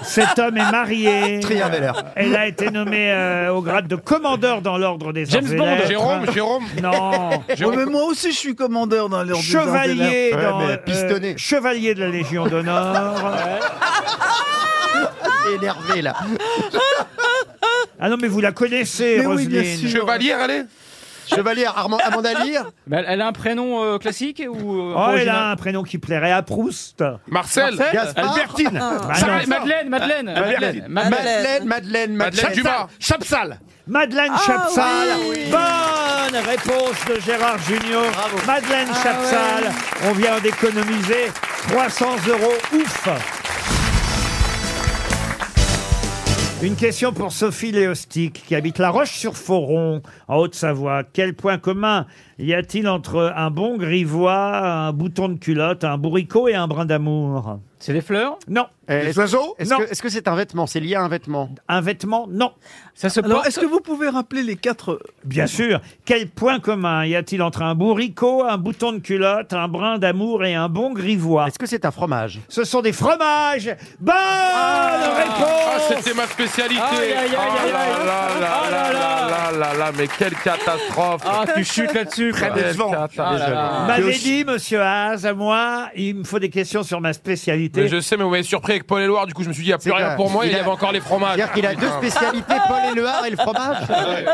[SPEAKER 2] Cet homme est marié.
[SPEAKER 3] Trier-Veller.
[SPEAKER 2] Elle a été nommée euh, au grade de commandeur dans l'ordre des
[SPEAKER 5] James
[SPEAKER 2] arts et
[SPEAKER 5] Bond.
[SPEAKER 2] lettres.
[SPEAKER 9] Jérôme, Jérôme.
[SPEAKER 2] Non.
[SPEAKER 6] Ouais, Oh, mais moi aussi, je suis commandeur dans l'ordre des arts et lettres.
[SPEAKER 2] Chevalier
[SPEAKER 3] Ouais,
[SPEAKER 2] dans, euh,
[SPEAKER 3] mais pistonné.
[SPEAKER 2] chevalier de la Légion d'honneur.
[SPEAKER 3] T'es [laughs] énervé là.
[SPEAKER 2] ah non mais vous la connaissez,
[SPEAKER 6] Mais oui, bien
[SPEAKER 2] Roselyne.
[SPEAKER 6] sûr.
[SPEAKER 9] Chevalier, allez.
[SPEAKER 3] Chevalier Armand Amanda Lear
[SPEAKER 5] Mais Bah, elle, elle a un prénom euh, classique ou euh,
[SPEAKER 2] Oh, elle
[SPEAKER 5] original
[SPEAKER 2] a un prénom qui plairait à Proust.
[SPEAKER 9] Marcel.
[SPEAKER 5] Marcel
[SPEAKER 3] Gaspard
[SPEAKER 6] Ah.
[SPEAKER 7] Albertine.
[SPEAKER 2] Bah
[SPEAKER 5] Sarah-
[SPEAKER 2] non. Ah,
[SPEAKER 5] Madeleine, Madeleine, Madeleine, Madeleine.
[SPEAKER 3] Madeleine, Madeleine,
[SPEAKER 9] Madeleine
[SPEAKER 3] Madeleine.
[SPEAKER 9] Dumas.
[SPEAKER 7] Chapsal.
[SPEAKER 2] Madeleine
[SPEAKER 8] Ah,
[SPEAKER 2] Chapsal.
[SPEAKER 8] oui.
[SPEAKER 2] Bonne réponse de Gérard Junior. Madeleine
[SPEAKER 8] Ah,
[SPEAKER 2] Chapsal. On vient d'économiser 300 euros. Ouf. Une question pour Sophie Léostic, qui habite La Roche-sur-Foron, en Haute-Savoie. Quel point commun y a-t-il entre un bon grivois, un bouton de culotte, un bourricot et un brin d'amour
[SPEAKER 5] C'est des fleurs
[SPEAKER 2] Non.
[SPEAKER 3] Euh,
[SPEAKER 7] Les
[SPEAKER 3] Est-ce
[SPEAKER 7] oiseaux
[SPEAKER 3] est-ce
[SPEAKER 2] Non.
[SPEAKER 3] que est-ce que c'est un vêtement C'est lié à un vêtement
[SPEAKER 2] Un vêtement Non.
[SPEAKER 5] Ça se
[SPEAKER 6] Alors,
[SPEAKER 5] porte
[SPEAKER 6] est-ce que vous pouvez rappeler les quatre euh,
[SPEAKER 2] Bien sûr. Quel point commun y a-t-il entre un bourricot, un bouton de culotte, un brin d'amour et un bon grivois
[SPEAKER 3] Est-ce que c'est un fromage
[SPEAKER 2] Ce sont des fromages. Bonne
[SPEAKER 9] Ah,
[SPEAKER 2] réponse.
[SPEAKER 9] c'était ma spécialité.
[SPEAKER 5] Aïe, aïe, aïe, aïe,
[SPEAKER 9] Oh là là
[SPEAKER 5] aïe.
[SPEAKER 9] là
[SPEAKER 5] Ah là
[SPEAKER 9] là
[SPEAKER 5] là.
[SPEAKER 9] là là là, mais quelle catastrophe.
[SPEAKER 5] Ah, tu chutes là-dessus. quoi.
[SPEAKER 9] Quelle
[SPEAKER 7] décevant.
[SPEAKER 9] catastrophe.
[SPEAKER 5] Ah là là.
[SPEAKER 2] Vous m'avez dit, monsieur Haas, à moi, il me faut des questions sur ma
[SPEAKER 9] Mais
[SPEAKER 2] spécialité.
[SPEAKER 9] je sais, mais vous m'avez surpris avec Paul Éloire. Du coup, je me suis dit, il n'y a plus
[SPEAKER 3] C'est
[SPEAKER 9] rien
[SPEAKER 3] clair.
[SPEAKER 9] pour moi. et
[SPEAKER 3] Il
[SPEAKER 9] Il y
[SPEAKER 3] a-
[SPEAKER 9] avait encore les fromages. Ah.
[SPEAKER 3] C'est-à-dire qu'il a deux spécialités, Paul et le Har et le fromage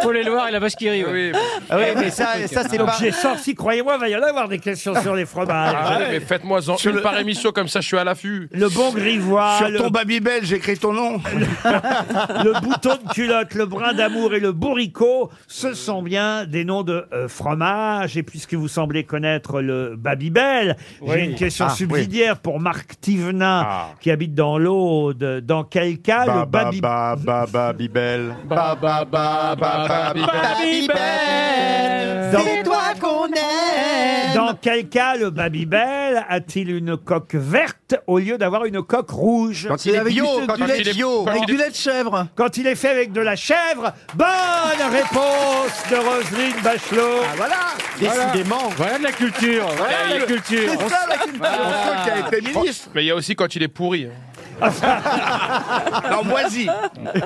[SPEAKER 5] Paul et Loire et la vache qui rit. ouais.
[SPEAKER 9] Oui,
[SPEAKER 3] Ah oui, mais ça, ça c'est
[SPEAKER 2] Donc
[SPEAKER 3] pas...
[SPEAKER 2] j'ai sorti, croyez-moi, va y en avoir des questions sur les fromages.
[SPEAKER 9] Ah, mais faites-moi-en une par émission, comme ça je suis à l'affût.
[SPEAKER 2] Le bon grivois,
[SPEAKER 7] Sur
[SPEAKER 2] le,
[SPEAKER 7] ton Babybel, j'écris ton nom.
[SPEAKER 2] [laughs] le bouton de culotte, le brin d'amour et le bourricot, ce sont bien des noms de euh, fromages. Et puisque vous semblez connaître le Babybel, j'ai une question
[SPEAKER 3] Ah,
[SPEAKER 2] subsidiaire pour Marc Thivenin,
[SPEAKER 7] Ah.
[SPEAKER 2] qui habite dans l'Aude. Dans quel cas le Babybel
[SPEAKER 7] ba, ba, Babybel.
[SPEAKER 5] Ba, ba, ba, ba, ba, bi, ba. Euh,
[SPEAKER 2] Dans-
[SPEAKER 3] toi qu'on aime
[SPEAKER 2] Dans quel cas le Babybel a-t-il une coque verte au lieu d'avoir une coque rouge
[SPEAKER 3] Quand il est
[SPEAKER 6] Avec
[SPEAKER 3] bio,
[SPEAKER 6] du-
[SPEAKER 3] quand
[SPEAKER 6] du
[SPEAKER 3] il
[SPEAKER 6] lait-
[SPEAKER 3] est bio
[SPEAKER 6] Avec du lait de chèvre
[SPEAKER 2] Quand il est fait avec de la chèvre Bonne réponse de Roselyne Bachelot.
[SPEAKER 7] Voilà
[SPEAKER 3] Ah, Décidément
[SPEAKER 5] Voilà de la culture. Voilà de la culture.
[SPEAKER 7] C'est ça la culture
[SPEAKER 5] Ah.
[SPEAKER 7] On sent qu'il a été ministre
[SPEAKER 9] Mais il y a aussi quand il est pourri. hein.
[SPEAKER 5] [laughs]
[SPEAKER 7] L'emboisie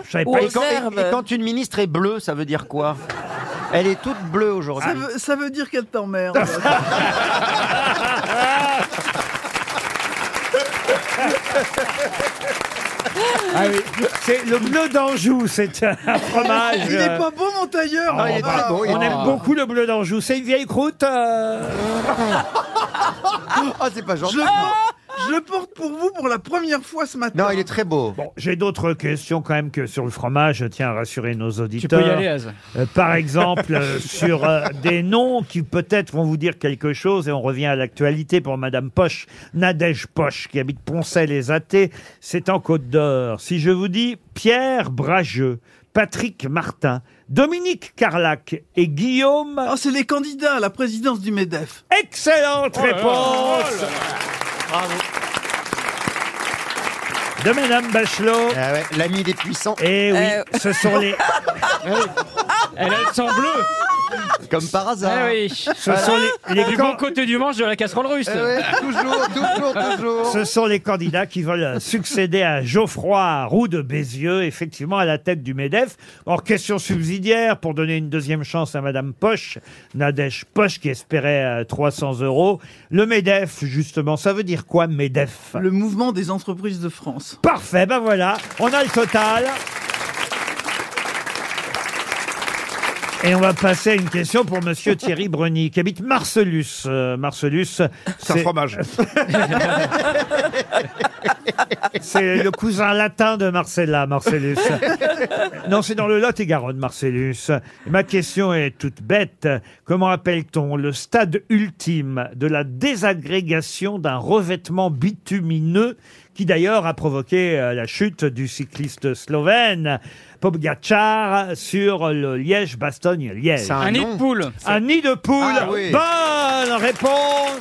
[SPEAKER 2] Je savais
[SPEAKER 8] Ou
[SPEAKER 2] pas.
[SPEAKER 8] aux
[SPEAKER 3] et quand, et-
[SPEAKER 8] herbes.
[SPEAKER 3] et quand une ministre est bleue, ça veut dire quoi Elle est toute bleue aujourd'hui.
[SPEAKER 6] ça veut, ça veut dire qu'elle
[SPEAKER 2] [laughs]
[SPEAKER 6] t'emmerde.
[SPEAKER 2] Ah oui, c'est le bleu d'Anjou, c'est un [laughs] fromage.
[SPEAKER 6] Il est
[SPEAKER 2] euh, Ah,
[SPEAKER 6] pas beau, mon tailleur Ah,
[SPEAKER 2] on va- on aime beaucoup le bleu d'Anjou. C'est une vieille
[SPEAKER 3] [laughs]
[SPEAKER 2] croûte. euh,
[SPEAKER 6] Ah, c'est pas gentil. Je, le porte- je le porte pour vous pour la première fois ce matin. Non, il est très beau.
[SPEAKER 2] Bon, J'ai d'autres questions quand même que sur le fromage. Je tiens à rassurer nos auditeurs.
[SPEAKER 5] y aller, Az.
[SPEAKER 2] Euh, par exemple, euh, sur euh, des noms qui peut-être vont vous dire quelque chose. Et on revient à l'actualité pour Madame Poche, Nadège Poche, qui habite Poncet-les-Athées. C'est en Côte d'Or. Si je vous dis Pierre Brageux, Patrick Martin, Dominique Carlac et Guillaume.
[SPEAKER 6] Oh, c'est les candidats à la présidence du MEDEF.
[SPEAKER 2] Excellente
[SPEAKER 6] Oh là là. Oh
[SPEAKER 2] réponse
[SPEAKER 6] là là.
[SPEAKER 2] Bravo. de Madame Bachelot.
[SPEAKER 3] Ah
[SPEAKER 2] L'ami des puissants. Et oui,
[SPEAKER 5] Euh,
[SPEAKER 2] ce
[SPEAKER 3] [laughs]
[SPEAKER 2] sont les.
[SPEAKER 5] Elle a le sang bleu.
[SPEAKER 3] Eh Comme par hasard.
[SPEAKER 5] Ah oui.
[SPEAKER 2] Ce sont les- les
[SPEAKER 5] du
[SPEAKER 2] camps-
[SPEAKER 5] bon côté du manche de la casserole russe.
[SPEAKER 3] Eh ouais, toujours, toujours, toujours.
[SPEAKER 2] Ce sont les candidats qui veulent euh, succéder à Geoffroy Roux de Bézieux, effectivement à la tête du MEDEF. Hors question subsidiaire pour donner une deuxième chance à Madame Poche, Nadège Poche qui espérait euh, 300 euros. Le MEDEF, justement, ça veut dire quoi MEDEF
[SPEAKER 6] Le mouvement des entreprises de France.
[SPEAKER 2] Parfait, ben voilà, on a le total. Et on va passer à une question pour Monsieur Thierry Bruni, qui habite Marcelus. Euh, Marcelus, c'est un fromage. c'est le cousin latin de Marcella, Marcellus. Non, c'est dans le Lot-et-Garonne, Marcellus. Ma question est toute bête. Comment appelle-t-on le stade ultime de la désagrégation d'un revêtement bitumineux qui d'ailleurs a provoqué euh, la chute du cycliste slovène Pogacar sur le Liège-Bastogne-Liège
[SPEAKER 5] C'est un Un nid nom. de poule.
[SPEAKER 2] Un nid de poule.
[SPEAKER 5] Ah oui.
[SPEAKER 2] Bonne réponse.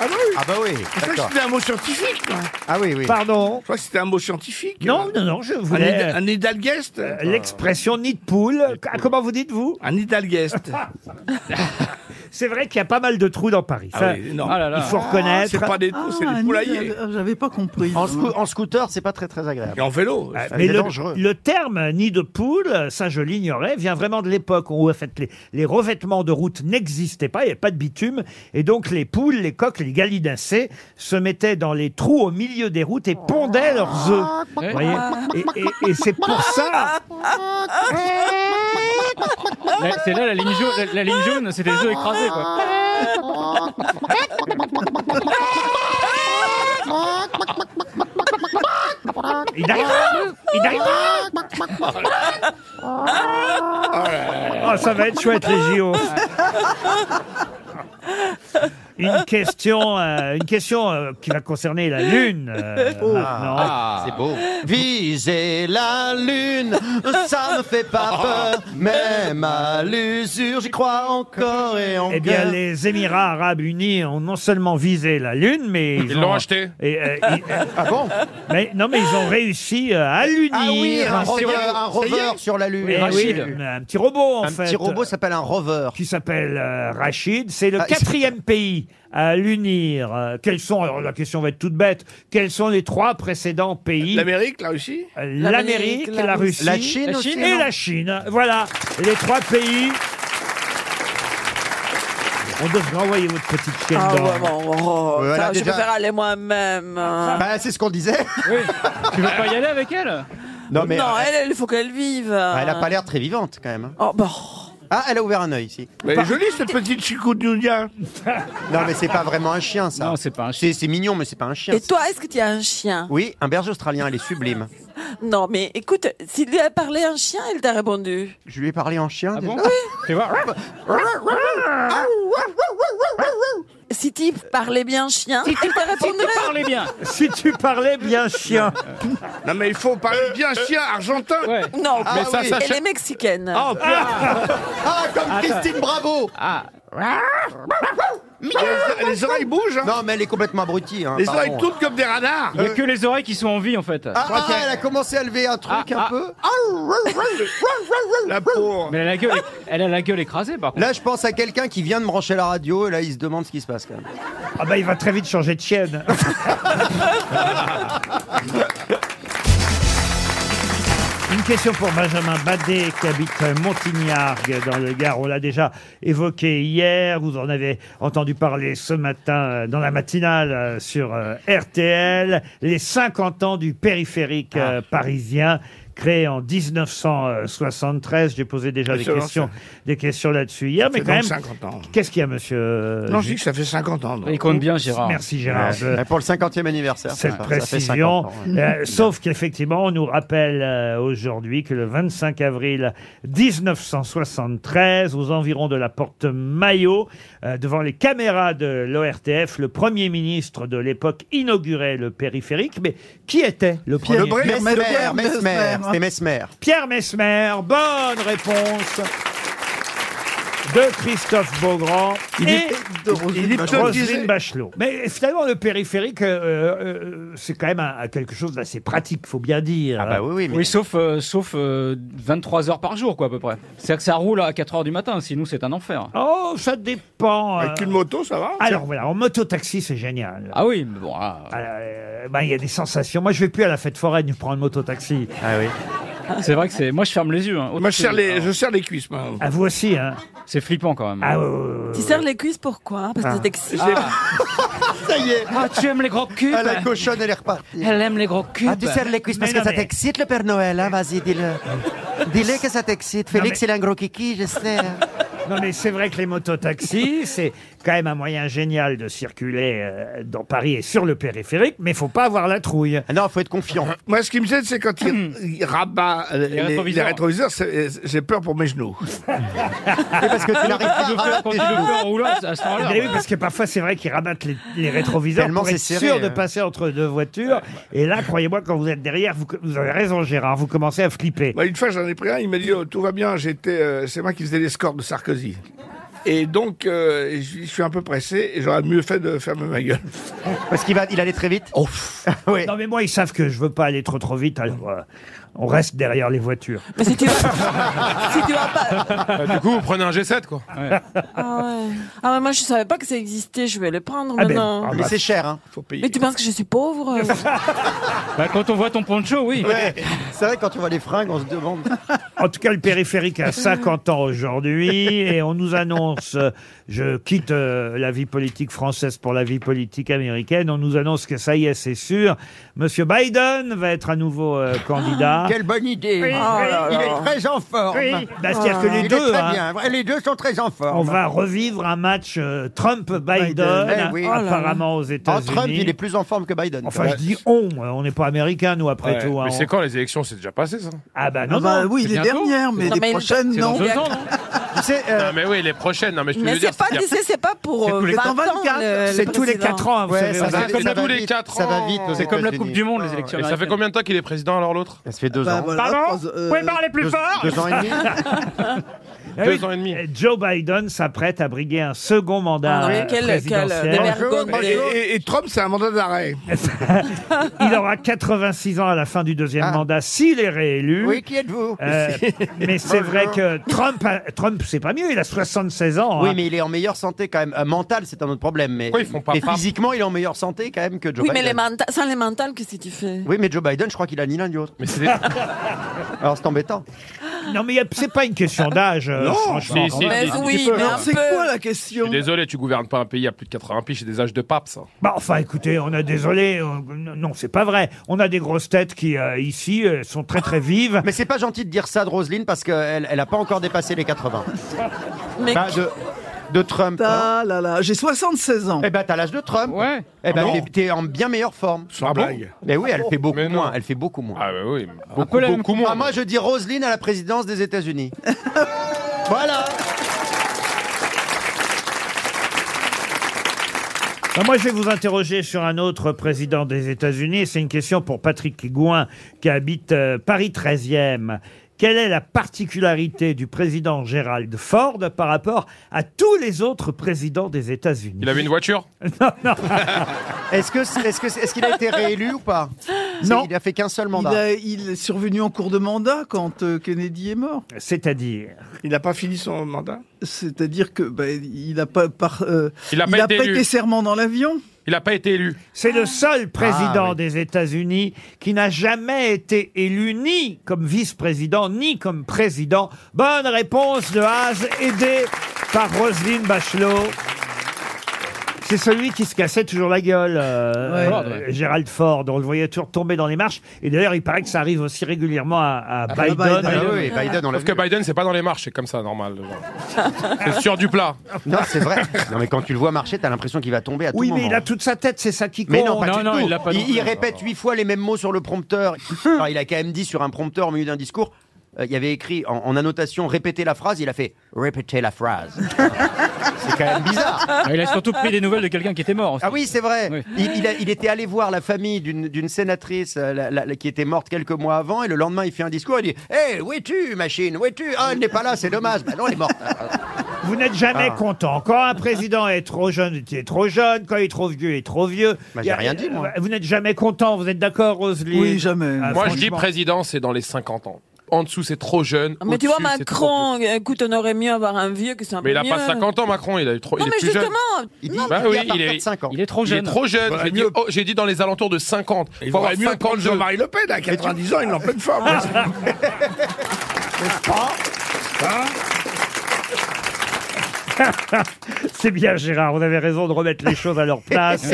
[SPEAKER 7] Ah bah oui. Ah bah oui. Je crois que
[SPEAKER 2] d'accord.
[SPEAKER 7] c'était un mot scientifique. moi.
[SPEAKER 2] Ah oui, oui. Pardon
[SPEAKER 7] Je crois que c'était un mot scientifique.
[SPEAKER 2] Non, non, non, je voulais- Euh,
[SPEAKER 7] Un, id- un idalgueste
[SPEAKER 2] L'expression nid de poule. Ah, Comment vous dites-vous
[SPEAKER 7] Un idalgueste.
[SPEAKER 2] [laughs] C'est vrai qu'il y a pas mal de trous dans Paris.
[SPEAKER 7] Ah
[SPEAKER 2] Ça,
[SPEAKER 7] oui, énorme.
[SPEAKER 2] il faut reconnaître.
[SPEAKER 6] Ah, un nid, ah, J'avais pas compris.
[SPEAKER 3] En, scoo- en scooter, c'est pas très très agréable.
[SPEAKER 7] Et en vélo,
[SPEAKER 3] c'est
[SPEAKER 2] Ah, Mais le,
[SPEAKER 3] dangereux.
[SPEAKER 2] le terme nid de poule, ça je l'ignorais, vient vraiment de l'époque où en fait, les, les revêtements de route n'existaient pas, il n'y avait pas de bitume, et donc les poules, les coques, les gallinacées se mettaient dans les trous au milieu des routes et pondaient leurs œufs.
[SPEAKER 4] Oh.
[SPEAKER 2] Vous voyez et et- et c'est pour ça
[SPEAKER 5] Là, C'est là [laughs] la ligne jaune, la, la ligne jaune, c'est des œufs écrasés
[SPEAKER 3] Ah.
[SPEAKER 5] quoi.
[SPEAKER 2] Il arrive Il arrive Ah, ça va être chouette les JO.
[SPEAKER 3] Hein
[SPEAKER 2] Une question, euh, une question euh, qui va concerner la Lune.
[SPEAKER 3] [laughs]
[SPEAKER 2] euh, maintenant.
[SPEAKER 3] Ah, c'est beau. Viser la lune, ça ne fait pas peur. Même à l'usure, j'y crois encore et encore.
[SPEAKER 2] Eh bien, les Émirats Arabes Unis ont non seulement visé la Lune, mais ils,
[SPEAKER 9] Ils l'ont
[SPEAKER 2] ont-
[SPEAKER 9] acheté.
[SPEAKER 2] Et,
[SPEAKER 3] [laughs]
[SPEAKER 2] euh, ils- mais, Non, mais ils ont réussi euh, à l'unir.
[SPEAKER 3] Ah oui, un rover, un rover
[SPEAKER 2] Ça y est.
[SPEAKER 3] sur la lune.
[SPEAKER 2] Oui,
[SPEAKER 3] Rachid.
[SPEAKER 2] oui, un petit robot en
[SPEAKER 3] Un
[SPEAKER 2] fait.
[SPEAKER 3] petit robot s'appelle un rover.
[SPEAKER 2] Qui s'appelle euh, Rachid. C'est le
[SPEAKER 3] Ah, il s-
[SPEAKER 2] quatrième pays à l'unir. Euh, Quels sont alors la question va être toute bête. Quels sont les trois précédents pays
[SPEAKER 7] L'Amérique, la Russie
[SPEAKER 2] L'Amérique, la Russie,
[SPEAKER 7] La Chine aussi,
[SPEAKER 2] et
[SPEAKER 7] non
[SPEAKER 2] la Chine. Voilà les trois pays. On devrait envoyer votre petite chienne
[SPEAKER 8] Ah,
[SPEAKER 2] dans-
[SPEAKER 8] ouais, bon, oh, oh,
[SPEAKER 2] Ouais,
[SPEAKER 8] ça,
[SPEAKER 2] voilà,
[SPEAKER 8] je
[SPEAKER 2] déjà-
[SPEAKER 8] préfère aller moi-même. hein.
[SPEAKER 3] Bah, c'est ce qu'on disait.
[SPEAKER 5] Tu veux pas y aller avec elle
[SPEAKER 3] Non, mais
[SPEAKER 8] non,
[SPEAKER 3] euh,
[SPEAKER 8] elle, il faut qu'elle vive.
[SPEAKER 3] Bah, elle a pas l'air très vivante quand même. hein.
[SPEAKER 8] Oh, bah.
[SPEAKER 3] Ah, elle a ouvert un œil ici.
[SPEAKER 2] Bah,
[SPEAKER 7] Mais elle est jolie cette petite
[SPEAKER 2] [laughs]
[SPEAKER 7] chicoudounia.
[SPEAKER 3] Non, mais c'est pas vraiment un chien ça. Non,
[SPEAKER 5] c'est pas un
[SPEAKER 3] chien. C'est mignon, mais c'est pas un chien.
[SPEAKER 8] Et toi, est-ce que tu as un chien
[SPEAKER 3] Oui, un berger australien, elle est sublime.
[SPEAKER 8] Non, mais écoute, s'il lui a parlé un chien, il t'a répondu.
[SPEAKER 3] Je lui ai parlé en chien [laughs] déjà.
[SPEAKER 5] Tu vois
[SPEAKER 3] Ah, bah,
[SPEAKER 8] Si tu parlais bien chien,
[SPEAKER 5] Si tu
[SPEAKER 8] elle t'a
[SPEAKER 5] par- si tu
[SPEAKER 8] répondu.
[SPEAKER 5] parlais bien.
[SPEAKER 2] Si tu parlais bien chien.
[SPEAKER 7] Non, mais il faut parler bien chien argentin.
[SPEAKER 8] Non,
[SPEAKER 7] Ah,
[SPEAKER 8] mais
[SPEAKER 7] ça, ça,
[SPEAKER 8] elle
[SPEAKER 7] ça-
[SPEAKER 8] est mexicaine.
[SPEAKER 7] Ah,
[SPEAKER 3] Ah, comme
[SPEAKER 7] Attends.
[SPEAKER 3] Christine Bravo
[SPEAKER 5] Ah.
[SPEAKER 3] Ah,
[SPEAKER 7] Les, les oreilles bougent. hein.
[SPEAKER 3] Non, mais elle est complètement abrutie. Hein,
[SPEAKER 7] les
[SPEAKER 3] pardon.
[SPEAKER 7] oreilles toutes comme des radars.
[SPEAKER 5] Il y a que les oreilles qui sont en vie en fait.
[SPEAKER 3] Ah, ah, elle a commencé à lever un
[SPEAKER 2] Ah,
[SPEAKER 3] truc un peu.
[SPEAKER 7] La pauvre.
[SPEAKER 5] Mais elle a la gueule, elle a la gueule écrasée par contre.
[SPEAKER 3] Là, je pense à quelqu'un qui vient de brancher la radio et là, il se demande ce qui se passe quand même.
[SPEAKER 2] Ah bah il va très vite changer de chienne. Une question pour Benjamin Badet, qui habite Montignargues, dans le Gard. On l'a déjà évoqué hier. Vous en avez entendu parler ce matin, euh, dans la matinale, euh, sur euh, RTL. Les 50 ans du périphérique
[SPEAKER 7] Ah.
[SPEAKER 2] euh, parisien. Créé en 1973, j'ai posé déjà des
[SPEAKER 7] Monsieur
[SPEAKER 2] questions,
[SPEAKER 7] Janssen.
[SPEAKER 2] des questions là-dessus hier,
[SPEAKER 7] Ça
[SPEAKER 2] mais
[SPEAKER 7] fait
[SPEAKER 2] quand même.
[SPEAKER 7] donc 50 ans.
[SPEAKER 2] Qu'est-ce qu'il y a, monsieur euh,
[SPEAKER 7] Non, je dis que ça fait 50 ans. donc.
[SPEAKER 2] Merci Gérard.
[SPEAKER 7] Ouais.
[SPEAKER 2] Je-
[SPEAKER 3] Pour le 50e anniversaire.
[SPEAKER 2] cette
[SPEAKER 3] ça- ça fait 50
[SPEAKER 2] précision.
[SPEAKER 3] ans, ouais.
[SPEAKER 2] Euh, sauf qu'effectivement, on nous rappelle euh, aujourd'hui que le 25 avril 1973, aux environs de la porte Maillot, euh, devant les caméras de l'ORTF, le Premier ministre de l'époque inaugurait le périphérique. Mais qui était le Premier
[SPEAKER 3] Pierre
[SPEAKER 2] ministre
[SPEAKER 3] Mesmer, Mesmer, c'était Mesmer.
[SPEAKER 2] Pierre Mesmer, bonne réponse de Christophe Beaugrand
[SPEAKER 7] Il
[SPEAKER 2] et
[SPEAKER 7] est- il
[SPEAKER 2] de
[SPEAKER 7] est
[SPEAKER 2] Roselyne
[SPEAKER 7] Bachelot.
[SPEAKER 2] Roselyne Bachelot. Mais finalement, le périphérique, euh, euh, c'est quand même un- quelque chose d'assez pratique, faut bien dire. Ah bah
[SPEAKER 3] oui, oui.
[SPEAKER 5] Oui, sauf, euh, sauf euh, 23 heures par jour, quoi, à peu près. C'est-à-dire que ça roule à 4 heures du matin, sinon c'est un enfer.
[SPEAKER 2] Oh, ça dépend.
[SPEAKER 5] Avec
[SPEAKER 2] une
[SPEAKER 7] moto, ça va
[SPEAKER 2] Alors voilà, en moto-taxi, c'est génial.
[SPEAKER 5] Ah oui, mais bon. ah.
[SPEAKER 2] Euh, bah, Il y a des sensations. Moi, je vais plus à la fête foraine prendre une moto-taxi.
[SPEAKER 3] Ah oui.
[SPEAKER 5] C'est vrai que c'est. Moi, je ferme les yeux. hein.
[SPEAKER 7] Moi, je serre les- je serre les cuisses.
[SPEAKER 2] Ah, vous aussi, hein
[SPEAKER 5] C'est flippant quand même.
[SPEAKER 2] Ah,
[SPEAKER 9] Euh,
[SPEAKER 8] Tu serres les cuisses pourquoi Parce que
[SPEAKER 5] Ah.
[SPEAKER 8] t'es
[SPEAKER 9] [laughs]
[SPEAKER 8] sexy.
[SPEAKER 3] Ça y est.
[SPEAKER 5] Ah, tu aimes les gros cubes
[SPEAKER 3] Ah, la cochonne, elle est repartie.
[SPEAKER 5] Elle aime les gros cubes.
[SPEAKER 3] Ah, tu serres les cuisses parce
[SPEAKER 5] Mais
[SPEAKER 3] que ça
[SPEAKER 5] non, mais-
[SPEAKER 3] t'excite, le Père Noël, hein Vas-y, dis-le. Dis-le que ça t'excite.
[SPEAKER 2] Non,
[SPEAKER 3] Félix,
[SPEAKER 2] mais-
[SPEAKER 3] il a un gros kiki, je sais. hein.
[SPEAKER 2] Non mais c'est vrai que les mototaxis, c'est quand même un moyen génial de circuler euh, dans Paris et sur le périphérique, mais faut pas avoir la trouille.
[SPEAKER 3] Ah Non, faut être confiant.
[SPEAKER 7] Euh, Moi, ce qui me gêne, c'est quand
[SPEAKER 5] Hum.
[SPEAKER 7] il, il
[SPEAKER 5] Ah
[SPEAKER 7] rabat
[SPEAKER 5] bah.
[SPEAKER 7] euh, les, les rétroviseurs,
[SPEAKER 5] rétroviseurs.
[SPEAKER 7] c'est- c'est- j'ai peur pour mes [laughs] genoux.
[SPEAKER 3] parce que tu n'arrives Ah,
[SPEAKER 5] Quand il le
[SPEAKER 2] Ah,
[SPEAKER 5] fait- quand il le fait en roulant, à ce temps-là.
[SPEAKER 2] Mais oui, parce que parfois c'est vrai qu'ils rabattent les, les rétroviseurs
[SPEAKER 3] Tellement
[SPEAKER 2] pour
[SPEAKER 3] c'est
[SPEAKER 2] être
[SPEAKER 3] serré,
[SPEAKER 2] sûr de
[SPEAKER 3] hein.
[SPEAKER 2] passer entre deux voitures. Et là, croyez-moi, quand vous êtes derrière, vous, vous avez raison Gérard, vous commencez à flipper.
[SPEAKER 7] Bah, une fois, j'en ai pris un, il m'a dit oh, Tout va bien, j'étais, euh, c'est moi qui faisais l'escorte de Sarkozy. Et donc, euh, je je suis un peu pressé et j'aurais mieux fait de fermer ma gueule.
[SPEAKER 3] Parce qu'il va, il allait très vite. [laughs]
[SPEAKER 2] Non mais moi ils savent que je veux pas aller trop trop vite, alors euh, on reste derrière les voitures.
[SPEAKER 8] Mais si tu vas, si tu vas pas.
[SPEAKER 9] Bah, du coup, vous prenez un G7, quoi.
[SPEAKER 8] Ah ouais. Ah ouais, moi je savais pas que ça existait, je vais le prendre
[SPEAKER 2] Ah ben,
[SPEAKER 8] maintenant.
[SPEAKER 2] ah bah,
[SPEAKER 3] Mais c'est cher, hein.
[SPEAKER 7] Faut payer.
[SPEAKER 8] Mais tu penses que je suis
[SPEAKER 9] [laughs]
[SPEAKER 8] pauvre
[SPEAKER 5] Bah, quand on voit ton poncho, oui.
[SPEAKER 3] Ouais. C'est vrai, quand on voit les fringues, on se demande.
[SPEAKER 2] En tout cas, le périphérique a 50 ans aujourd'hui et on nous annonce, euh, je quitte euh, la vie politique française pour la vie politique américaine, on nous annonce que ça y est, c'est sûr, Monsieur Biden va être à nouveau euh, candidat.
[SPEAKER 13] Ah, Quelle bonne idée
[SPEAKER 2] Oui,
[SPEAKER 3] Ah,
[SPEAKER 13] Oh
[SPEAKER 2] oui.
[SPEAKER 13] là là. Il est très en forme. Ah,
[SPEAKER 2] Oui. Bah, c'est-à-dire que les
[SPEAKER 13] Il est
[SPEAKER 2] deux,
[SPEAKER 13] très
[SPEAKER 2] hein.
[SPEAKER 13] bien. Ouais, Les deux sont très en forme.
[SPEAKER 2] On va revivre un match euh, Trump-Biden,
[SPEAKER 3] Eh oui.
[SPEAKER 2] apparemment
[SPEAKER 13] Oh
[SPEAKER 2] aux
[SPEAKER 3] Ah,
[SPEAKER 2] États-Unis.
[SPEAKER 3] Trump, il est plus en forme que Biden.
[SPEAKER 2] Enfin, je dis on, euh, on n'est pas américain, nous, après
[SPEAKER 9] Ouais.
[SPEAKER 2] tout. hein,
[SPEAKER 9] Mais c'est
[SPEAKER 2] on-
[SPEAKER 9] quand les élections C'est déjà passé, ça
[SPEAKER 2] Ah bah non,
[SPEAKER 6] Ah bah
[SPEAKER 2] non.
[SPEAKER 6] oui,
[SPEAKER 9] C'est
[SPEAKER 6] les
[SPEAKER 9] bientôt.
[SPEAKER 6] dernières, mais
[SPEAKER 8] Non,
[SPEAKER 6] les
[SPEAKER 8] mais il-
[SPEAKER 6] prochaines,
[SPEAKER 9] C'est dans
[SPEAKER 6] non.
[SPEAKER 9] deux ans, non
[SPEAKER 3] Tu sais, euh,
[SPEAKER 9] Non, mais oui, les prochaines. Non, mais je te
[SPEAKER 8] Mais
[SPEAKER 9] veux dire,
[SPEAKER 8] c'est pas,
[SPEAKER 9] c'est qu'il y a-
[SPEAKER 8] tu sais, c'est pas pour
[SPEAKER 9] C'est tous
[SPEAKER 8] euh,
[SPEAKER 9] les
[SPEAKER 8] 20
[SPEAKER 6] quatre-
[SPEAKER 8] ans, le-
[SPEAKER 2] C'est
[SPEAKER 8] le
[SPEAKER 2] tous les
[SPEAKER 8] président.
[SPEAKER 2] 4 ans, hein, vous
[SPEAKER 3] ouais,
[SPEAKER 2] savez.
[SPEAKER 3] ça
[SPEAKER 2] on
[SPEAKER 3] va
[SPEAKER 2] dit.
[SPEAKER 9] C'est comme
[SPEAKER 3] ça
[SPEAKER 9] tous
[SPEAKER 3] va
[SPEAKER 9] les
[SPEAKER 3] vite,
[SPEAKER 9] quatre
[SPEAKER 3] Ça va
[SPEAKER 9] ans.
[SPEAKER 3] vite. aux
[SPEAKER 5] C'est comme la
[SPEAKER 3] États-Unis.
[SPEAKER 5] Coupe du Monde, les
[SPEAKER 9] Et
[SPEAKER 5] élections.
[SPEAKER 9] ça fait
[SPEAKER 5] américaines.
[SPEAKER 9] combien de temps qu'il est président, alors l'autre
[SPEAKER 3] Ça fait deux
[SPEAKER 6] Ah. Bah,
[SPEAKER 3] ans.
[SPEAKER 6] voilà,
[SPEAKER 2] Pardon
[SPEAKER 6] trois- euh,
[SPEAKER 2] Vous pouvez parler plus
[SPEAKER 3] deux,
[SPEAKER 2] fort
[SPEAKER 3] deux ans et demi.
[SPEAKER 2] Ah oui.
[SPEAKER 9] Deux ans et demi.
[SPEAKER 2] Et Joe Biden s'apprête à briguer un second mandat
[SPEAKER 8] Ah oui,
[SPEAKER 2] euh,
[SPEAKER 8] quel- quel
[SPEAKER 2] présidentiel.
[SPEAKER 8] démer- Ergon,
[SPEAKER 7] Et, et- et Trump, c'est un mandat d'arrêt.
[SPEAKER 2] Il aura 86 ans à la fin du deuxième
[SPEAKER 13] Ah.
[SPEAKER 2] mandat s'il est réélu.
[SPEAKER 13] Oui, qui êtes-vous
[SPEAKER 2] Euh, mais c'est vrai que Trump, a- Trump, c'est pas mieux. Il a 76 ans.
[SPEAKER 3] Oui,
[SPEAKER 2] hein.
[SPEAKER 3] mais il est en meilleure santé quand même. Euh, mental, c'est un autre problème. Mais,
[SPEAKER 9] Pourquoi ils font pas
[SPEAKER 3] mais
[SPEAKER 9] frappe
[SPEAKER 3] physiquement, il est en meilleure santé quand même que Joe
[SPEAKER 8] Oui, mais
[SPEAKER 3] Biden.
[SPEAKER 8] les menta- sans les mentales, qu'est-ce que tu fais
[SPEAKER 3] Oui, mais Joe Biden, je crois qu'il a ni l'un ni l'autre.
[SPEAKER 9] Mais c'est des-
[SPEAKER 3] [laughs] Alors c'est embêtant.
[SPEAKER 2] Non, mais y a- c'est pas une question d'âge. euh,
[SPEAKER 7] Non,
[SPEAKER 2] franchement.
[SPEAKER 9] si, si,
[SPEAKER 8] Mais
[SPEAKER 9] si, si,
[SPEAKER 8] oui,
[SPEAKER 9] tu peux.
[SPEAKER 8] mais
[SPEAKER 6] Alors,
[SPEAKER 8] un
[SPEAKER 6] c'est
[SPEAKER 8] peu.
[SPEAKER 6] quoi la question
[SPEAKER 9] Je suis désolé, tu gouvernes pas un pays à plus de 80 piges, c'est des âges de pape, ça.
[SPEAKER 2] Bah, enfin, écoutez, on a désolé. on- non, c'est pas vrai. On a des grosses têtes qui euh, ici euh, sont très très vives.
[SPEAKER 3] Mais c'est pas gentil de dire ça de Roselyne parce qu'elle elle a pas encore dépassé les 80.
[SPEAKER 8] Mais
[SPEAKER 3] Bah, de, de Trump. hein.
[SPEAKER 6] Ta là là, j'ai 76 ans.
[SPEAKER 3] Eh ben t'as l'âge de Trump.
[SPEAKER 5] Ouais.
[SPEAKER 3] Eh ben
[SPEAKER 7] Ah
[SPEAKER 3] t'es-
[SPEAKER 7] bon
[SPEAKER 3] t'es en bien meilleure forme.
[SPEAKER 7] Sans
[SPEAKER 9] Ah bon
[SPEAKER 7] blague.
[SPEAKER 3] Mais oui, elle fait beaucoup
[SPEAKER 9] Mais non.
[SPEAKER 3] moins. Elle fait beaucoup moins.
[SPEAKER 9] Ah, bah oui.
[SPEAKER 5] Un peu la même
[SPEAKER 9] beaucoup
[SPEAKER 5] coupe.
[SPEAKER 3] Ah, moi je dis Roselyne à la présidence des [laughs] États-Unis. voilà.
[SPEAKER 2] Alors moi, je vais vous interroger sur un autre président des États-Unis. C'est une question pour Patrick Gouin, qui habite euh, Paris 13e. Quelle est la particularité du président Gerald Ford par rapport à tous les autres présidents des États-Unis
[SPEAKER 9] Il avait une voiture
[SPEAKER 3] Est-ce que c'est- est-ce que c'est- est-ce qu'il a été réélu ou pas C'est-
[SPEAKER 2] Non.
[SPEAKER 3] Il a fait qu'un seul
[SPEAKER 6] Il,
[SPEAKER 3] mandat.
[SPEAKER 6] a- il est survenu en cours de mandat quand euh, Kennedy est mort.
[SPEAKER 2] C'est-à-dire
[SPEAKER 7] Il n'a pas fini son mandat
[SPEAKER 6] C'est-à-dire que bah, il n'a pas, par- euh,
[SPEAKER 9] Il a
[SPEAKER 6] il
[SPEAKER 9] pas
[SPEAKER 6] a
[SPEAKER 9] été
[SPEAKER 6] prêté
[SPEAKER 9] élu.
[SPEAKER 6] serment dans l'avion.
[SPEAKER 9] Il n'a pas été élu.
[SPEAKER 2] C'est le
[SPEAKER 3] Ah
[SPEAKER 2] seul président
[SPEAKER 9] oui.
[SPEAKER 2] des États-Unis qui n'a jamais été élu ni comme vice-président ni comme président. Bonne réponse de Haas, aidé par Roselyne Bachelot. C'est celui qui se cassait toujours la gueule, euh,
[SPEAKER 5] Ouais.
[SPEAKER 2] Ford, ouais. Gérald Ford. On le voyait toujours tomber dans les marches. Et d'ailleurs, il paraît que ça arrive aussi régulièrement à,
[SPEAKER 3] Ah,
[SPEAKER 2] à
[SPEAKER 3] bah,
[SPEAKER 2] Biden.
[SPEAKER 6] hein.
[SPEAKER 9] Sauf que Biden, c'est pas dans les marches, c'est comme ça, normal. genre. c'est sur du plat.
[SPEAKER 3] Non, c'est vrai. Non, mais quand tu le vois marcher, t'as l'impression qu'il va tomber à tout
[SPEAKER 2] Oui,
[SPEAKER 3] moment.
[SPEAKER 2] mais il a toute sa tête, c'est ça qui compte.
[SPEAKER 3] Mais non, pas du tout. il, il répète huit fois les mêmes mots sur le
[SPEAKER 5] [laughs]
[SPEAKER 3] prompteur. Alors, il a quand même dit sur un prompteur au milieu d'un discours. euh, il y avait écrit en, en annotation répétez la phrase. Il a fait répétez la phrase.
[SPEAKER 5] [laughs]
[SPEAKER 3] c'est quand même bizarre.
[SPEAKER 5] Ah, Il a surtout pris des nouvelles de quelqu'un qui était mort. aussi.
[SPEAKER 3] Ah oui, c'est vrai. Il, il a- il était allé voir la famille d'une d'une sénatrice euh, la- la- la- qui était morte quelques mois avant, et le lendemain, il fait un discours. Il dit Hé, où es-tu, machine Où es-tu Ah, elle n'est pas là, c'est dommage. Bah non, elle est
[SPEAKER 5] [laughs]
[SPEAKER 3] morte.
[SPEAKER 2] Vous n'êtes jamais
[SPEAKER 3] Ah.
[SPEAKER 2] content. Quand un président est trop jeune, il est trop jeune. Quand il est trop vieux, il est trop vieux.
[SPEAKER 3] Bah,
[SPEAKER 2] Il
[SPEAKER 3] j'ai
[SPEAKER 2] y a- Euh,
[SPEAKER 3] rien dit, moi.
[SPEAKER 2] Vous n'êtes jamais content, vous êtes d'accord, Roselyne
[SPEAKER 6] Oui, jamais.
[SPEAKER 2] Ah,
[SPEAKER 9] Moi, je dis
[SPEAKER 2] franchement.
[SPEAKER 9] président, c'est dans les 50 ans. En dessous, c'est trop jeune.
[SPEAKER 8] Ah, Mais tu vois,
[SPEAKER 9] Au-dessus, c'est trop
[SPEAKER 8] Macron, euh, écoute, on aurait mieux avoir un vieux que c'est un
[SPEAKER 9] vieux. Mais il
[SPEAKER 8] peu
[SPEAKER 9] a pas
[SPEAKER 8] mieux.
[SPEAKER 9] 50 ans, Macron. Il, a eu trop,
[SPEAKER 8] Non,
[SPEAKER 9] il est
[SPEAKER 8] mais
[SPEAKER 9] plus jeune.
[SPEAKER 8] justement, non,
[SPEAKER 9] Bah
[SPEAKER 8] mais-
[SPEAKER 9] oui, il est,
[SPEAKER 3] il est
[SPEAKER 9] trop jeune. Il est trop jeune.
[SPEAKER 7] Voilà,
[SPEAKER 9] J'ai dit,
[SPEAKER 7] Bah, mieux-
[SPEAKER 9] oh, j'ai dit dans les alentours de 50.
[SPEAKER 7] Il
[SPEAKER 9] faut
[SPEAKER 7] vaudrait
[SPEAKER 9] avoir
[SPEAKER 7] mieux prendre
[SPEAKER 9] 52.
[SPEAKER 7] Jean-Marie Le Pen à 90 ans, il est en pleine forme.
[SPEAKER 2] [laughs]
[SPEAKER 7] hein.
[SPEAKER 3] Ah.
[SPEAKER 2] C'est bien, Gérard. Vous avez raison de remettre les choses à leur
[SPEAKER 3] [laughs]
[SPEAKER 2] place.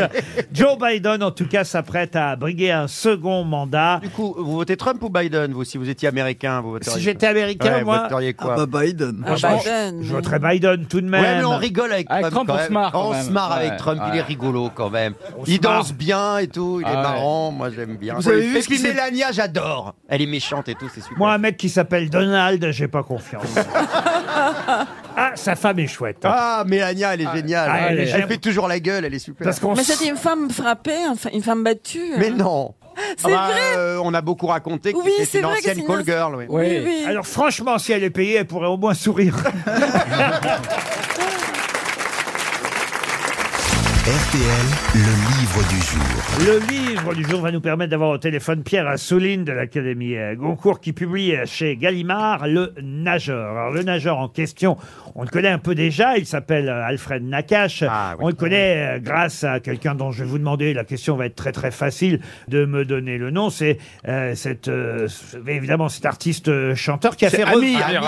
[SPEAKER 2] Joe Biden, en tout cas, s'apprête à briguer un second mandat.
[SPEAKER 3] Du coup, vous votez Trump ou Biden, vous, si vous étiez américain vous voteriez
[SPEAKER 2] Si j'étais américain,
[SPEAKER 3] Ouais,
[SPEAKER 2] moi-
[SPEAKER 3] Vous voteriez quoi
[SPEAKER 6] Ah bah Biden.
[SPEAKER 2] Franchement, Je voterais Biden tout de même.
[SPEAKER 3] Ouais, mais on rigole avec,
[SPEAKER 2] Avec Ah, Trump,
[SPEAKER 3] quand
[SPEAKER 2] on se
[SPEAKER 3] même.
[SPEAKER 2] marre quand
[SPEAKER 3] Ah, On
[SPEAKER 2] même.
[SPEAKER 3] se marre
[SPEAKER 2] Ouais,
[SPEAKER 3] avec Trump, il
[SPEAKER 2] ouais.
[SPEAKER 3] est rigolo quand même.
[SPEAKER 2] On
[SPEAKER 3] il
[SPEAKER 2] se marre.
[SPEAKER 3] danse bien et tout, il
[SPEAKER 2] Ah
[SPEAKER 3] est
[SPEAKER 2] ouais.
[SPEAKER 3] marrant, moi j'aime bien.
[SPEAKER 2] Vous avez vu
[SPEAKER 3] et
[SPEAKER 2] ce
[SPEAKER 3] puis
[SPEAKER 2] qui s'est-
[SPEAKER 3] Mélania, j'adore. Elle est méchante et tout, c'est super.
[SPEAKER 2] Moi, un mec qui s'appelle Donald, j'ai
[SPEAKER 8] [laughs]
[SPEAKER 2] pas confiance. ah, sa femme est chouette. hein.
[SPEAKER 3] Ah, Mélania, elle est géniale.
[SPEAKER 2] Ah, elle
[SPEAKER 3] elle
[SPEAKER 2] est géniale.
[SPEAKER 3] fait toujours la gueule, elle est super.
[SPEAKER 2] Parce qu'on
[SPEAKER 8] Mais c'était une femme frappée, enfin, une femme battue. hein.
[SPEAKER 3] Mais non.
[SPEAKER 8] C'est
[SPEAKER 3] Ah bah,
[SPEAKER 8] vrai.
[SPEAKER 3] euh, On a beaucoup raconté que
[SPEAKER 8] Oui,
[SPEAKER 3] c'était
[SPEAKER 8] c'est
[SPEAKER 3] une
[SPEAKER 8] vrai que c'est
[SPEAKER 3] ancienne
[SPEAKER 8] une
[SPEAKER 3] call
[SPEAKER 8] ancienne-
[SPEAKER 3] girl. oui.
[SPEAKER 8] Oui, oui.
[SPEAKER 2] Alors franchement, si elle est payée, elle pourrait au
[SPEAKER 3] [laughs]
[SPEAKER 2] moins sourire.
[SPEAKER 1] RTL, le livre du jour.
[SPEAKER 2] Le livre du jour va nous permettre d'avoir au téléphone Pierre Assouline de l'Académie euh, Goncourt qui publie euh, chez Gallimard Le Nageur. Alors, le nageur en question, on le connaît un peu déjà, il s'appelle euh, Alfred Nakache.
[SPEAKER 7] Ah
[SPEAKER 2] On le connaît euh, grâce à quelqu'un dont je vais vous demander, la question va être très très facile de me donner le nom. C'est euh, cette, euh, ce- évidemment cet artiste euh, chanteur qui a,
[SPEAKER 7] C'est
[SPEAKER 2] fait, re-
[SPEAKER 7] Amir, Amir,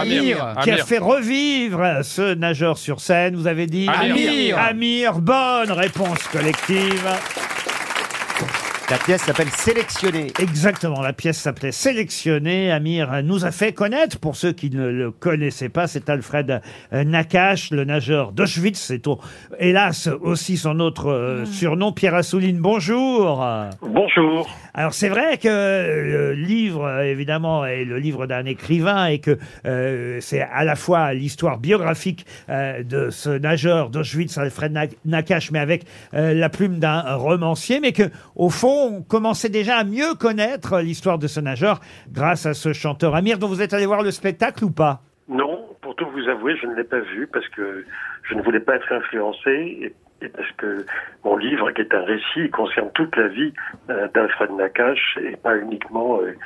[SPEAKER 7] Amir,
[SPEAKER 2] qui a
[SPEAKER 7] Amir.
[SPEAKER 2] fait revivre euh, ce nageur sur scène. Vous avez dit
[SPEAKER 7] Amir.
[SPEAKER 2] Amir, bonne réponse collective.
[SPEAKER 3] La pièce s'appelle Sélectionner.
[SPEAKER 2] Exactement, la pièce s'appelait Sélectionner. Amir nous a fait connaître, pour ceux qui ne le connaissaient pas, c'est Alfred euh, Nakache, le nageur d'Auschwitz. C'est au- hélas aussi son autre euh, surnom. Pierre Assouline, bonjour.
[SPEAKER 12] Bonjour.
[SPEAKER 2] Alors c'est vrai que le livre, euh, évidemment, est le livre d'un écrivain et que euh, c'est à la fois l'histoire biographique euh, de ce nageur d'Auschwitz, Alfred Na- Nakache, mais avec euh, la plume d'un romancier, mais que au fond, on commençait déjà à mieux connaître euh, l'histoire de ce nageur grâce à ce chanteur Amir, dont vous êtes allé voir le spectacle ou pas
[SPEAKER 12] Non, pour tout vous avouer, je ne l'ai pas vu parce que je ne voulais pas être influencé et, et parce que mon livre, qui est un récit, concerne toute la vie euh, d'Alfred Nakache et pas uniquement euh,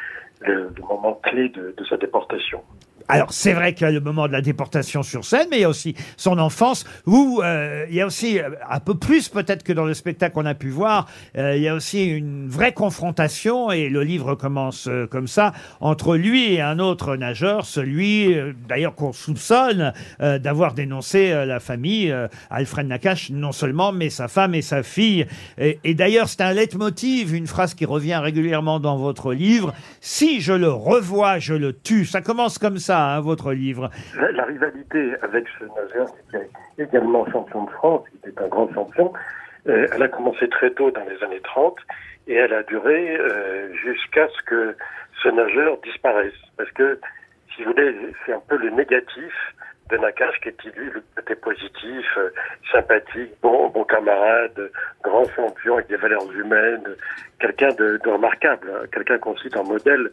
[SPEAKER 12] le, le moment clé de, de sa déportation.
[SPEAKER 2] Alors, c'est vrai qu'il y a le moment de la déportation sur scène, mais il y a aussi son enfance, où euh, il y a aussi, euh, un peu plus peut-être que dans le spectacle qu'on a pu voir, euh, il y a aussi une vraie confrontation, et le livre commence euh, comme ça, entre lui et un autre nageur, celui euh, d'ailleurs qu'on soupçonne euh, d'avoir dénoncé euh, la famille, euh, Alfred Nakache, non seulement, mais sa femme et sa fille. Et, et d'ailleurs, c'est un leitmotiv, une phrase qui revient régulièrement dans votre livre. Si je le revois, je le tue. Ça commence comme ça, hein, votre livre.
[SPEAKER 12] La, la rivalité avec ce nageur, qui était également champion de France, qui était un grand champion, euh, elle a commencé très tôt dans les années 30 et elle a duré euh, jusqu'à ce que ce nageur disparaisse. Parce que, si vous voulez, c'est un peu le négatif de Nakash qui est lui le côté positif, euh, sympathique, bon, bon camarade, grand champion avec des valeurs humaines, quelqu'un de, de remarquable, hein, quelqu'un qu'on cite en modèle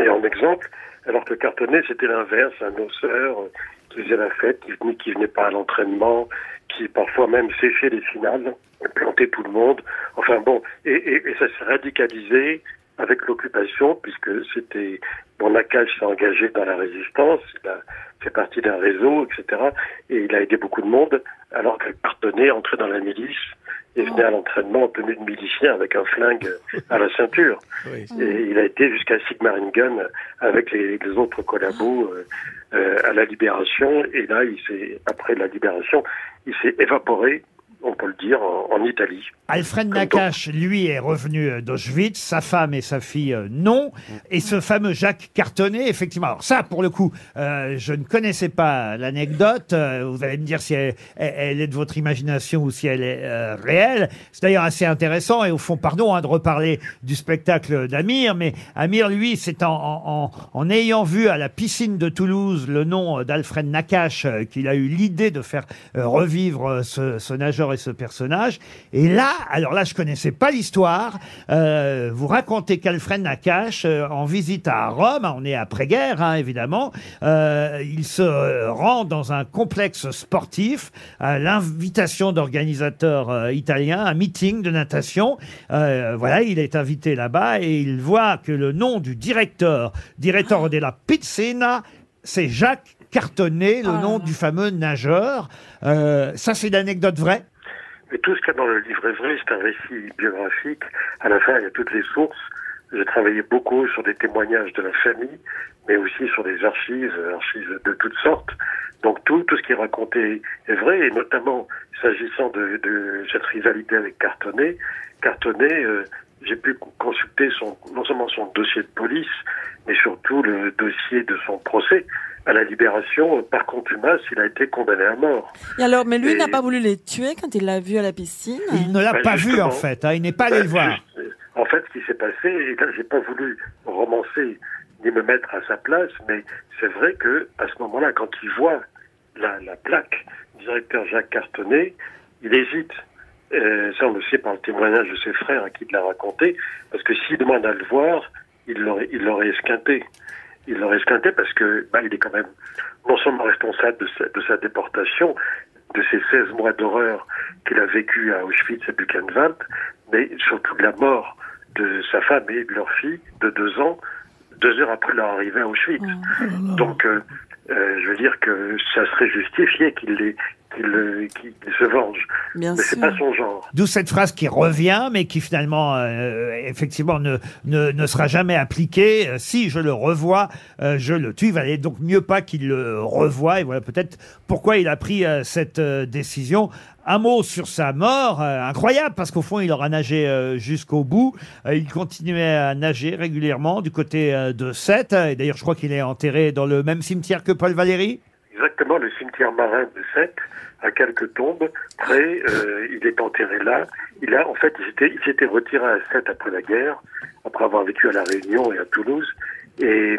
[SPEAKER 12] et en exemple, alors que Cartonnet, c'était l'inverse, un noceur euh, qui faisait la fête, qui venait, qui venait pas à l'entraînement, qui parfois même séchait les finales, plantait tout le monde. Enfin bon, et, et- et ça s'est radicalisé avec l'occupation, puisque c'était... Bon, Nakache s'est engagé dans la résistance, il a fait partie d'un réseau, etc. Et il a aidé beaucoup de monde, alors que Cartonnet entrait dans la milice et venait à l'entraînement en tenue de milicien avec un flingue à la ceinture. Et il a été jusqu'à Sigmaringen avec les, les autres collabos euh, euh, à la Libération. Et là, il s'est, après la Libération, il s'est évaporé, on peut le dire, en, en Italie.
[SPEAKER 2] Alfred Nakache, lui, est revenu euh, d'Auschwitz, sa femme et sa fille euh, non, et ce fameux Jacques Cartonnet, effectivement. Alors ça, pour le coup, euh, je ne connaissais pas l'anecdote. Euh, vous allez me dire si elle, elle- elle est de votre imagination ou si elle est euh, réelle. C'est d'ailleurs assez intéressant, et au fond, pardon hein, de reparler du spectacle d'Amir, mais Amir, lui, c'est en, en- en- en ayant vu à la piscine de Toulouse le nom euh, d'Alfred Nakache euh, qu'il a eu l'idée de faire euh, revivre euh, ce, ce nageur et ce personnage. Et là, alors là, je connaissais pas l'histoire. euh, vous racontez qu'Alfred Nakache, euh, en visite à Rome, hein, on est après-guerre hein, évidemment, euh, il se euh, rend dans un complexe sportif à l'invitation d'organisateurs euh, italiens, un meeting de natation. Euh, voilà, il est invité là-bas et il voit que le nom du directeur, directeur de la piscina, c'est Jacques Cartonnet, le nom du fameux nageur. Euh, ça, c'est l'anecdote vraie.
[SPEAKER 12] Mais tout ce qu'il y a dans le livre est vrai, c'est un récit biographique. À la fin, il y a toutes les sources. J'ai travaillé beaucoup sur des témoignages de la famille, mais aussi sur des archives, euh, archives de toutes sortes. Donc tout, tout ce qui est raconté est vrai, et notamment s'agissant de, de cette rivalité avec Cartonnet. Cartonnet, euh, j'ai pu co- consulter son, non seulement son dossier de police, mais surtout le dossier de son procès. À la libération, euh, par contumace, il a été condamné à mort.
[SPEAKER 8] Et alors, mais lui
[SPEAKER 12] Et-
[SPEAKER 8] n'a pas voulu les tuer quand il l'a vu à la piscine.
[SPEAKER 2] Il ne l'a
[SPEAKER 9] Bah,
[SPEAKER 12] Ben,
[SPEAKER 2] pas vu,
[SPEAKER 12] justement.
[SPEAKER 2] en fait. hein, il n'est pas allé
[SPEAKER 12] Ben,
[SPEAKER 2] le voir.
[SPEAKER 12] juste, euh, En fait, ce qui s'est passé, et là, j'ai pas voulu romancer ni me mettre à sa place, mais c'est vrai que à ce moment-là, quand il voit la, la plaque directeur Jacques Cartonnet, il hésite. Euh, ça, on le sait par le témoignage de ses frères à qui il l'a raconté, parce que s'il demande à le voir, il l'aurait, il l'aurait esquinté. Il l'aurait esquinté parce que bah, il est quand même non seulement responsable de sa, de sa déportation, de ces 16 mois d'horreur qu'il a vécu à Auschwitz et Buchenwald, mais surtout de la mort de sa femme et de leur fille de deux ans, deux heures après leur arrivée à Auschwitz. Donc, euh, euh, je veux dire que ça serait justifié qu'il les- qu'il, euh, qu'il se venge. mais c'est pas son genre.
[SPEAKER 2] D'où cette phrase qui revient, mais qui finalement, euh, effectivement, ne, ne, ne sera jamais appliquée. Euh, Si je le revois, euh, je le tue. Il valait donc mieux pas qu'il le revoie. Et voilà peut-être pourquoi il a pris euh, cette euh, décision. Un mot sur sa mort, euh, incroyable, parce qu'au fond, il aura nagé euh, jusqu'au bout. Euh, il continuait à nager régulièrement du côté euh, de Sète. Et d'ailleurs, je crois qu'il est enterré dans le même cimetière que Paul Valéry.
[SPEAKER 12] Exactement, le cimetière marin de Sète, à quelques tombes près, euh, il est enterré là. Il a, en fait, il s'était, il s'était retiré à Sète après la guerre, après avoir vécu à La Réunion et à Toulouse. Et,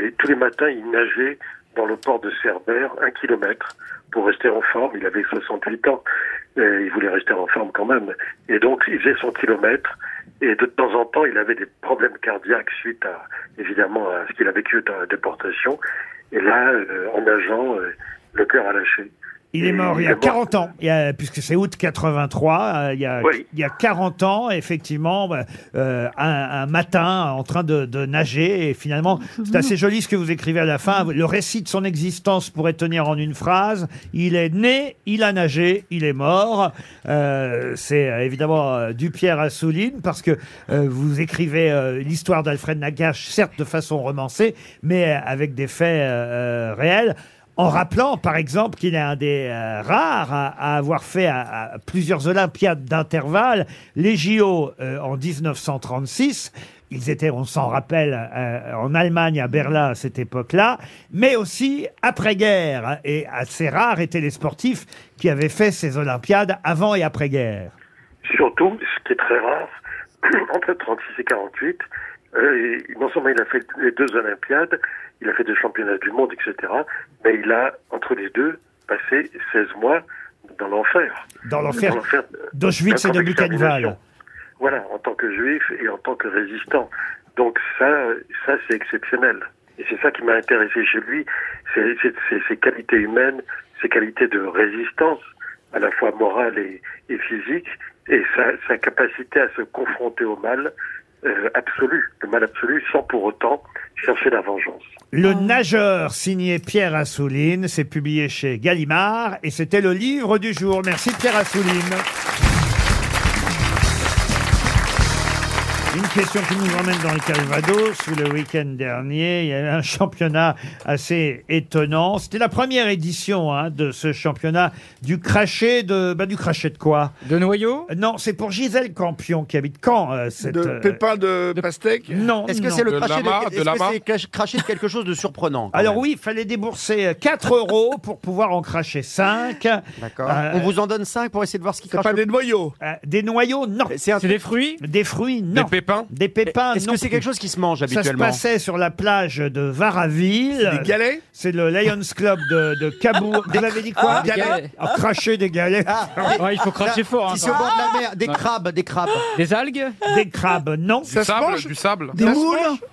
[SPEAKER 12] et tous les matins, il nageait dans le port de Cerbère, un kilomètre, pour rester en forme. Il avait 68 ans, et il voulait rester en forme quand même. Et donc, il faisait son kilomètre. Et de temps en temps, il avait des problèmes cardiaques suite à, évidemment, à ce qu'il a vécu dans la déportation. Et là, euh, en nageant, euh, le cœur a lâché.
[SPEAKER 2] Il est mort il y a 40 ans, il y a- puisque c'est août 83, euh, il, y a,
[SPEAKER 12] Oui.
[SPEAKER 2] il y a 40 ans, effectivement, bah, euh, un, un matin, en train de, de nager, et finalement, c'est assez joli ce que vous écrivez à la fin, le récit de son existence pourrait tenir en une phrase, il est né, il a nagé, il est mort, Euh, c'est euh, évidemment euh, du Pierre Assouline, parce que euh, vous écrivez euh, l'histoire d'Alfred Nagache, certes de façon romancée, mais euh, avec des faits euh, euh, réels en rappelant, par exemple, qu'il est un des euh, rares à, à avoir fait à, à plusieurs Olympiades d'intervalle les JO euh, en 1936. Ils étaient, on s'en rappelle, euh, en Allemagne, à Berlin à cette époque-là, mais aussi après-guerre. Et assez rares étaient les sportifs qui avaient fait ces Olympiades avant et après-guerre.
[SPEAKER 12] Surtout, ce qui est très rare, [clears throat] entre 36 et 48, euh, et non seulement il a fait les deux Olympiades, il a fait des championnats du monde, etc., mais il a, entre les deux, passé 16 mois dans l'enfer.
[SPEAKER 2] Dans l'enfer
[SPEAKER 12] euh,
[SPEAKER 2] d'Auschwitz et
[SPEAKER 12] dans
[SPEAKER 2] de
[SPEAKER 12] le camp
[SPEAKER 2] Buchenwald.
[SPEAKER 12] Voilà, en tant que juif et en tant que résistant. Donc ça, ça c'est exceptionnel. Et c'est ça qui m'a intéressé chez lui, c'est c'est- c'est ses qualités humaines, ses qualités de résistance, à la fois morale et, et physique, et sa, sa capacité à se confronter au mal euh, absolu, le mal absolu, sans pour autant chercher la vengeance.
[SPEAKER 2] Le
[SPEAKER 3] Ah.
[SPEAKER 2] nageur, signé Pierre Assouline, c'est publié chez Gallimard et c'était le livre du jour. Merci Pierre Assouline. Une question qui nous emmène dans le Calvados, où le week-end dernier, il y a eu un [laughs] championnat assez étonnant. C'était la première édition hein, de ce championnat du craché de... Bah, du craché de quoi De noyau Non, c'est pour Gisèle Campion, qui habite Caen. euh, cette,
[SPEAKER 7] De
[SPEAKER 2] euh,
[SPEAKER 7] pépins de, pastèque
[SPEAKER 2] Non.
[SPEAKER 3] Est-ce que
[SPEAKER 2] non.
[SPEAKER 3] c'est le craché de, est-ce que c'est crache- craché de quelque chose de surprenant
[SPEAKER 2] Alors oui, il fallait débourser
[SPEAKER 3] [laughs]
[SPEAKER 2] 4 euros pour pouvoir en cracher 5. Euh,
[SPEAKER 3] D'accord. On vous en donne 5 pour essayer de voir ce qui
[SPEAKER 2] crache.
[SPEAKER 3] pas
[SPEAKER 7] des noyaux
[SPEAKER 2] Euh, Des noyaux, non.
[SPEAKER 3] C'est
[SPEAKER 2] des fruits Des fruits, non. Des pépins Des pépins,
[SPEAKER 3] Est-ce
[SPEAKER 2] non
[SPEAKER 3] que c'est
[SPEAKER 2] plus.
[SPEAKER 3] quelque chose qui se mange
[SPEAKER 2] Ça se
[SPEAKER 3] habituellement [laughs]
[SPEAKER 2] passait sur la plage de Varaville.
[SPEAKER 3] C'est des galets
[SPEAKER 2] C'est le Lions Club de, de Cabourg. Vous avez dit quoi
[SPEAKER 3] Ah, [laughs] des galets.
[SPEAKER 2] Ah, Cracher des galets.
[SPEAKER 9] [laughs] hein,
[SPEAKER 3] Qui sont au bord de la mer, des crabes, des crabes.
[SPEAKER 2] Des algues Des crabes, non.
[SPEAKER 9] Du sable, du sable.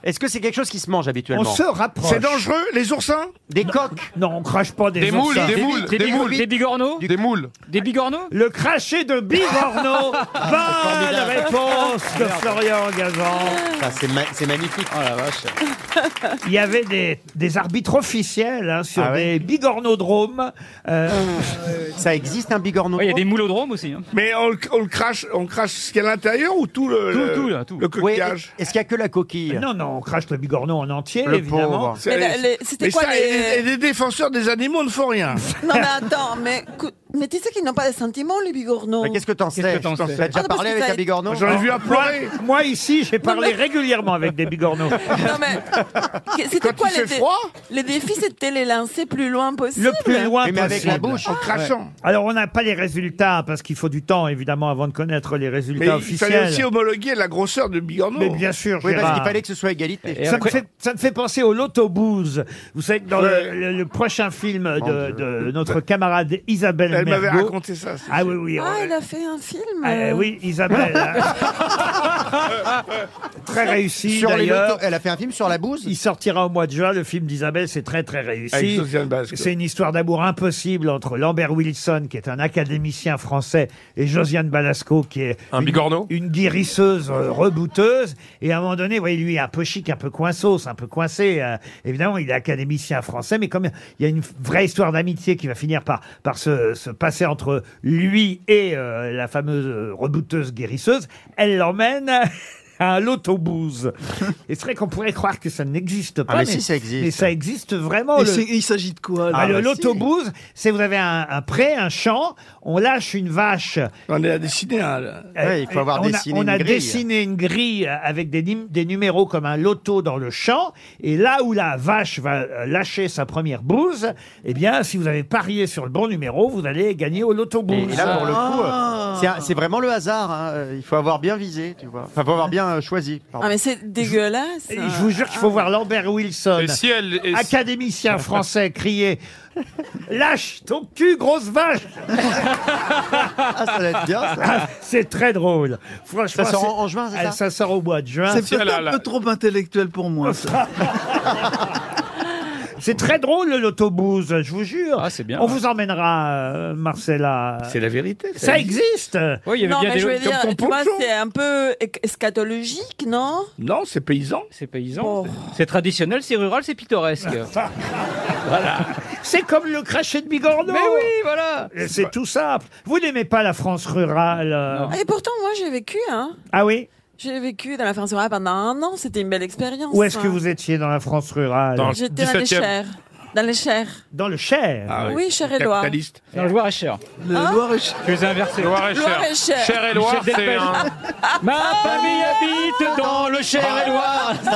[SPEAKER 3] Est-ce que c'est quelque chose qui se mange habituellement
[SPEAKER 2] On se rapproche.
[SPEAKER 7] les oursins
[SPEAKER 3] Des coques
[SPEAKER 2] Non, on crache pas des,
[SPEAKER 9] Des moules,
[SPEAKER 2] oursins.
[SPEAKER 9] des Des moules, bi- des des moules. bi- des
[SPEAKER 2] bigorneaux
[SPEAKER 9] Des moules.
[SPEAKER 2] Des bigorneaux Le cracher de bigorneaux Bonne
[SPEAKER 3] Ah, formidable.
[SPEAKER 2] réponse de
[SPEAKER 3] Merde.
[SPEAKER 2] Florian Gazan
[SPEAKER 3] Ça, c'est ma- c'est magnifique. Oh la vache.
[SPEAKER 2] [laughs] Il y avait des, des arbitres officiels hein,
[SPEAKER 3] Ah
[SPEAKER 2] sur des bigornodromes. euh,
[SPEAKER 3] [laughs] Ça existe un bigorneau
[SPEAKER 5] Il y a des moulodromes aussi. hein.
[SPEAKER 7] Mais on, le- on le crache, on crache ce qu'il y a à l'intérieur ou tout le,
[SPEAKER 5] Tout,
[SPEAKER 7] le,
[SPEAKER 5] tout, là, tout.
[SPEAKER 7] le
[SPEAKER 3] Oui,
[SPEAKER 7] coquillage
[SPEAKER 3] Est-ce qu'il y a que la coquille
[SPEAKER 2] Non, non, on crache le bigorneau en entier,
[SPEAKER 3] Le
[SPEAKER 2] évidemment.
[SPEAKER 8] Mais la- les- c'était quoi
[SPEAKER 7] ça,
[SPEAKER 8] les-
[SPEAKER 7] et, et les défenseurs des animaux ne font rien.
[SPEAKER 8] [laughs] Non, mais attends, mais, cou- mais tu sais qu'ils n'ont pas de sentiments, les bigorneaux.
[SPEAKER 3] Mais qu'est-ce que t'en sais
[SPEAKER 7] que t'en sais
[SPEAKER 3] Tu as déjà
[SPEAKER 8] Ah, parce
[SPEAKER 3] parlé
[SPEAKER 8] que
[SPEAKER 3] avec
[SPEAKER 8] ça-
[SPEAKER 3] un bigorneau
[SPEAKER 7] J'en ai vu un
[SPEAKER 2] Moi,
[SPEAKER 7] pleurer.
[SPEAKER 2] moi, ici, j'ai parlé régulièrement avec
[SPEAKER 8] [laughs]
[SPEAKER 2] des bigorneaux.
[SPEAKER 8] Non, mais Ah, que- c'était
[SPEAKER 7] Quand
[SPEAKER 8] quoi
[SPEAKER 7] il
[SPEAKER 8] les
[SPEAKER 7] fait
[SPEAKER 8] dé-
[SPEAKER 7] froid
[SPEAKER 8] Les défis, c'était les lancer plus loin possible. Ah.
[SPEAKER 2] Le plus loin
[SPEAKER 3] Mais avec
[SPEAKER 2] possible.
[SPEAKER 3] la bouche,
[SPEAKER 7] en crachant.
[SPEAKER 2] Ah, Alors, on n'a pas les résultats, parce qu'il faut du temps, évidemment, avant de connaître les résultats
[SPEAKER 7] Mais il
[SPEAKER 2] officiels.
[SPEAKER 7] fallait aussi homologuer la grosseur du bigorneau.
[SPEAKER 2] Mais bien sûr,
[SPEAKER 3] Oui, parce
[SPEAKER 2] Gérard.
[SPEAKER 3] qu'il fallait que ce soit égalité.
[SPEAKER 2] Ça me, fait, ça me fait penser au Lotobooze. Vous savez que dans le-
[SPEAKER 7] Ouais.
[SPEAKER 2] le, le prochain film de, de notre camarade Isabelle
[SPEAKER 7] Elle m'avait
[SPEAKER 2] Mergo-
[SPEAKER 7] raconté ça. c'est
[SPEAKER 2] Ah
[SPEAKER 7] sûr.
[SPEAKER 2] oui, oui.
[SPEAKER 8] Ah,
[SPEAKER 2] on-
[SPEAKER 8] il a fait un film.
[SPEAKER 2] euh,
[SPEAKER 8] euh.
[SPEAKER 2] oui, Isabelle. très réussi
[SPEAKER 3] Sur les
[SPEAKER 2] d'ailleurs.
[SPEAKER 3] lotos- Elle a fait un film sur la bouse
[SPEAKER 2] Il sortira au mois de juin. Le film d'Isabelle, c'est très très
[SPEAKER 7] Avec
[SPEAKER 2] réussi.
[SPEAKER 7] Josiane Balasco.
[SPEAKER 2] C'est une histoire d'amour impossible entre Lambert Wilson, qui est un académicien français, et Josiane Balasco, qui est
[SPEAKER 9] Un
[SPEAKER 2] une-
[SPEAKER 9] bigorneau
[SPEAKER 2] une guérisseuse euh, rebouteuse. Et à un moment donné, vous voyez, lui, un peu chic, un peu coinceau, c'est un peu coincé. euh, évidemment, il est académicien français, mais comme il y a une vraie histoire d'amitié qui va finir par, par se, se passer entre lui et euh, la fameuse euh, rebouteuse guérisseuse, elle l'emmène. [laughs]
[SPEAKER 3] [laughs]
[SPEAKER 2] À l'autobuse. Et c'est vrai qu'on pourrait croire que ça n'existe pas.
[SPEAKER 3] Ah, mais si, ça existe.
[SPEAKER 2] Mais ça existe vraiment.
[SPEAKER 6] Et
[SPEAKER 2] le-
[SPEAKER 6] c'est- Il s'agit de quoi là
[SPEAKER 2] ah, le-
[SPEAKER 6] Bah, si.
[SPEAKER 2] L'autobuse, c'est vous avez un, un pré, un champ, on lâche une vache Euh,
[SPEAKER 7] On est à dessiner un. là.
[SPEAKER 3] Ouais, il faut avoir
[SPEAKER 2] on a-
[SPEAKER 3] dessiné
[SPEAKER 2] on
[SPEAKER 3] une
[SPEAKER 2] a
[SPEAKER 3] grille.
[SPEAKER 2] dessiné une grille euh, avec des, nim- des numéros comme un loto dans le champ. Et là où la vache va euh, lâcher sa première bouse, eh bien, si vous avez parié sur le bon numéro, vous allez gagner au loto
[SPEAKER 3] Et
[SPEAKER 2] bouse.
[SPEAKER 3] et là, pour le
[SPEAKER 2] Ah.
[SPEAKER 3] coup, euh, c'est un- c'est vraiment le hasard. hein, euh, Il faut avoir bien visé, tu vois. Enfin, faut avoir bien euh, choisi. pardon.
[SPEAKER 8] Ah, mais c'est [laughs] dégueulasse.
[SPEAKER 2] Et je vous jure qu'il faut voir Lambert Wilson,
[SPEAKER 9] Et si elle. et si-
[SPEAKER 5] [laughs]
[SPEAKER 2] académicien français, crier Lâche ton cul, grosse vache
[SPEAKER 3] [laughs] Ah, ça va être bien, ça.
[SPEAKER 2] Ah, C'est très drôle. Franchement,
[SPEAKER 3] Ça sort
[SPEAKER 2] c'est-
[SPEAKER 3] en- en juin, c'est
[SPEAKER 2] Ah,
[SPEAKER 3] ça
[SPEAKER 2] sort au mois de juin.
[SPEAKER 6] C'est
[SPEAKER 9] si elle
[SPEAKER 6] peut-être
[SPEAKER 9] a
[SPEAKER 6] un
[SPEAKER 9] la-
[SPEAKER 6] peu trop intellectuel pour moi. ça.
[SPEAKER 2] [laughs] C'est très drôle le lotobuse, je vous jure.
[SPEAKER 5] Ah, c'est bien,
[SPEAKER 2] On
[SPEAKER 5] ouais.
[SPEAKER 2] vous emmènera, euh, Marcella.
[SPEAKER 7] C'est la vérité.
[SPEAKER 2] Ça existe.
[SPEAKER 5] Oui, il y avait
[SPEAKER 8] non,
[SPEAKER 5] bien
[SPEAKER 8] mais
[SPEAKER 5] des
[SPEAKER 8] je veux
[SPEAKER 5] comme
[SPEAKER 8] dire,
[SPEAKER 5] ton
[SPEAKER 8] tu vois,
[SPEAKER 5] poncho.
[SPEAKER 8] c'est un peu ec- eschatologique, non
[SPEAKER 7] Non, c'est paysan.
[SPEAKER 5] C'est paysan.
[SPEAKER 8] Oh.
[SPEAKER 5] c'est- C'est traditionnel, c'est rural,
[SPEAKER 2] [laughs]
[SPEAKER 5] c'est pittoresque.
[SPEAKER 2] C'est comme le crachet de Bigorneau.
[SPEAKER 5] Mais oui, voilà.
[SPEAKER 2] Et C'est tout simple. Vous n'aimez pas la France rurale. euh.
[SPEAKER 5] Non.
[SPEAKER 8] Ah, Et pourtant, moi, j'ai vécu, hein.
[SPEAKER 2] Ah oui
[SPEAKER 8] J'ai vécu dans la France rurale pendant un an, c'était une belle expérience.
[SPEAKER 2] Où est-ce que
[SPEAKER 8] hein.
[SPEAKER 2] vous étiez dans la France rurale
[SPEAKER 9] Dans-
[SPEAKER 8] J'étais dans les
[SPEAKER 9] 17e.
[SPEAKER 8] chairs. Dans les chairs.
[SPEAKER 2] Dans le Cher.
[SPEAKER 7] Ah
[SPEAKER 8] Oui, Cher-et-Loire.
[SPEAKER 7] Capitaliste.
[SPEAKER 5] Dans le Loir-et-Cher.
[SPEAKER 6] Le
[SPEAKER 8] Hein
[SPEAKER 6] Loir et Cher.
[SPEAKER 5] Tu les as inversés.
[SPEAKER 9] Loire et
[SPEAKER 8] Loire et
[SPEAKER 9] Cher.
[SPEAKER 8] Cher.
[SPEAKER 9] Cher et Loire,
[SPEAKER 5] Michel
[SPEAKER 9] c'est
[SPEAKER 5] Delpech.
[SPEAKER 9] un.
[SPEAKER 5] Ma famille habite dans le Cher et Loire.
[SPEAKER 3] Ça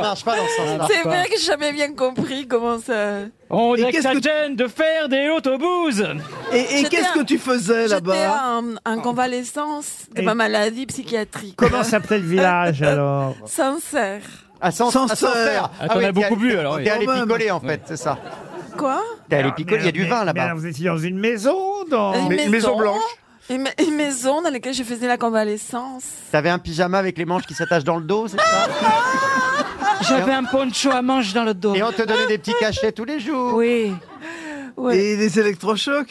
[SPEAKER 3] marche pas dans ce sens-là.
[SPEAKER 8] C'est vrai que j'ai jamais bien compris comment ça.
[SPEAKER 5] On
[SPEAKER 6] Et
[SPEAKER 5] dit que
[SPEAKER 6] qu'est-ce
[SPEAKER 5] ça
[SPEAKER 6] que-
[SPEAKER 5] gêne de faire des autobus.
[SPEAKER 6] Et, et
[SPEAKER 8] J'étais
[SPEAKER 6] qu'est-ce
[SPEAKER 8] un-
[SPEAKER 6] que tu faisais
[SPEAKER 8] J'étais
[SPEAKER 6] là-bas
[SPEAKER 8] en, en convalescence de
[SPEAKER 2] Et-
[SPEAKER 8] ma maladie psychiatrique.
[SPEAKER 2] Comment s'appelait
[SPEAKER 3] [laughs]
[SPEAKER 2] le village alors
[SPEAKER 8] Sincère.
[SPEAKER 3] À Sans-
[SPEAKER 6] Sans
[SPEAKER 3] à Sancerre.
[SPEAKER 6] serre.
[SPEAKER 5] Ah, t'en as
[SPEAKER 3] t'es-
[SPEAKER 5] beaucoup bu, alors, oui.
[SPEAKER 3] T'es allé
[SPEAKER 6] Quand même.
[SPEAKER 3] picoler, en fait, c'est ça.
[SPEAKER 8] Quoi
[SPEAKER 3] T'es allé picoler, il y a du
[SPEAKER 2] Mais-
[SPEAKER 3] vin
[SPEAKER 2] mais alors,
[SPEAKER 3] là-bas.
[SPEAKER 2] vous étiez dans une maison dans...
[SPEAKER 8] Une
[SPEAKER 7] Mais- Maison Blanche.
[SPEAKER 8] Une, ma- une maison dans laquelle je faisais la convalescence.
[SPEAKER 3] T'avais un pyjama avec les manches qui s'attachent dans le dos, c'est ça
[SPEAKER 5] J'avais un poncho à manches dans le dos.
[SPEAKER 3] Et on te donnait des petits cachets tous les jours.
[SPEAKER 8] Oui. Ouais.
[SPEAKER 6] Et des
[SPEAKER 3] [laughs]
[SPEAKER 6] électrochocs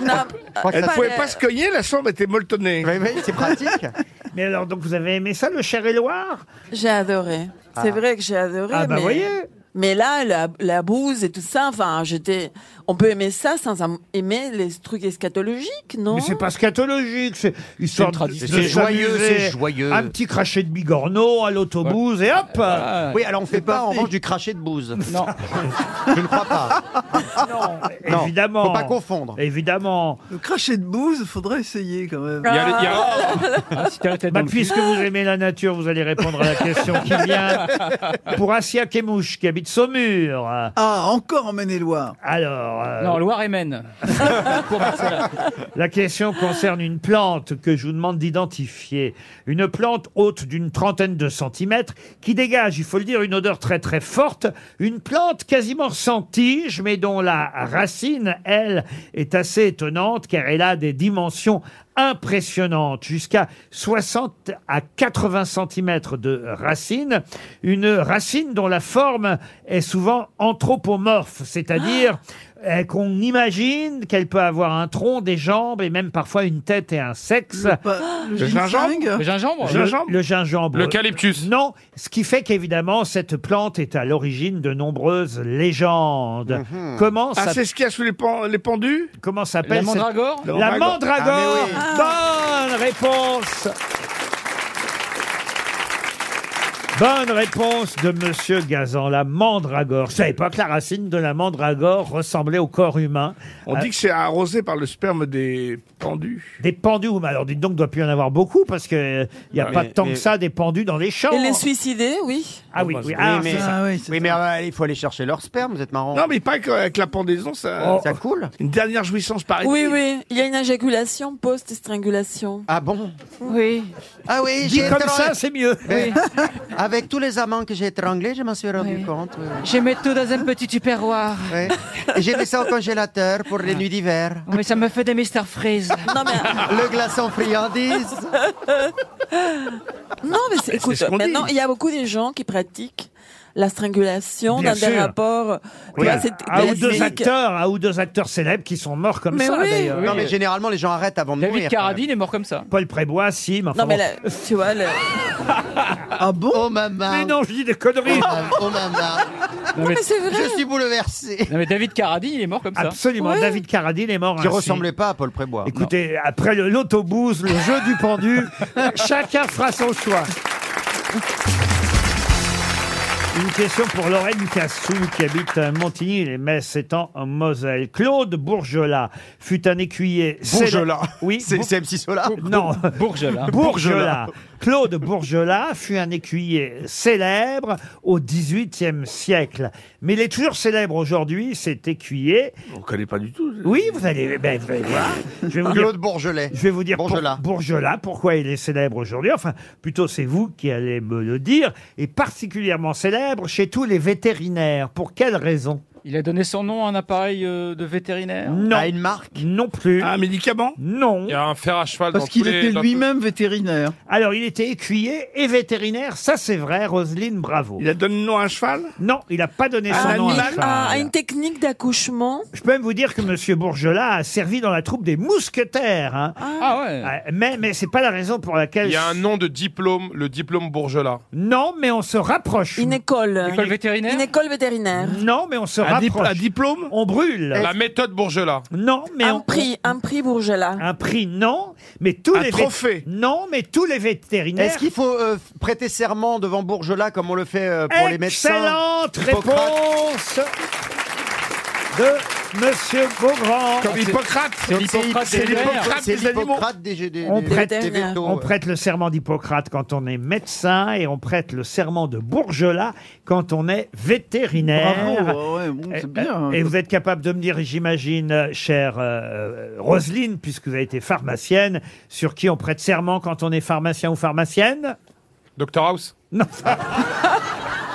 [SPEAKER 8] Non,
[SPEAKER 3] crois que
[SPEAKER 7] Elle
[SPEAKER 3] ça
[SPEAKER 8] pas
[SPEAKER 7] pouvait
[SPEAKER 8] les-
[SPEAKER 7] pas se cogner, la chambre était molletonnée.
[SPEAKER 3] euh, Oui, oui, c'est pratique.
[SPEAKER 2] Mais alors, donc vous avez aimé ça, le Cher et Loire
[SPEAKER 8] J'ai adoré. C'est vrai que j'ai adoré.
[SPEAKER 2] Ah bah
[SPEAKER 8] mais...
[SPEAKER 2] voyez
[SPEAKER 8] Mais là, la, la bouse et tout ça, enfin, j'étais. On peut aimer ça sans am- aimer les trucs eschatologiques, non
[SPEAKER 2] Mais c'est pas scatologique, c'est histoire
[SPEAKER 8] une tradition.
[SPEAKER 2] de- de
[SPEAKER 3] C'est joyeux,
[SPEAKER 2] s'amuser.
[SPEAKER 3] c'est joyeux.
[SPEAKER 2] Un petit crachet de bigorneau à l'autobus et hop
[SPEAKER 3] Oui, alors on fait pas en revanche du crachet de bouse. [laughs]
[SPEAKER 5] Non.
[SPEAKER 3] Je ne crois pas. Non,
[SPEAKER 2] Évidemment.
[SPEAKER 3] faut pas confondre.
[SPEAKER 2] Évidemment.
[SPEAKER 6] Le crachet de bouse, faudrait essayer quand même.
[SPEAKER 2] Il y a les- il y a- Bah, puisque vous aimez la nature, vous allez répondre à la question qui vient pour Asia Kemouche qui habite Saumur.
[SPEAKER 6] Ah, encore en Maine-et-Loire.
[SPEAKER 2] Alors. euh,
[SPEAKER 5] Non, Loire-et-Maine. Pour Marcella.
[SPEAKER 2] La question concerne une plante que je vous demande d'identifier. Une plante haute d'une trentaine de centimètres qui dégage, il faut le dire, une odeur très très forte. Une plante quasiment sans tige, mais dont la racine, elle, est assez étonnante car elle a des dimensions impressionnantes, jusqu'à 60 à 80 cm de racine. Une racine dont la forme est souvent anthropomorphe, c'est-à-dire euh, qu'on imagine qu'elle peut avoir un tronc, des jambes et même parfois une tête et un sexe.
[SPEAKER 6] Le pa- le Le gingembre ginseng Le gingembre
[SPEAKER 2] Le,
[SPEAKER 6] Le gingembre
[SPEAKER 2] le gingembre.
[SPEAKER 9] L'eucalyptus.
[SPEAKER 2] Non, ce qui fait qu'évidemment cette plante est à l'origine de nombreuses légendes.
[SPEAKER 3] Hmm.
[SPEAKER 2] Comment
[SPEAKER 7] Ah,
[SPEAKER 2] ça
[SPEAKER 7] c'est ce qu'il y a sous les, pen- les pendus
[SPEAKER 2] Comment s'appelle
[SPEAKER 7] La
[SPEAKER 2] cette-
[SPEAKER 7] mandragore
[SPEAKER 4] Ah,
[SPEAKER 2] La mandragore.
[SPEAKER 3] Ah,
[SPEAKER 2] Bonne réponse. Bonne réponse de Monsieur Gazan, la mandragore. Je savais pas que la racine de la mandragore ressemblait au corps humain. euh,
[SPEAKER 7] On dit que c'est arrosé par le sperme des pendus.
[SPEAKER 2] Des pendus, mais alors dites donc, doit plus y en avoir beaucoup parce que euh, il y a
[SPEAKER 3] Ouais,
[SPEAKER 2] pas
[SPEAKER 3] mais-
[SPEAKER 2] tant
[SPEAKER 3] mais-
[SPEAKER 2] que ça des pendus dans les champs.
[SPEAKER 8] Et les suicidés, oui.
[SPEAKER 2] Ah oui, oui,
[SPEAKER 3] bah, Oui,
[SPEAKER 2] ah,
[SPEAKER 3] mais,
[SPEAKER 2] c'est ça.
[SPEAKER 3] oui, mais euh, il faut aller chercher leur sperme, vous êtes marrant.
[SPEAKER 7] Non, mais pas qu'avec la pendaison, ça,
[SPEAKER 3] Oh. Ça coule
[SPEAKER 7] Une dernière jouissance pareille.
[SPEAKER 8] Oui, oui. Il y a une éjaculation post-strangulation.
[SPEAKER 3] Ah bon
[SPEAKER 8] Oui.
[SPEAKER 3] Ah oui,
[SPEAKER 8] Dit
[SPEAKER 3] j'ai
[SPEAKER 8] comme
[SPEAKER 3] étranglé-
[SPEAKER 8] ça,
[SPEAKER 2] c'est mieux.
[SPEAKER 3] Mais [laughs] Avec tous les amants que j'ai étranglés, je m'en suis rendu compte. oui, oui.
[SPEAKER 14] Je mets tout dans un petit tupperware.
[SPEAKER 3] Ouais. Et J'ai mis ça au congélateur pour les nuits d'hiver.
[SPEAKER 14] Mais ça me fait des Mr. Freeze.
[SPEAKER 8] Non, mais...
[SPEAKER 3] [laughs] Le glaçon friandise.
[SPEAKER 8] [laughs] Non, mais c'est- écoute,
[SPEAKER 3] ce qu'on dit.
[SPEAKER 8] maintenant, il y a beaucoup de gens qui pratiquent la strangulation
[SPEAKER 2] Bien
[SPEAKER 8] dans des
[SPEAKER 2] sûr.
[SPEAKER 8] rapports. tu vois, c'est
[SPEAKER 2] un Ah, ou deux
[SPEAKER 8] classique.
[SPEAKER 2] acteurs, un ou deux acteurs célèbres qui sont morts comme
[SPEAKER 8] Mais
[SPEAKER 2] ça
[SPEAKER 8] oui.
[SPEAKER 2] d'ailleurs.
[SPEAKER 3] Non, mais généralement, les gens arrêtent avant de
[SPEAKER 5] David
[SPEAKER 3] mourir.
[SPEAKER 5] Carradine est mort comme ça.
[SPEAKER 2] Paul Prébois, si, mais enfin
[SPEAKER 8] Non, mais
[SPEAKER 2] bon.
[SPEAKER 8] la- tu vois, le-
[SPEAKER 6] Ah bon
[SPEAKER 3] Oh maman.
[SPEAKER 2] Mais non, je dis des conneries.
[SPEAKER 3] Oh maman.
[SPEAKER 5] Non, mais,
[SPEAKER 8] c'est vrai.
[SPEAKER 3] Je suis bouleversé.
[SPEAKER 5] non, mais David Carradine, il est mort comme ça.
[SPEAKER 2] Absolument. David Carradine est mort
[SPEAKER 3] Qui
[SPEAKER 2] ainsi.
[SPEAKER 3] ressemblait pas à Paul Prébois.
[SPEAKER 2] Écoutez, après le l'autobus, le jeu du
[SPEAKER 3] [laughs]
[SPEAKER 2] pendu, chacun fera son choix. Une question pour Lorraine Cassou qui habite à Montigny, les Metz étant en Moselle. Claude Bourgelat fut un écuyer.
[SPEAKER 3] Bourgelat.
[SPEAKER 2] célèbre- Oui.
[SPEAKER 3] C'est
[SPEAKER 2] Bour-
[SPEAKER 3] c'est MC Solar
[SPEAKER 2] Non.
[SPEAKER 5] Bourgelat.
[SPEAKER 2] Bourgelat. Claude Bourgelat fut un écuyer célèbre au XVIIIe siècle. Mais il est toujours célèbre aujourd'hui, cet écuyer.
[SPEAKER 7] On connaît pas du tout.
[SPEAKER 2] Oui, vous allez, ben, vous allez voir. Je vais vous dire-
[SPEAKER 3] Claude Bourgelet.
[SPEAKER 2] je vais vous dire pour-
[SPEAKER 3] Bourgelat.
[SPEAKER 2] Bourgelat, pourquoi il est célèbre aujourd'hui. Enfin, plutôt c'est vous qui allez me le dire. Et particulièrement célèbre chez tous les vétérinaires. Pour quelle raison
[SPEAKER 5] Il a donné son nom à un appareil euh, de vétérinaire.
[SPEAKER 2] Non.
[SPEAKER 3] À une marque.
[SPEAKER 2] Non plus.
[SPEAKER 7] Ah, Un médicament
[SPEAKER 2] Non.
[SPEAKER 9] Il y a un fer à cheval
[SPEAKER 6] Parce
[SPEAKER 9] dans
[SPEAKER 6] qu'il
[SPEAKER 9] tous les-
[SPEAKER 6] était
[SPEAKER 9] dans tous-
[SPEAKER 6] lui-même vétérinaire.
[SPEAKER 2] Alors, il était écuyer et vétérinaire, ça c'est vrai, Roselyne Bravo.
[SPEAKER 7] Il a donné le nom à un cheval
[SPEAKER 2] Non, il n'a pas donné son
[SPEAKER 7] Un
[SPEAKER 2] nom à
[SPEAKER 7] animal
[SPEAKER 8] Ah,
[SPEAKER 2] cheval.
[SPEAKER 8] une technique d'accouchement.
[SPEAKER 2] Je peux même vous dire que Monsieur Bourgelat a servi dans la troupe des mousquetaires. hein.
[SPEAKER 5] Ah ouais.
[SPEAKER 2] Ah, Mais, mais c'est pas la raison pour laquelle...
[SPEAKER 9] Il y a un nom de diplôme, le diplôme Bourgelat.
[SPEAKER 2] Non, mais on se rapproche.
[SPEAKER 8] Une école.
[SPEAKER 5] École vétérinaire
[SPEAKER 8] Une école vétérinaire.
[SPEAKER 2] Non, mais on se
[SPEAKER 7] un, dip-
[SPEAKER 2] rapproche.
[SPEAKER 7] un diplôme
[SPEAKER 2] On brûle.
[SPEAKER 9] La méthode Bourgelat.
[SPEAKER 2] Non, mais
[SPEAKER 8] un
[SPEAKER 2] on-
[SPEAKER 8] prix, un prix Bourgelat.
[SPEAKER 2] Un prix, non. Mais tous
[SPEAKER 7] Un
[SPEAKER 2] les vét-
[SPEAKER 7] trophée.
[SPEAKER 2] Non, mais tous les vétérinaires.
[SPEAKER 3] Est-ce qu'il faut euh, prêter serment devant Bourgelat comme on le fait euh, pour les médecins
[SPEAKER 2] Excellente
[SPEAKER 3] Hippocrate.
[SPEAKER 2] réponse de Monsieur Beaugrand.
[SPEAKER 7] Comme Hippocrate
[SPEAKER 5] C'est l'Hippocrate
[SPEAKER 3] C'est
[SPEAKER 5] des vétérinaires.
[SPEAKER 3] l'Hippocrate- c'est
[SPEAKER 7] des animaux.
[SPEAKER 3] l'Hippocrate des, des, des,
[SPEAKER 2] On
[SPEAKER 3] des-
[SPEAKER 2] prête-
[SPEAKER 3] des vétos,
[SPEAKER 2] On
[SPEAKER 3] ouais.
[SPEAKER 2] prête le serment d'Hippocrate quand on est médecin et on prête le serment de Bourgelat quand on est vétérinaire.
[SPEAKER 6] Bravo, ouais, bon,
[SPEAKER 2] Et,
[SPEAKER 6] c'est bien.
[SPEAKER 2] et Eh, vous êtes capable de me dire, j'imagine, chère euh, Roselyne, puisque vous avez été pharmacienne, sur qui on prête serment quand on est pharmacien ou pharmacienne
[SPEAKER 9] Docteur House.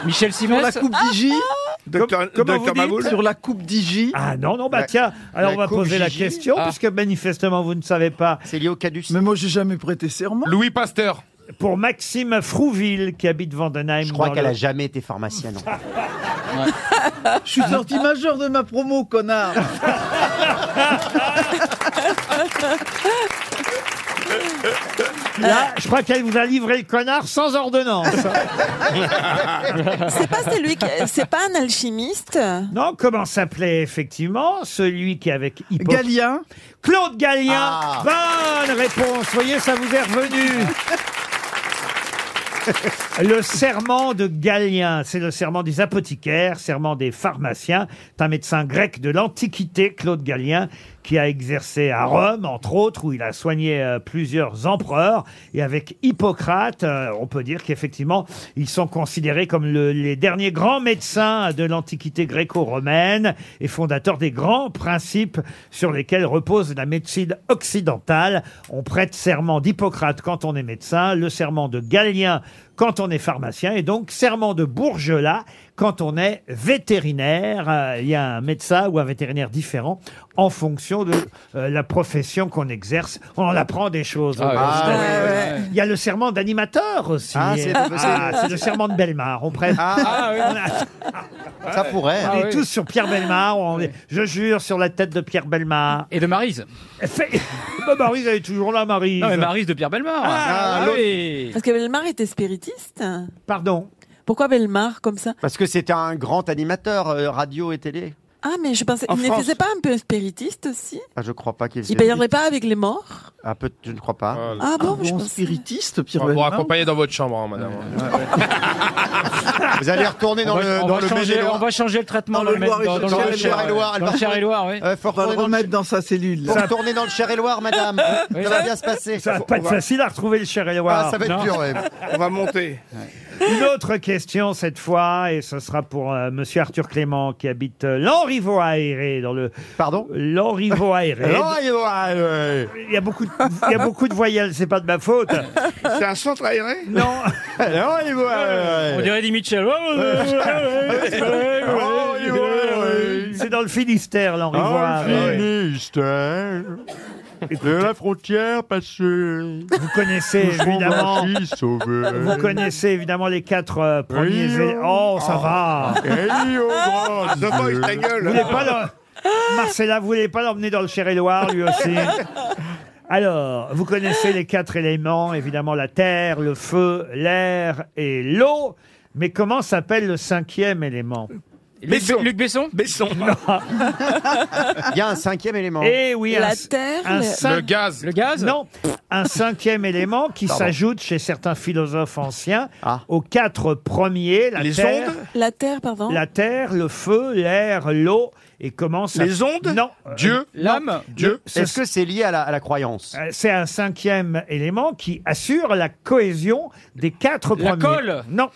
[SPEAKER 5] Michel
[SPEAKER 6] Sur la
[SPEAKER 5] Simès
[SPEAKER 6] coupe Digi,
[SPEAKER 7] Docteur,
[SPEAKER 2] comment vous
[SPEAKER 7] docteur
[SPEAKER 2] dites
[SPEAKER 7] Maboul
[SPEAKER 6] sur la coupe Digi.
[SPEAKER 2] Ah non, non, bah
[SPEAKER 3] La-
[SPEAKER 2] tiens, alors
[SPEAKER 3] la
[SPEAKER 2] on va
[SPEAKER 3] coupe
[SPEAKER 2] poser la
[SPEAKER 3] Gigi.
[SPEAKER 2] question,
[SPEAKER 5] Ah.
[SPEAKER 2] puisque manifestement vous ne savez pas.
[SPEAKER 3] C'est lié au caducée.
[SPEAKER 6] Mais moi, j'ai jamais prêté serment.
[SPEAKER 9] Louis Pasteur.
[SPEAKER 2] Pour Maxime Frouville, qui habite Vandenheim.
[SPEAKER 3] Je crois
[SPEAKER 2] dans
[SPEAKER 3] qu'elle
[SPEAKER 2] le-
[SPEAKER 3] a jamais été pharmacienne. en fait.
[SPEAKER 6] Je suis sorti majeur de ma promo, connard.
[SPEAKER 2] [laughs] Là, je crois qu'elle vous a livré le connard sans ordonnance.
[SPEAKER 8] [laughs] C'est pas celui qui- c'est pas un alchimiste
[SPEAKER 2] Non, comment s'appelait effectivement celui qui avec Hippoc-
[SPEAKER 6] Galien
[SPEAKER 2] Claude Galien.
[SPEAKER 3] Ah.
[SPEAKER 2] Bonne réponse. Voyez, ça vous est revenu. Le serment de Galien, c'est le serment des apothicaires, serment des pharmaciens. C'est un médecin grec de l'Antiquité, Claude Galien, qui a exercé à Rome, entre autres, où il a soigné euh, plusieurs empereurs. Et avec Hippocrate, euh, on peut dire qu'effectivement, ils sont considérés comme le- les derniers grands médecins de l'Antiquité gréco-romaine et fondateurs des grands principes sur lesquels repose la médecine occidentale. On prête serment d'Hippocrate quand on est médecin, le serment de Galien quand on est pharmacien et donc serment de Bourgelat quand on est vétérinaire. Euh, Il y a un médecin ou un vétérinaire différent en fonction de euh, la profession qu'on exerce. On en apprend des choses.
[SPEAKER 4] Ah,
[SPEAKER 2] Au
[SPEAKER 4] ouais,
[SPEAKER 2] reste.
[SPEAKER 4] ouais, ouais, ouais.
[SPEAKER 2] Il y a le serment d'animateur aussi.
[SPEAKER 4] Ah, c'est-
[SPEAKER 2] Ah, c'est le serment de Belmar. On prête.
[SPEAKER 4] Ah,
[SPEAKER 2] [laughs] Ça
[SPEAKER 4] pourrait.
[SPEAKER 2] On
[SPEAKER 4] Ah,
[SPEAKER 2] est
[SPEAKER 4] oui.
[SPEAKER 2] tous sur Pierre Belmar. on est- Je jure sur la tête de Pierre Belmar. Et de Marise. [laughs] Marise, elle est toujours là, Marise.
[SPEAKER 5] Non, mais Maryse de Pierre Bellemare.
[SPEAKER 2] Ah, l'autre.
[SPEAKER 8] Parce que Belmar était spiritiste.
[SPEAKER 2] Pardon
[SPEAKER 8] Pourquoi Belmar comme ça
[SPEAKER 3] Parce que c'était un grand animateur, euh, radio et télé.
[SPEAKER 8] Ah, mais je pensais.
[SPEAKER 3] En
[SPEAKER 8] il ne
[SPEAKER 3] France.
[SPEAKER 8] faisait pas un peu spiritiste aussi
[SPEAKER 3] Ah, je crois pas qu'il
[SPEAKER 8] Il ne parlerait pas avec les morts
[SPEAKER 3] Ah, peut je ne crois pas.
[SPEAKER 8] Ah bon, je pensais-
[SPEAKER 6] spiritiste,
[SPEAKER 3] Pierre
[SPEAKER 9] Pour
[SPEAKER 3] Bellemare
[SPEAKER 9] accompagner dans votre chambre, hein, madame.
[SPEAKER 3] [laughs] Vous allez retourner dans
[SPEAKER 5] On va-
[SPEAKER 3] le,
[SPEAKER 5] on
[SPEAKER 3] dans
[SPEAKER 5] va
[SPEAKER 3] le
[SPEAKER 5] changer-
[SPEAKER 3] Maine-et-Loire.
[SPEAKER 5] on va changer le traitement dans le Maine- dans- dans le Cher-et-Loire, elle va-
[SPEAKER 6] On va le remettre dans sa cellule.
[SPEAKER 3] Pour retourner dans le Cher-et-Loir, madame. Ça va bien se passer.
[SPEAKER 2] Ça va pas être facile à retrouver le cher Éloire.
[SPEAKER 3] Ah, ça va être dur, ouais.
[SPEAKER 7] On va monter.
[SPEAKER 2] [laughs] Une autre question cette fois, et ce sera pour euh, Monsieur Arthur Clément qui habite euh, l'Enrivo aéré dans le.
[SPEAKER 3] Pardon.
[SPEAKER 2] L'Enrivo
[SPEAKER 3] [laughs]
[SPEAKER 2] aéré.
[SPEAKER 3] L'Enrivo
[SPEAKER 2] Il y a beaucoup, de, il y a beaucoup de voyelles, c'est pas de ma
[SPEAKER 3] [laughs]
[SPEAKER 2] faute.
[SPEAKER 7] C'est un centre aéré
[SPEAKER 2] Non.
[SPEAKER 7] [laughs]
[SPEAKER 2] [laughs]
[SPEAKER 3] L'Enrivo
[SPEAKER 5] On dirait des Mitchell.
[SPEAKER 2] C'est dans le Finistère, l'Henri
[SPEAKER 4] Ah,
[SPEAKER 2] Voir.
[SPEAKER 4] le
[SPEAKER 3] Finistère.
[SPEAKER 2] De
[SPEAKER 4] la frontière passée.
[SPEAKER 2] Vous connaissez évidemment.
[SPEAKER 3] euh
[SPEAKER 2] Vous connaissez évidemment les quatre euh, premiers.
[SPEAKER 4] Eh
[SPEAKER 2] é- Oh, ça
[SPEAKER 3] Ah.
[SPEAKER 2] va.
[SPEAKER 3] Eh
[SPEAKER 4] [laughs] Ah,
[SPEAKER 7] The Voice, ta gueule.
[SPEAKER 2] Vous voulez pas le- Marcella, vous voulez pas l'emmener dans le Cher-et-Loire, lui aussi Alors, vous connaissez les quatre éléments, évidemment la terre, le feu, l'air et l'eau. Mais comment s'appelle le cinquième élément
[SPEAKER 5] Besson. Luc Besson
[SPEAKER 7] Besson.
[SPEAKER 3] Il y a un cinquième élément.
[SPEAKER 2] Eh oui, un- un cin-
[SPEAKER 9] gaz.
[SPEAKER 5] Le gaz
[SPEAKER 2] Non, un cinquième élément qui
[SPEAKER 3] Pardon. Ah.
[SPEAKER 2] s'ajoute chez certains philosophes anciens aux quatre premiers, la
[SPEAKER 7] Les
[SPEAKER 2] terre,
[SPEAKER 7] ondes
[SPEAKER 8] La terre, pardon.
[SPEAKER 2] la terre, le feu, l'air, l'eau, et commence
[SPEAKER 7] Les ondes
[SPEAKER 2] Non.
[SPEAKER 7] Dieu
[SPEAKER 2] L'âme
[SPEAKER 7] Dieu
[SPEAKER 3] Euh, Est-ce que c'est lié à la, à la croyance
[SPEAKER 2] Euh, c'est un cinquième élément qui assure la cohésion des quatre
[SPEAKER 5] La
[SPEAKER 2] premiers.
[SPEAKER 5] colle
[SPEAKER 2] Non.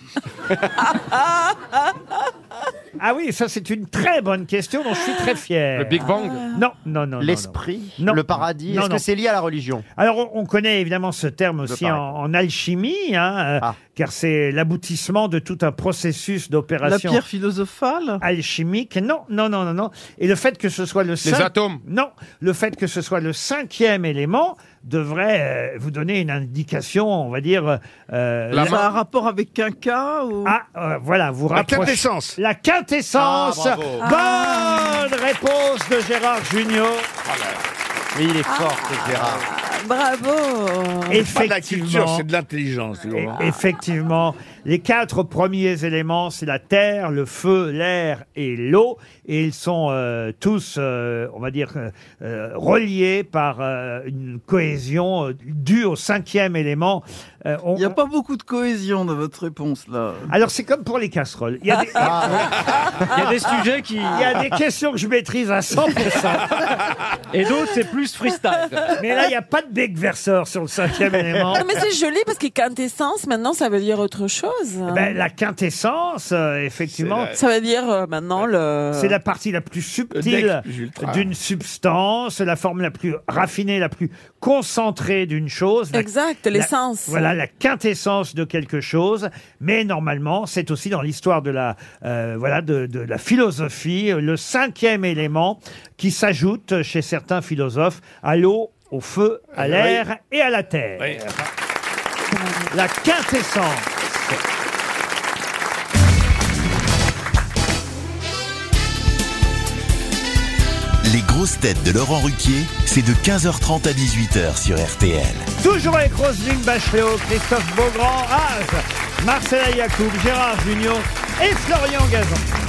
[SPEAKER 2] ah oui, ça c'est une très bonne question dont je suis très fier.
[SPEAKER 9] Le Big Bang
[SPEAKER 2] Non, non, non, non.
[SPEAKER 3] L'esprit
[SPEAKER 2] non.
[SPEAKER 3] Le paradis
[SPEAKER 2] Non,
[SPEAKER 3] Est-ce
[SPEAKER 2] non.
[SPEAKER 3] que c'est lié à la religion
[SPEAKER 2] Alors, on- on connaît évidemment ce terme aussi en,
[SPEAKER 3] pareil.
[SPEAKER 2] en alchimie, hein, euh,
[SPEAKER 6] Ah.
[SPEAKER 2] car c'est l'aboutissement de tout un processus
[SPEAKER 6] La
[SPEAKER 2] d'opération
[SPEAKER 6] pierre philosophale
[SPEAKER 2] alchimique. Non, non, non, non, non. Et le fait que ce soit le cin-
[SPEAKER 9] atomes.
[SPEAKER 2] Non, le fait que ce soit le cinquième élément devrait euh, vous donner une indication, on va dire. euh,
[SPEAKER 6] Ça a un rapport avec un cas ou...
[SPEAKER 2] Ah, euh, voilà, vous
[SPEAKER 6] La
[SPEAKER 2] rapprochez.
[SPEAKER 6] quintessence.
[SPEAKER 2] La quintessence.
[SPEAKER 6] Ah, bravo.
[SPEAKER 2] Bonne réponse de Gérard Junior.
[SPEAKER 6] Ah,
[SPEAKER 3] Mais il est fort, ce Gérard.
[SPEAKER 8] Bravo.
[SPEAKER 7] C'est pas de la culture, c'est de l'intelligence. tu vois.
[SPEAKER 2] Et- Effectivement, les quatre premiers éléments, c'est la terre, le feu, l'air et l'eau, et ils sont euh, tous, euh, on va dire, euh, euh, reliés par euh, une cohésion euh, due au cinquième élément. Il n'y a
[SPEAKER 6] pas beaucoup de cohésion dans votre réponse là.
[SPEAKER 2] Alors c'est comme pour les casseroles. Il y a des,
[SPEAKER 5] Il y a des sujets qui.
[SPEAKER 2] Il y a des questions que je maîtrise à 100%.
[SPEAKER 5] Et d'autres, c'est plus freestyle.
[SPEAKER 2] Mais là, il n'y a pas de déverseur sur le cinquième élément.
[SPEAKER 8] Non, mais c'est joli parce que quintessence, maintenant, ça veut dire autre chose.
[SPEAKER 2] Ben, la quintessence, euh, effectivement.
[SPEAKER 8] Ça veut dire euh, maintenant le.
[SPEAKER 2] C'est la partie la plus subtile
[SPEAKER 8] Le next, ultra.
[SPEAKER 2] d'une substance, la forme la plus raffinée, la plus concentrée d'une chose. la-
[SPEAKER 8] Exact,
[SPEAKER 2] la-
[SPEAKER 8] l'essence.
[SPEAKER 2] Voilà, la quintessence de quelque chose. Mais normalement, c'est aussi dans l'histoire de la, euh, voilà, de, de la philosophie, euh, le cinquième élément qui s'ajoute chez certains philosophes à l'eau, au feu, à
[SPEAKER 4] Oui.
[SPEAKER 2] l'air et à la terre. La quintessence.
[SPEAKER 1] Les grosses têtes de Laurent Ruquier, c'est de 15h30 à 18h sur RTL.
[SPEAKER 2] Toujours avec Roselyne Bachelot, Christophe Beaugrand, Az, Marcela Yacoub, Gérard Junior et Florian Gazan.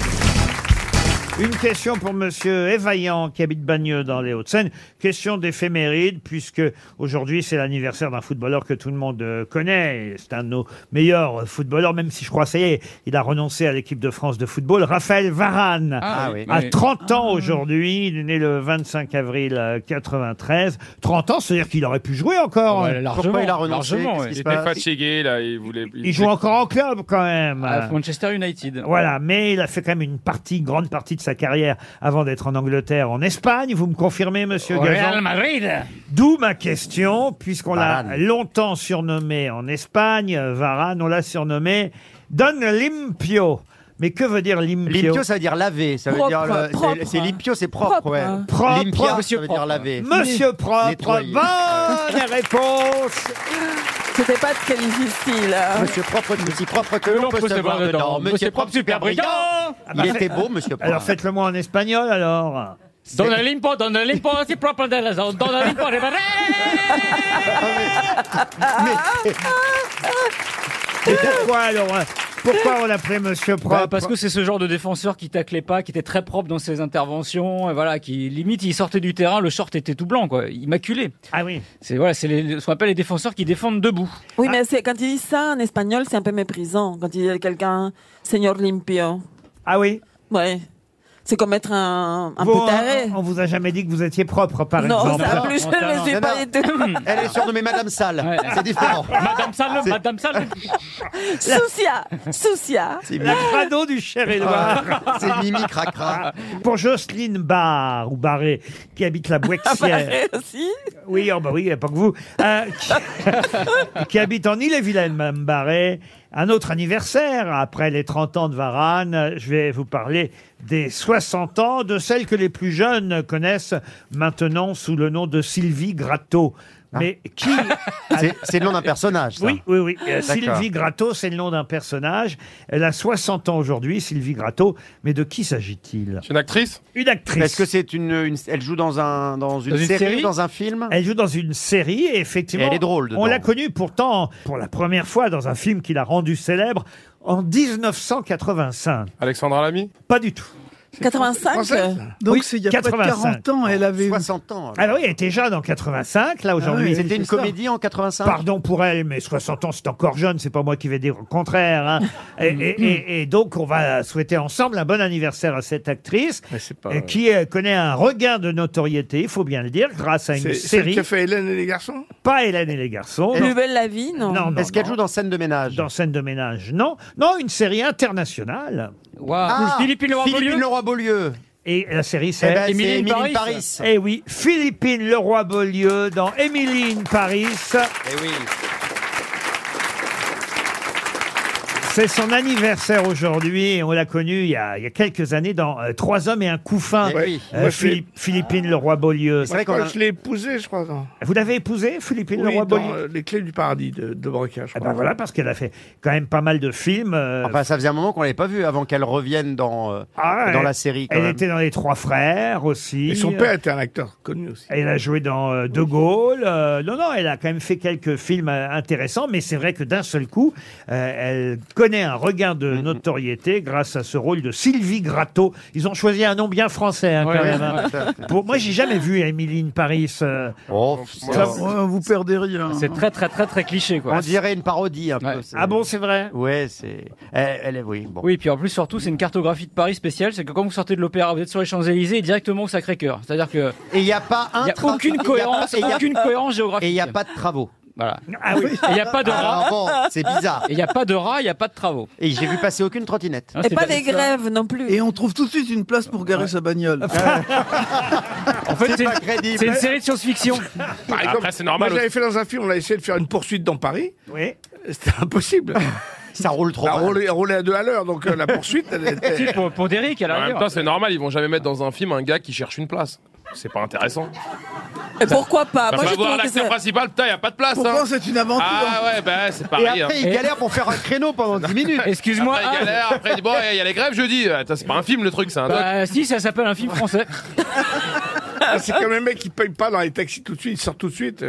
[SPEAKER 2] Une question pour Monsieur Évaillant qui habite Bagneux dans les Hauts-de-Seine. Question d'éphéméride puisque aujourd'hui c'est l'anniversaire d'un footballeur que tout le monde euh, connaît. et C'est un de nos meilleurs euh, footballeurs, même si je crois ça y est, il a renoncé à l'équipe de France de football. Raphaël Varane,
[SPEAKER 15] Ah oui.
[SPEAKER 2] à
[SPEAKER 15] Oui. Ah.
[SPEAKER 2] 30 ans aujourd'hui, il est né le 25 avril euh, 93. 30 ans, c'est-à-dire qu'il aurait pu jouer encore. hein.
[SPEAKER 9] Il était fatigué, là, il voulait.
[SPEAKER 2] Il joue encore en club quand même.
[SPEAKER 5] À Manchester Ah, United.
[SPEAKER 2] Voilà, mais il a fait quand même une partie, une grande partie de sa carrière avant d'être en Angleterre, en Espagne. Vous me confirmez, monsieur
[SPEAKER 5] Au
[SPEAKER 2] Gazan
[SPEAKER 5] Real Madrid.
[SPEAKER 2] [laughs] D'où ma question, puisqu'on l'a
[SPEAKER 5] Varane.
[SPEAKER 2] longtemps surnommé en Espagne, euh, Varane, on l'a surnommé Don Limpio. Mais que veut dire limpio
[SPEAKER 3] Limpio, ça veut dire laver. Ça veut
[SPEAKER 2] Propre,
[SPEAKER 3] dire. le- c'est-
[SPEAKER 2] propre.
[SPEAKER 3] C'est limpio, c'est propre, hein.
[SPEAKER 2] Propre.
[SPEAKER 3] ouais.
[SPEAKER 2] Propre.
[SPEAKER 3] Limpia,
[SPEAKER 2] Monsieur
[SPEAKER 3] ça veut
[SPEAKER 2] propre.
[SPEAKER 3] dire laver.
[SPEAKER 2] Monsieur propre,
[SPEAKER 3] Nettoyer. [laughs]
[SPEAKER 2] bonne réponse
[SPEAKER 8] C'était pas très difficile. hein.
[SPEAKER 3] Monsieur propre, si propre que l'on peut se voir dedans. Monsieur propre, super brillant.
[SPEAKER 2] Ah bah,
[SPEAKER 3] Il
[SPEAKER 2] fait-
[SPEAKER 3] était beau, monsieur propre.
[SPEAKER 2] Alors faites-le moi en espagnol, alors.
[SPEAKER 5] Don Olimpo, Don Olimpo, c'est propre de la zone. Don Olimpo, réparé.
[SPEAKER 2] Et pourquoi alors hein Pourquoi on l'appelait Monsieur Propre
[SPEAKER 5] Bah, parce que c'est ce genre de défenseur qui taclait pas, qui était très propre dans ses interventions, et voilà, qui limite, il sortait du terrain, le short était tout blanc, quoi, immaculé.
[SPEAKER 2] Ah oui.
[SPEAKER 5] C'est voilà, c'est les- ce qu'on appelle les défenseurs qui défendent debout.
[SPEAKER 8] Oui,
[SPEAKER 2] Ah.
[SPEAKER 8] mais c'est- quand ils disent ça en espagnol, c'est un peu méprisant. Quand ils disent à quelqu'un, Seigneur Limpio.
[SPEAKER 2] Ah oui
[SPEAKER 8] Oui. C'est comme être un, un
[SPEAKER 2] Vous,
[SPEAKER 8] peu taré.
[SPEAKER 2] on, on vous a jamais dit que vous étiez propre, par
[SPEAKER 8] Non,
[SPEAKER 2] exemple.
[SPEAKER 8] ça, plus, je ne le suis pas du tout.
[SPEAKER 3] Hmm. Elle est surnommée Madame Salle. C'est différent.
[SPEAKER 5] Madame Salle, Madame Salle.
[SPEAKER 8] Soucia,
[SPEAKER 2] [laughs]
[SPEAKER 8] Soucia.
[SPEAKER 2] La crado du cher Édouard.
[SPEAKER 8] Ah, c'est Mimi
[SPEAKER 3] Cracra.
[SPEAKER 2] Pour Jocelyne Barre, ou Barré, qui habite la Boixière. Oui, oh bah oui, il n'y a pas que vous. Euh, qui, qui habite en Ille-et-Vilaine, Mme Barré. Un autre anniversaire, après les 30 ans de Varane, je vais vous parler des 60 ans, de celle que les plus jeunes connaissent maintenant sous le nom de Sylvie Gratteau. Mais qui...
[SPEAKER 3] Ah. C'est- C'est le nom d'un personnage, ça.
[SPEAKER 2] Oui, oui, oui. Euh,
[SPEAKER 3] D'accord.
[SPEAKER 2] Sylvie Gratteau, c'est le nom d'un personnage. Elle a 60 ans aujourd'hui, Sylvie Gratteau. Mais de qui s'agit-il
[SPEAKER 9] Une actrice
[SPEAKER 2] Une actrice.
[SPEAKER 3] Est-ce que c'est une, une- Elle joue dans, un, dans, une, série, dans un film
[SPEAKER 2] Elle joue dans une série et effectivement.
[SPEAKER 3] Et elle est drôle dedans.
[SPEAKER 2] On l'a connue pourtant pour la première fois dans un film qui l'a rendu célèbre en 1985.
[SPEAKER 9] Alexandra Lamy
[SPEAKER 2] Pas du tout.
[SPEAKER 8] 85
[SPEAKER 2] Française
[SPEAKER 6] Donc
[SPEAKER 2] Oui,
[SPEAKER 6] c'est il y a pas de 40 ans, elle avait
[SPEAKER 3] 60 ans.
[SPEAKER 2] Alors Ah oui, elle était jeune en 85, là aujourd'hui.
[SPEAKER 3] Ah oui, C'était une c'est ça. comédie en 85
[SPEAKER 2] Pardon pour elle, mais 60 ans c'est encore jeune, c'est pas moi qui vais dire le contraire. hein. et, et- et- et donc on va souhaiter ensemble un bon anniversaire à cette actrice euh, qui euh, connaît un regain de notoriété, il faut bien le dire, grâce à une
[SPEAKER 7] C'est celle
[SPEAKER 2] série.
[SPEAKER 7] qui a fait Hélène et les garçons
[SPEAKER 2] Pas Hélène et les garçons.
[SPEAKER 8] Plus belle la vie, non
[SPEAKER 2] Est-ce qu'elle joue
[SPEAKER 3] dans scène de ménage
[SPEAKER 2] Dans scène de ménage, non. Non, une série internationale.
[SPEAKER 5] Ah, Philippine Leroy-Beaulieu Philippine
[SPEAKER 3] Leroy-Beaulieu.
[SPEAKER 2] Et la série,
[SPEAKER 3] Eh
[SPEAKER 2] c'est
[SPEAKER 3] ben, c'est Émilie in Émilie in Paris. Paris.
[SPEAKER 2] Eh oui, Philippine Leroy-Beaulieu dans Émilie in Paris.
[SPEAKER 3] Eh oui.
[SPEAKER 2] C'est son anniversaire aujourd'hui et on l'a connu il y, a, il y a quelques années dans euh, Trois hommes et un couffin.
[SPEAKER 7] Eh oui.
[SPEAKER 2] Euh,
[SPEAKER 7] Moi, je
[SPEAKER 2] Philippe- Philippine Leroy-Beaulieu.
[SPEAKER 7] Moi, Je l'ai épousée, je crois. dans-
[SPEAKER 2] Vous l'avez épousée, Philippine
[SPEAKER 7] Oui,
[SPEAKER 2] Leroy-Beaulieu
[SPEAKER 7] dans, euh, Les clés du paradis de, de Broca, je
[SPEAKER 2] Eh
[SPEAKER 7] crois.
[SPEAKER 2] ben voilà, parce qu'elle a fait quand même pas mal de films. euh,
[SPEAKER 3] Enfin, ça faisait un moment qu'on l'avait pas vue avant qu'elle revienne dans, euh,
[SPEAKER 2] Ah,
[SPEAKER 3] dans
[SPEAKER 2] elle-
[SPEAKER 3] la série. Quand
[SPEAKER 2] Elle
[SPEAKER 3] même.
[SPEAKER 2] était dans Les Trois Frères aussi.
[SPEAKER 7] Et son père était un acteur connu aussi.
[SPEAKER 2] Elle a joué dans euh, De Gaulle. euh, non, non, elle a quand même fait quelques films euh, intéressants, mais c'est vrai que d'un seul coup, euh, elle connaît un regain de
[SPEAKER 7] Mm-hmm.
[SPEAKER 2] notoriété grâce à ce rôle de Sylvie Gratteau. Ils ont choisi un nom bien français, hein, quand
[SPEAKER 6] Ouais, ouais,
[SPEAKER 2] même. hein.
[SPEAKER 6] ouais, ça-
[SPEAKER 2] Pour, moi, j'ai jamais vu Émilie in Paris. euh,
[SPEAKER 3] Oh,
[SPEAKER 2] ça-
[SPEAKER 6] Ouais, vous perdez rien.
[SPEAKER 5] C'est très très très très cliché quoi.
[SPEAKER 3] On dirait une parodie un peu.
[SPEAKER 5] Ah
[SPEAKER 2] bon, c'est vrai
[SPEAKER 3] Ouais, c'est. Elle, elle est. Oui, bon.
[SPEAKER 5] Oui, puis en plus surtout c'est une cartographie de Paris spéciale, c'est que quand vous sortez de l'opéra, vous êtes sur les Champs-Élysées et directement au Sacré-Cœur. C'est-à-dire que
[SPEAKER 3] Et [laughs] il n'y a pas un.
[SPEAKER 5] Il y a
[SPEAKER 3] tra-
[SPEAKER 5] aucune
[SPEAKER 3] et y a
[SPEAKER 5] cohérence,
[SPEAKER 3] pas- et y a-
[SPEAKER 5] aucune cohérence géographique.
[SPEAKER 3] Et il n'y a pas de travaux.
[SPEAKER 5] Voilà.
[SPEAKER 2] Ah oui.
[SPEAKER 5] Il n'y a pas de
[SPEAKER 3] Alors
[SPEAKER 5] rats.
[SPEAKER 3] bon, c'est bizarre.
[SPEAKER 5] Il n'y a pas de rats, il n'y a pas de travaux.
[SPEAKER 3] Et j'ai vu passer aucune
[SPEAKER 5] Ah,
[SPEAKER 3] trottinette.
[SPEAKER 8] Et pas des grèves non plus.
[SPEAKER 6] Et on trouve tout de suite une place pour garer sa
[SPEAKER 5] [laughs]
[SPEAKER 6] bagnole.
[SPEAKER 5] En fait, c'est une- c'est une série de science-fiction.
[SPEAKER 7] [laughs] Par
[SPEAKER 5] Bah, Après,
[SPEAKER 7] exemple,
[SPEAKER 5] c'est normal
[SPEAKER 7] Moi, j'avais
[SPEAKER 5] aussi.
[SPEAKER 7] fait dans un film, on a essayé de faire une poursuite dans Paris.
[SPEAKER 2] Oui.
[SPEAKER 7] C'était
[SPEAKER 5] [laughs]
[SPEAKER 7] impossible.
[SPEAKER 3] Ça roule
[SPEAKER 7] trop. Ça roulait, roulait à deux à l'heure, donc euh, la poursuite,
[SPEAKER 5] [laughs]
[SPEAKER 7] elle [laughs] était.
[SPEAKER 5] pour, pour Derrick, elle
[SPEAKER 9] En même
[SPEAKER 7] arrive.
[SPEAKER 9] temps, c'est normal, ils vont jamais mettre dans un film un gars qui cherche une place. C'est pas intéressant.
[SPEAKER 8] Et pourquoi pas
[SPEAKER 9] Bah,
[SPEAKER 8] Moi,
[SPEAKER 9] va
[SPEAKER 8] je
[SPEAKER 9] voir
[SPEAKER 8] trouve que
[SPEAKER 9] l'acteur
[SPEAKER 8] c'est-
[SPEAKER 9] principal, putain, y a pas de place.
[SPEAKER 8] Pourtant,
[SPEAKER 9] hein.
[SPEAKER 6] c'est une aventure.
[SPEAKER 9] Ah ouais, bah c'est
[SPEAKER 3] Et
[SPEAKER 9] pareil.
[SPEAKER 3] après,
[SPEAKER 9] hein.
[SPEAKER 3] il galère pour faire un créneau pendant 10 minutes.
[SPEAKER 5] Excuse-moi,
[SPEAKER 9] Après, il
[SPEAKER 5] ah.
[SPEAKER 9] galère,
[SPEAKER 7] Bah,
[SPEAKER 9] après, il dit, bon, il y a les grèves jeudi. Attends, c'est pas un film le truc, c'est un doc.
[SPEAKER 5] Bah, si, ça s'appelle un film français.
[SPEAKER 7] [laughs] C'est comme les mecs qui payent pas dans les taxis tout de suite, ils sortent tout de suite.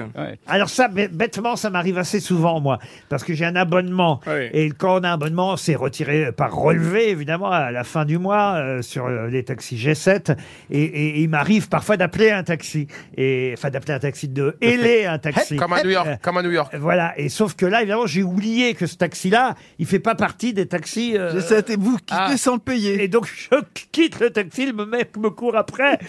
[SPEAKER 2] Alors ça, bê- bêtement, ça m'arrive assez souvent, moi, parce que j'ai un abonnement.
[SPEAKER 9] Ah
[SPEAKER 2] Et quand on a un abonnement, c'est retiré par relevé, évidemment, à la fin du mois, euh, sur euh, les taxis G7. Et, et il m'arrive parfois d'appeler un taxi. Et, enfin, d'appeler un taxi, de héler un taxi.
[SPEAKER 9] Comme à New York,
[SPEAKER 2] Euh,
[SPEAKER 9] comme à New York.
[SPEAKER 2] Voilà, et sauf que là, évidemment, j'ai oublié que ce taxi-là, il fait pas partie des taxis...
[SPEAKER 6] G7,
[SPEAKER 2] et vous quittez sans le payer. Et donc, je quitte le taxi, le mec me court [laughs] après.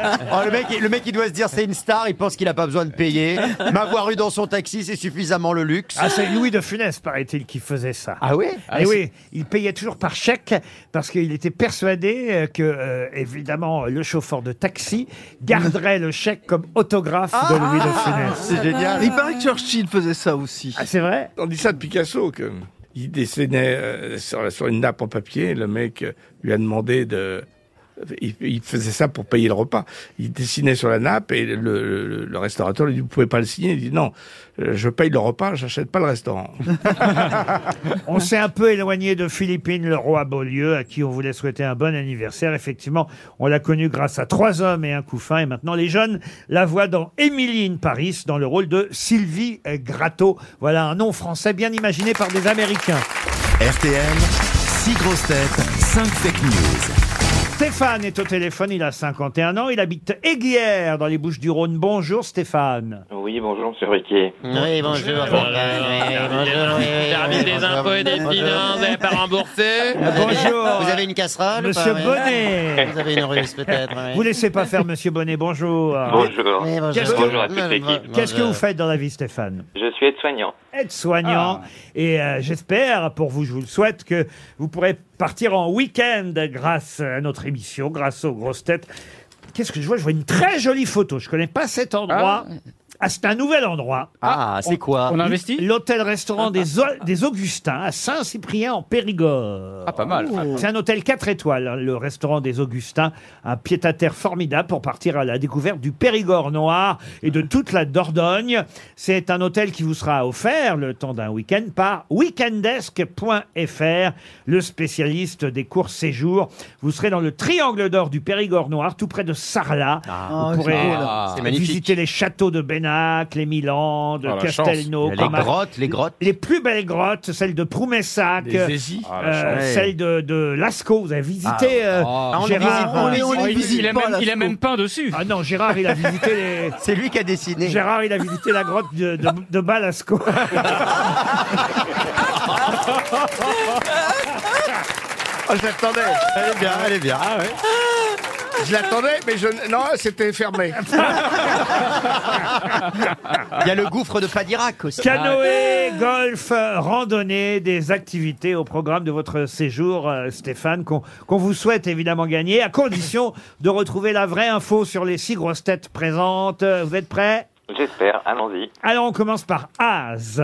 [SPEAKER 2] Ah,
[SPEAKER 3] Oh, le, mec, il- le mec, il doit se dire, c'est une star, il pense qu'il n'a pas besoin de payer. M'avoir eu dans son taxi, c'est suffisamment le luxe.
[SPEAKER 2] Ah, c'est Louis de Funès, paraît-il, qui faisait ça.
[SPEAKER 3] Ah oui
[SPEAKER 2] Eh oui, il payait toujours par chèque parce qu'il était persuadé euh, que, euh, évidemment, le chauffeur de taxi garderait le chèque comme autographe de Louis de Funès.
[SPEAKER 7] Ah, bah.
[SPEAKER 6] Il paraît que Churchill faisait ça aussi.
[SPEAKER 2] Ah, c'est vrai
[SPEAKER 7] On dit ça de Picasso, que il dessinait euh, sur, sur une nappe en papier, le mec euh, lui a demandé de... Il, il faisait ça pour payer le repas. Il dessinait sur la nappe et le, le- le restaurateur lui dit, vous pouvez pas le signer. Il dit, non, euh, je paye le repas, j'achète pas le [laughs] restaurant.
[SPEAKER 2] On s'est un peu éloigné de Philippine le roi Beaulieu, à qui on voulait souhaiter un bon anniversaire. Effectivement, on l'a connu grâce à Trois hommes et un coup fin. Et maintenant, les jeunes la voient dans Émilie in Paris, dans le rôle de Sylvie euh, Gratto. Voilà un nom français bien imaginé par des Américains.
[SPEAKER 1] RTL, 6 grosses têtes, 5 fake news.
[SPEAKER 2] Stéphane est au téléphone, il a 51 ans, il habite Aiguière, dans les Bouches-du-Rhône. Bonjour Stéphane.
[SPEAKER 15] Oui, bonjour, monsieur Riquet.
[SPEAKER 3] Oui, bonjour.
[SPEAKER 15] Service des impôts et des finances, vous n'avez pas remboursé
[SPEAKER 3] Bonjour. Vous avez une casserole
[SPEAKER 2] Monsieur
[SPEAKER 3] ou pas, oui
[SPEAKER 2] Bonnet
[SPEAKER 3] Ah, Vous avez une ruse peut-être oui.
[SPEAKER 2] Vous laissez pas faire Monsieur Bonnet, bonjour.
[SPEAKER 15] Bonjour.
[SPEAKER 3] Oui, bonjour.
[SPEAKER 15] Qu'est-ce que- Bonjour à toute l'équipe.
[SPEAKER 2] Qu'est-ce que
[SPEAKER 15] Bonjour.
[SPEAKER 2] vous faites dans la vie Stéphane
[SPEAKER 15] Je suis aide-soignant.
[SPEAKER 3] Ah.
[SPEAKER 2] être soignant. Et euh, j'espère, pour vous, je vous le souhaite, que vous pourrez partir en week-end grâce à notre émission, grâce aux grosses têtes. Qu'est-ce que je vois Je vois une très jolie photo. Je connais pas cet endroit. Ah. c'est un nouvel endroit.
[SPEAKER 3] Ah,
[SPEAKER 2] [laughs]
[SPEAKER 3] c'est quoi
[SPEAKER 2] L- L'hôtel-restaurant des, O- des Augustins à Saint-Cyprien en Périgord. Ah, pas
[SPEAKER 5] mal. Ah, pas mal.
[SPEAKER 2] C'est un hôtel 4 étoiles, hein, le restaurant des Augustins. Un pied-à-terre formidable pour partir à la découverte du Périgord noir et de toute la Dordogne. C'est un hôtel qui vous sera offert le temps d'un week-end par weekendesk.fr, le spécialiste des courts séjours. Vous serez dans le triangle d'or du Périgord noir, tout près de Sarlat.
[SPEAKER 3] Ah,
[SPEAKER 2] vous pourrez
[SPEAKER 3] c'est beau, là.
[SPEAKER 2] euh,
[SPEAKER 3] C'est magnifique.
[SPEAKER 2] visiter les châteaux de Bénac, les Milan, de
[SPEAKER 3] Oh, la
[SPEAKER 2] Castelnau,
[SPEAKER 3] chance. Les
[SPEAKER 2] Camargue.
[SPEAKER 3] grottes, les grottes.
[SPEAKER 2] Les plus belles grottes, celles de Proumessac,
[SPEAKER 3] Des Zézis. Ah, la
[SPEAKER 2] euh,
[SPEAKER 3] chance.
[SPEAKER 2] celles de, de Lascaux. Vous avez visité
[SPEAKER 3] Ah,
[SPEAKER 2] euh,
[SPEAKER 3] ah, on les
[SPEAKER 2] Gérard.
[SPEAKER 3] visite, on les- on les visite
[SPEAKER 5] Il
[SPEAKER 3] pas,
[SPEAKER 5] a même- il a
[SPEAKER 3] Lascaux.
[SPEAKER 5] même peint dessus.
[SPEAKER 2] Ah non, Gérard, il a visité les.
[SPEAKER 3] [laughs] C'est lui qui a dessiné.
[SPEAKER 2] Gérard, il a visité la grotte de, de,
[SPEAKER 3] [laughs]
[SPEAKER 2] de Balasco.
[SPEAKER 7] Oh, je l'attendais. Elle est bien, elle est bien. Ah, Je l'attendais, mais je... n- Non, c'était [laughs] fermé.
[SPEAKER 3] Il y a le gouffre de Padirac aussi. Ah.
[SPEAKER 2] Canoë, golf, euh, randonnée, des activités au programme de votre séjour, euh, Stéphane, qu'on qu'on vous souhaite évidemment gagner, à condition de retrouver la vraie info sur les six grosses têtes présentes. Euh, Vous êtes prêts
[SPEAKER 15] J'espère, allons-y.
[SPEAKER 2] Alors on commence par Az.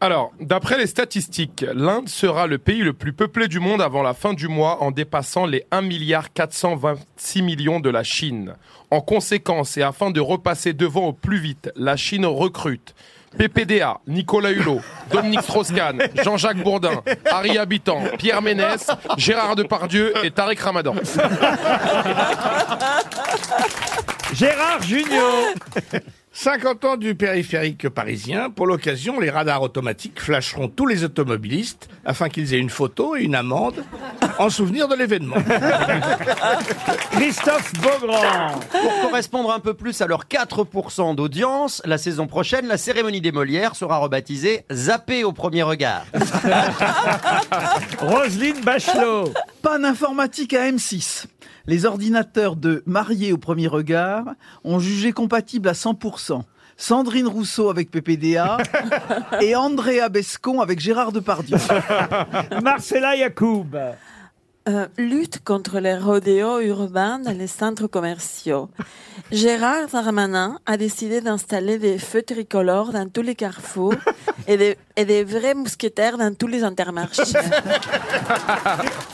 [SPEAKER 9] Alors, d'après les statistiques, l'Inde sera le pays le plus peuplé du monde avant la fin du mois en dépassant les 1 milliard 426 millions de la Chine. En conséquence, et afin de repasser devant au plus vite, la Chine recrute PPDA, Nicolas Hulot, Dominique Strauss-Kahn, Jean-Jacques Bourdin, Harry Habitant, Pierre Ménès, Gérard Depardieu et Tarek Ramadan.
[SPEAKER 2] Gérard Junior
[SPEAKER 7] 50 ans du périphérique parisien. Pour l'occasion, les radars automatiques flasheront tous les automobilistes afin qu'ils aient une photo et une amende en souvenir de l'événement.
[SPEAKER 2] Christophe Beaugrand.
[SPEAKER 3] Pour correspondre un peu plus à leur 4% d'audience, la saison prochaine, la cérémonie des Molières sera rebaptisée Zappé au premier regard.
[SPEAKER 2] Roselyne Bachelot.
[SPEAKER 6] Panne informatique à M6. Les ordinateurs de Mariés au premier regard ont jugé compatible à 100%. Sandrine Rousseau avec
[SPEAKER 4] [laughs]
[SPEAKER 6] PPDA et Andrea Bescon avec Gérard Depardieu.
[SPEAKER 2] Marcella Yacoub.
[SPEAKER 8] Euh, lutte contre les rodéos urbains dans les centres commerciaux. Gérard Darmanin a décidé d'installer des feux tricolores dans tous les carrefours et des, et des vrais mousquetaires dans tous les
[SPEAKER 2] [laughs]
[SPEAKER 8] intermarchés.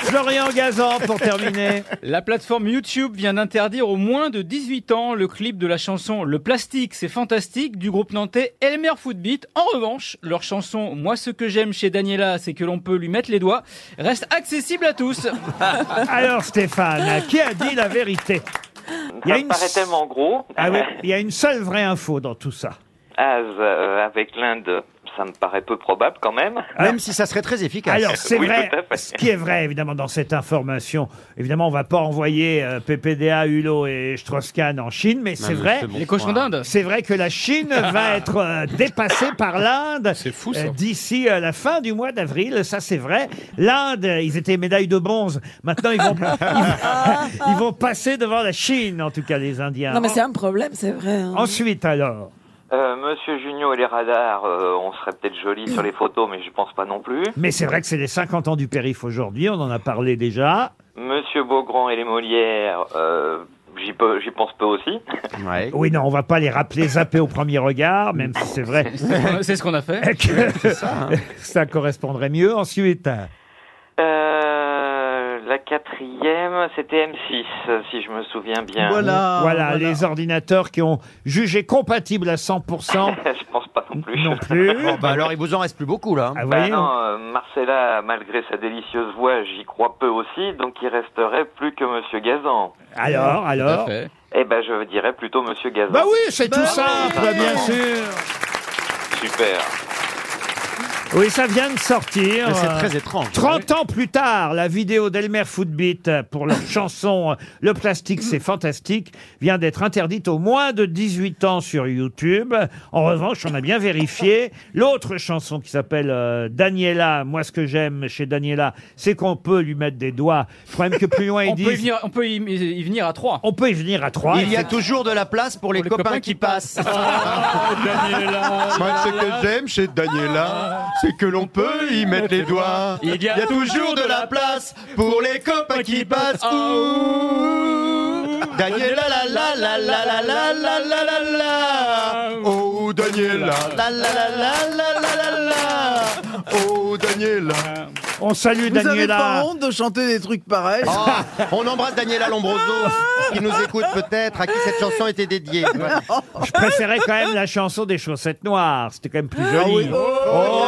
[SPEAKER 2] Florian Gazan pour terminer.
[SPEAKER 5] [laughs] La plateforme YouTube vient d'interdire aux moins de 18 ans le clip de la chanson Le plastique, c'est fantastique du groupe nantais Elmer Footbeat. En revanche, leur chanson Moi ce que j'aime chez Daniela, c'est que l'on peut lui mettre les doigts
[SPEAKER 2] [laughs]
[SPEAKER 5] reste accessible à tous.
[SPEAKER 2] Alors Stéphane, qui a dit la vérité Il y a
[SPEAKER 15] Ça me
[SPEAKER 2] une-
[SPEAKER 15] paraît tellement gros.
[SPEAKER 2] Ah oui, il y a une seule vraie info dans tout ça.
[SPEAKER 15] Ah, euh, avec l'Inde, ça me paraît peu probable quand même.
[SPEAKER 2] Même
[SPEAKER 3] si ça serait très efficace.
[SPEAKER 2] Alors, c'est
[SPEAKER 15] Oui,
[SPEAKER 2] vrai,
[SPEAKER 15] tout à fait.
[SPEAKER 2] ce qui est vrai, évidemment, dans cette information, évidemment, on va pas envoyer euh, PPDA, Hulot et Strauss-Kahn en Chine, mais c'est
[SPEAKER 5] mais
[SPEAKER 2] vrai.
[SPEAKER 5] c'est bon. Les cochons d'Inde.
[SPEAKER 2] C'est vrai que la Chine va être euh, dépassée par l'Inde.
[SPEAKER 5] ça.
[SPEAKER 2] euh, D'ici euh, la fin du mois d'avril, ça c'est vrai. L'Inde, euh, ils étaient médaille de bronze. Maintenant, ils vont, ils, vont- ils vont passer devant la Chine, en tout cas, les Indiens.
[SPEAKER 8] Non, mais c'est un problème, c'est vrai. hein.
[SPEAKER 2] Ensuite, alors.
[SPEAKER 15] Euh, Monsieur Junio et les radars, euh, on serait peut-être joli sur les photos, mais je pense pas non plus.
[SPEAKER 2] Mais c'est vrai que c'est les 50 ans du périph' aujourd'hui, on en a parlé déjà.
[SPEAKER 15] Monsieur Beaugrand et les Molières, euh, j'y peux- j'y pense peu aussi. [laughs]
[SPEAKER 2] Oui, non, on va pas les rappeler zapper au premier regard, même si c'est vrai.
[SPEAKER 5] C'est ce qu'on a fait.
[SPEAKER 2] [laughs] que
[SPEAKER 5] hein.
[SPEAKER 2] ça, correspondrait mieux. Ensuite, hein,
[SPEAKER 15] Euh, la quatrième, c'était M6, euh, si je me souviens bien.
[SPEAKER 2] voilà, les ordinateurs qui ont jugé compatible à 100%.
[SPEAKER 15] [laughs] je pense pas non plus.
[SPEAKER 3] [laughs]
[SPEAKER 2] Non plus.
[SPEAKER 3] bah, alors, il vous en reste plus beaucoup, là.
[SPEAKER 2] Ah, vous
[SPEAKER 15] Bah
[SPEAKER 2] voyez,
[SPEAKER 15] non, euh, Marcella, malgré sa délicieuse voix, j'y crois peu aussi, donc il resterait plus que Monsieur Gazan.
[SPEAKER 2] Alors, alors
[SPEAKER 15] Eh ben, je dirais plutôt Monsieur Gazan.
[SPEAKER 2] Bah oui, Bah c'est tout simple, bien sûr.
[SPEAKER 15] Super.
[SPEAKER 2] Oui, ça vient de sortir.
[SPEAKER 15] Mais c'est
[SPEAKER 2] Euh,
[SPEAKER 15] très étrange.
[SPEAKER 2] 30 ans plus tard, la vidéo d'Elmer Footbeat euh, pour
[SPEAKER 15] [coughs]
[SPEAKER 2] leur chanson euh, Le plastique, c'est fantastique vient d'être interdite aux moins de 18 ans sur YouTube. En revanche, on a bien vérifié. L'autre chanson qui s'appelle euh, Daniela, moi ce que j'aime chez Daniela, c'est qu'on peut lui mettre des doigts. Je crois même que plus
[SPEAKER 6] [laughs]
[SPEAKER 2] loin, ils
[SPEAKER 5] On peut, y
[SPEAKER 2] disent...
[SPEAKER 5] venir, on peut y, y venir à trois.
[SPEAKER 2] On peut y venir à trois.
[SPEAKER 5] Il y a
[SPEAKER 3] toujours de la place pour les,
[SPEAKER 5] copains,
[SPEAKER 3] [laughs]
[SPEAKER 5] qui passent.
[SPEAKER 4] Ah,
[SPEAKER 5] [laughs]
[SPEAKER 4] Moi, ce que j'aime chez Daniela, c'est que l'on peut Ah. y mettre les doigts.
[SPEAKER 5] Il y a
[SPEAKER 4] toujours de la place pour les copains qui passent. Ouh, Daniela, la la la la la la la la la la. Oh, Daniela, la la la la la la la la. Oh, Daniela.
[SPEAKER 2] On salue
[SPEAKER 6] Vous avez
[SPEAKER 4] Ah.
[SPEAKER 6] pas honte de chanter des trucs pareils
[SPEAKER 4] Oh,
[SPEAKER 3] on embrasse Daniela Lombroso, qui nous écoute peut-être, à qui cette chanson
[SPEAKER 6] [laughs]
[SPEAKER 3] était dédiée.
[SPEAKER 2] Je préférais quand même la chanson des chaussettes noires. C'était quand même plus
[SPEAKER 6] Ah
[SPEAKER 2] joli.
[SPEAKER 4] Oh,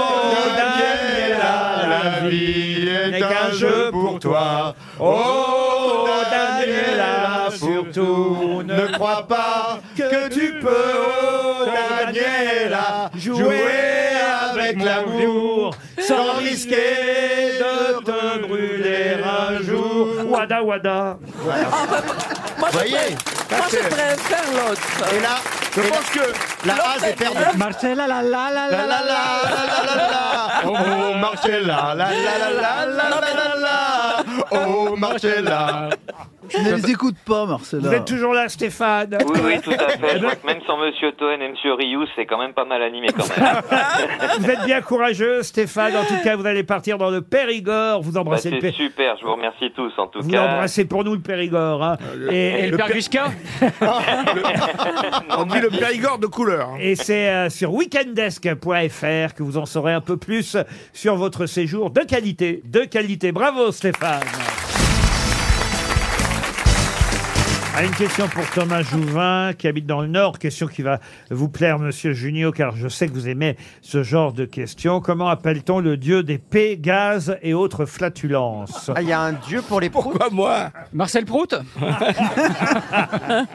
[SPEAKER 4] Daniela, la vie est un jeu pour toi. Oh, Daniela, surtout, ne crois pas que tu peux, oh, Daniela, jouer avec l'amour sans risquer de te brûler un jour.
[SPEAKER 2] Wada Wada.
[SPEAKER 8] Moi, je
[SPEAKER 4] Voyez,
[SPEAKER 8] préfère- moi, je préfère l'autre.
[SPEAKER 4] Et là, je pense que la
[SPEAKER 8] L'autre
[SPEAKER 4] base est perdue.
[SPEAKER 6] Marcella, la la la
[SPEAKER 4] La la la la la la la. Oh Marcella, la la la la la la la la. [laughs] Oh Marcella.
[SPEAKER 6] Je ne les écoute pas, Marcella.
[SPEAKER 2] Vous êtes toujours là, Stéphane
[SPEAKER 15] Oui, oui, tout à
[SPEAKER 2] Eh ben
[SPEAKER 15] fait. Je crois que même sans Monsieur Toen et Monsieur Ryu, c'est quand même pas mal animé quand même.
[SPEAKER 2] [laughs]
[SPEAKER 15] Bah,
[SPEAKER 2] Vous êtes bien courageux, Stéphane. En tout cas, vous allez partir dans le Périgord. Vous
[SPEAKER 15] Bah,
[SPEAKER 2] embrassez le
[SPEAKER 15] c'est
[SPEAKER 2] Périgord.
[SPEAKER 15] super, je vous remercie tous en tout
[SPEAKER 2] Vous
[SPEAKER 15] cas.
[SPEAKER 2] l'embrassez pour nous, le Périgord. hein.
[SPEAKER 7] Euh,
[SPEAKER 5] Et le père
[SPEAKER 2] [laughs]
[SPEAKER 5] Guichka
[SPEAKER 7] On dit le Périgord de couleur. hein.
[SPEAKER 2] Et c'est euh, sur weekendesk.fr que vous en saurez un peu plus sur votre séjour de qualité. De qualité. Bravo Stéphane. Ah, une question pour Thomas Jouvin qui habite dans le Nord. Question qui va vous plaire, monsieur Junio, car je sais que vous aimez ce genre de questions. Comment appelle-t-on le dieu des paix, gaz et autres flatulences
[SPEAKER 3] Ah, il y a un dieu pour les proutes.
[SPEAKER 7] Pourquoi moi [laughs]
[SPEAKER 5] Marcel Prout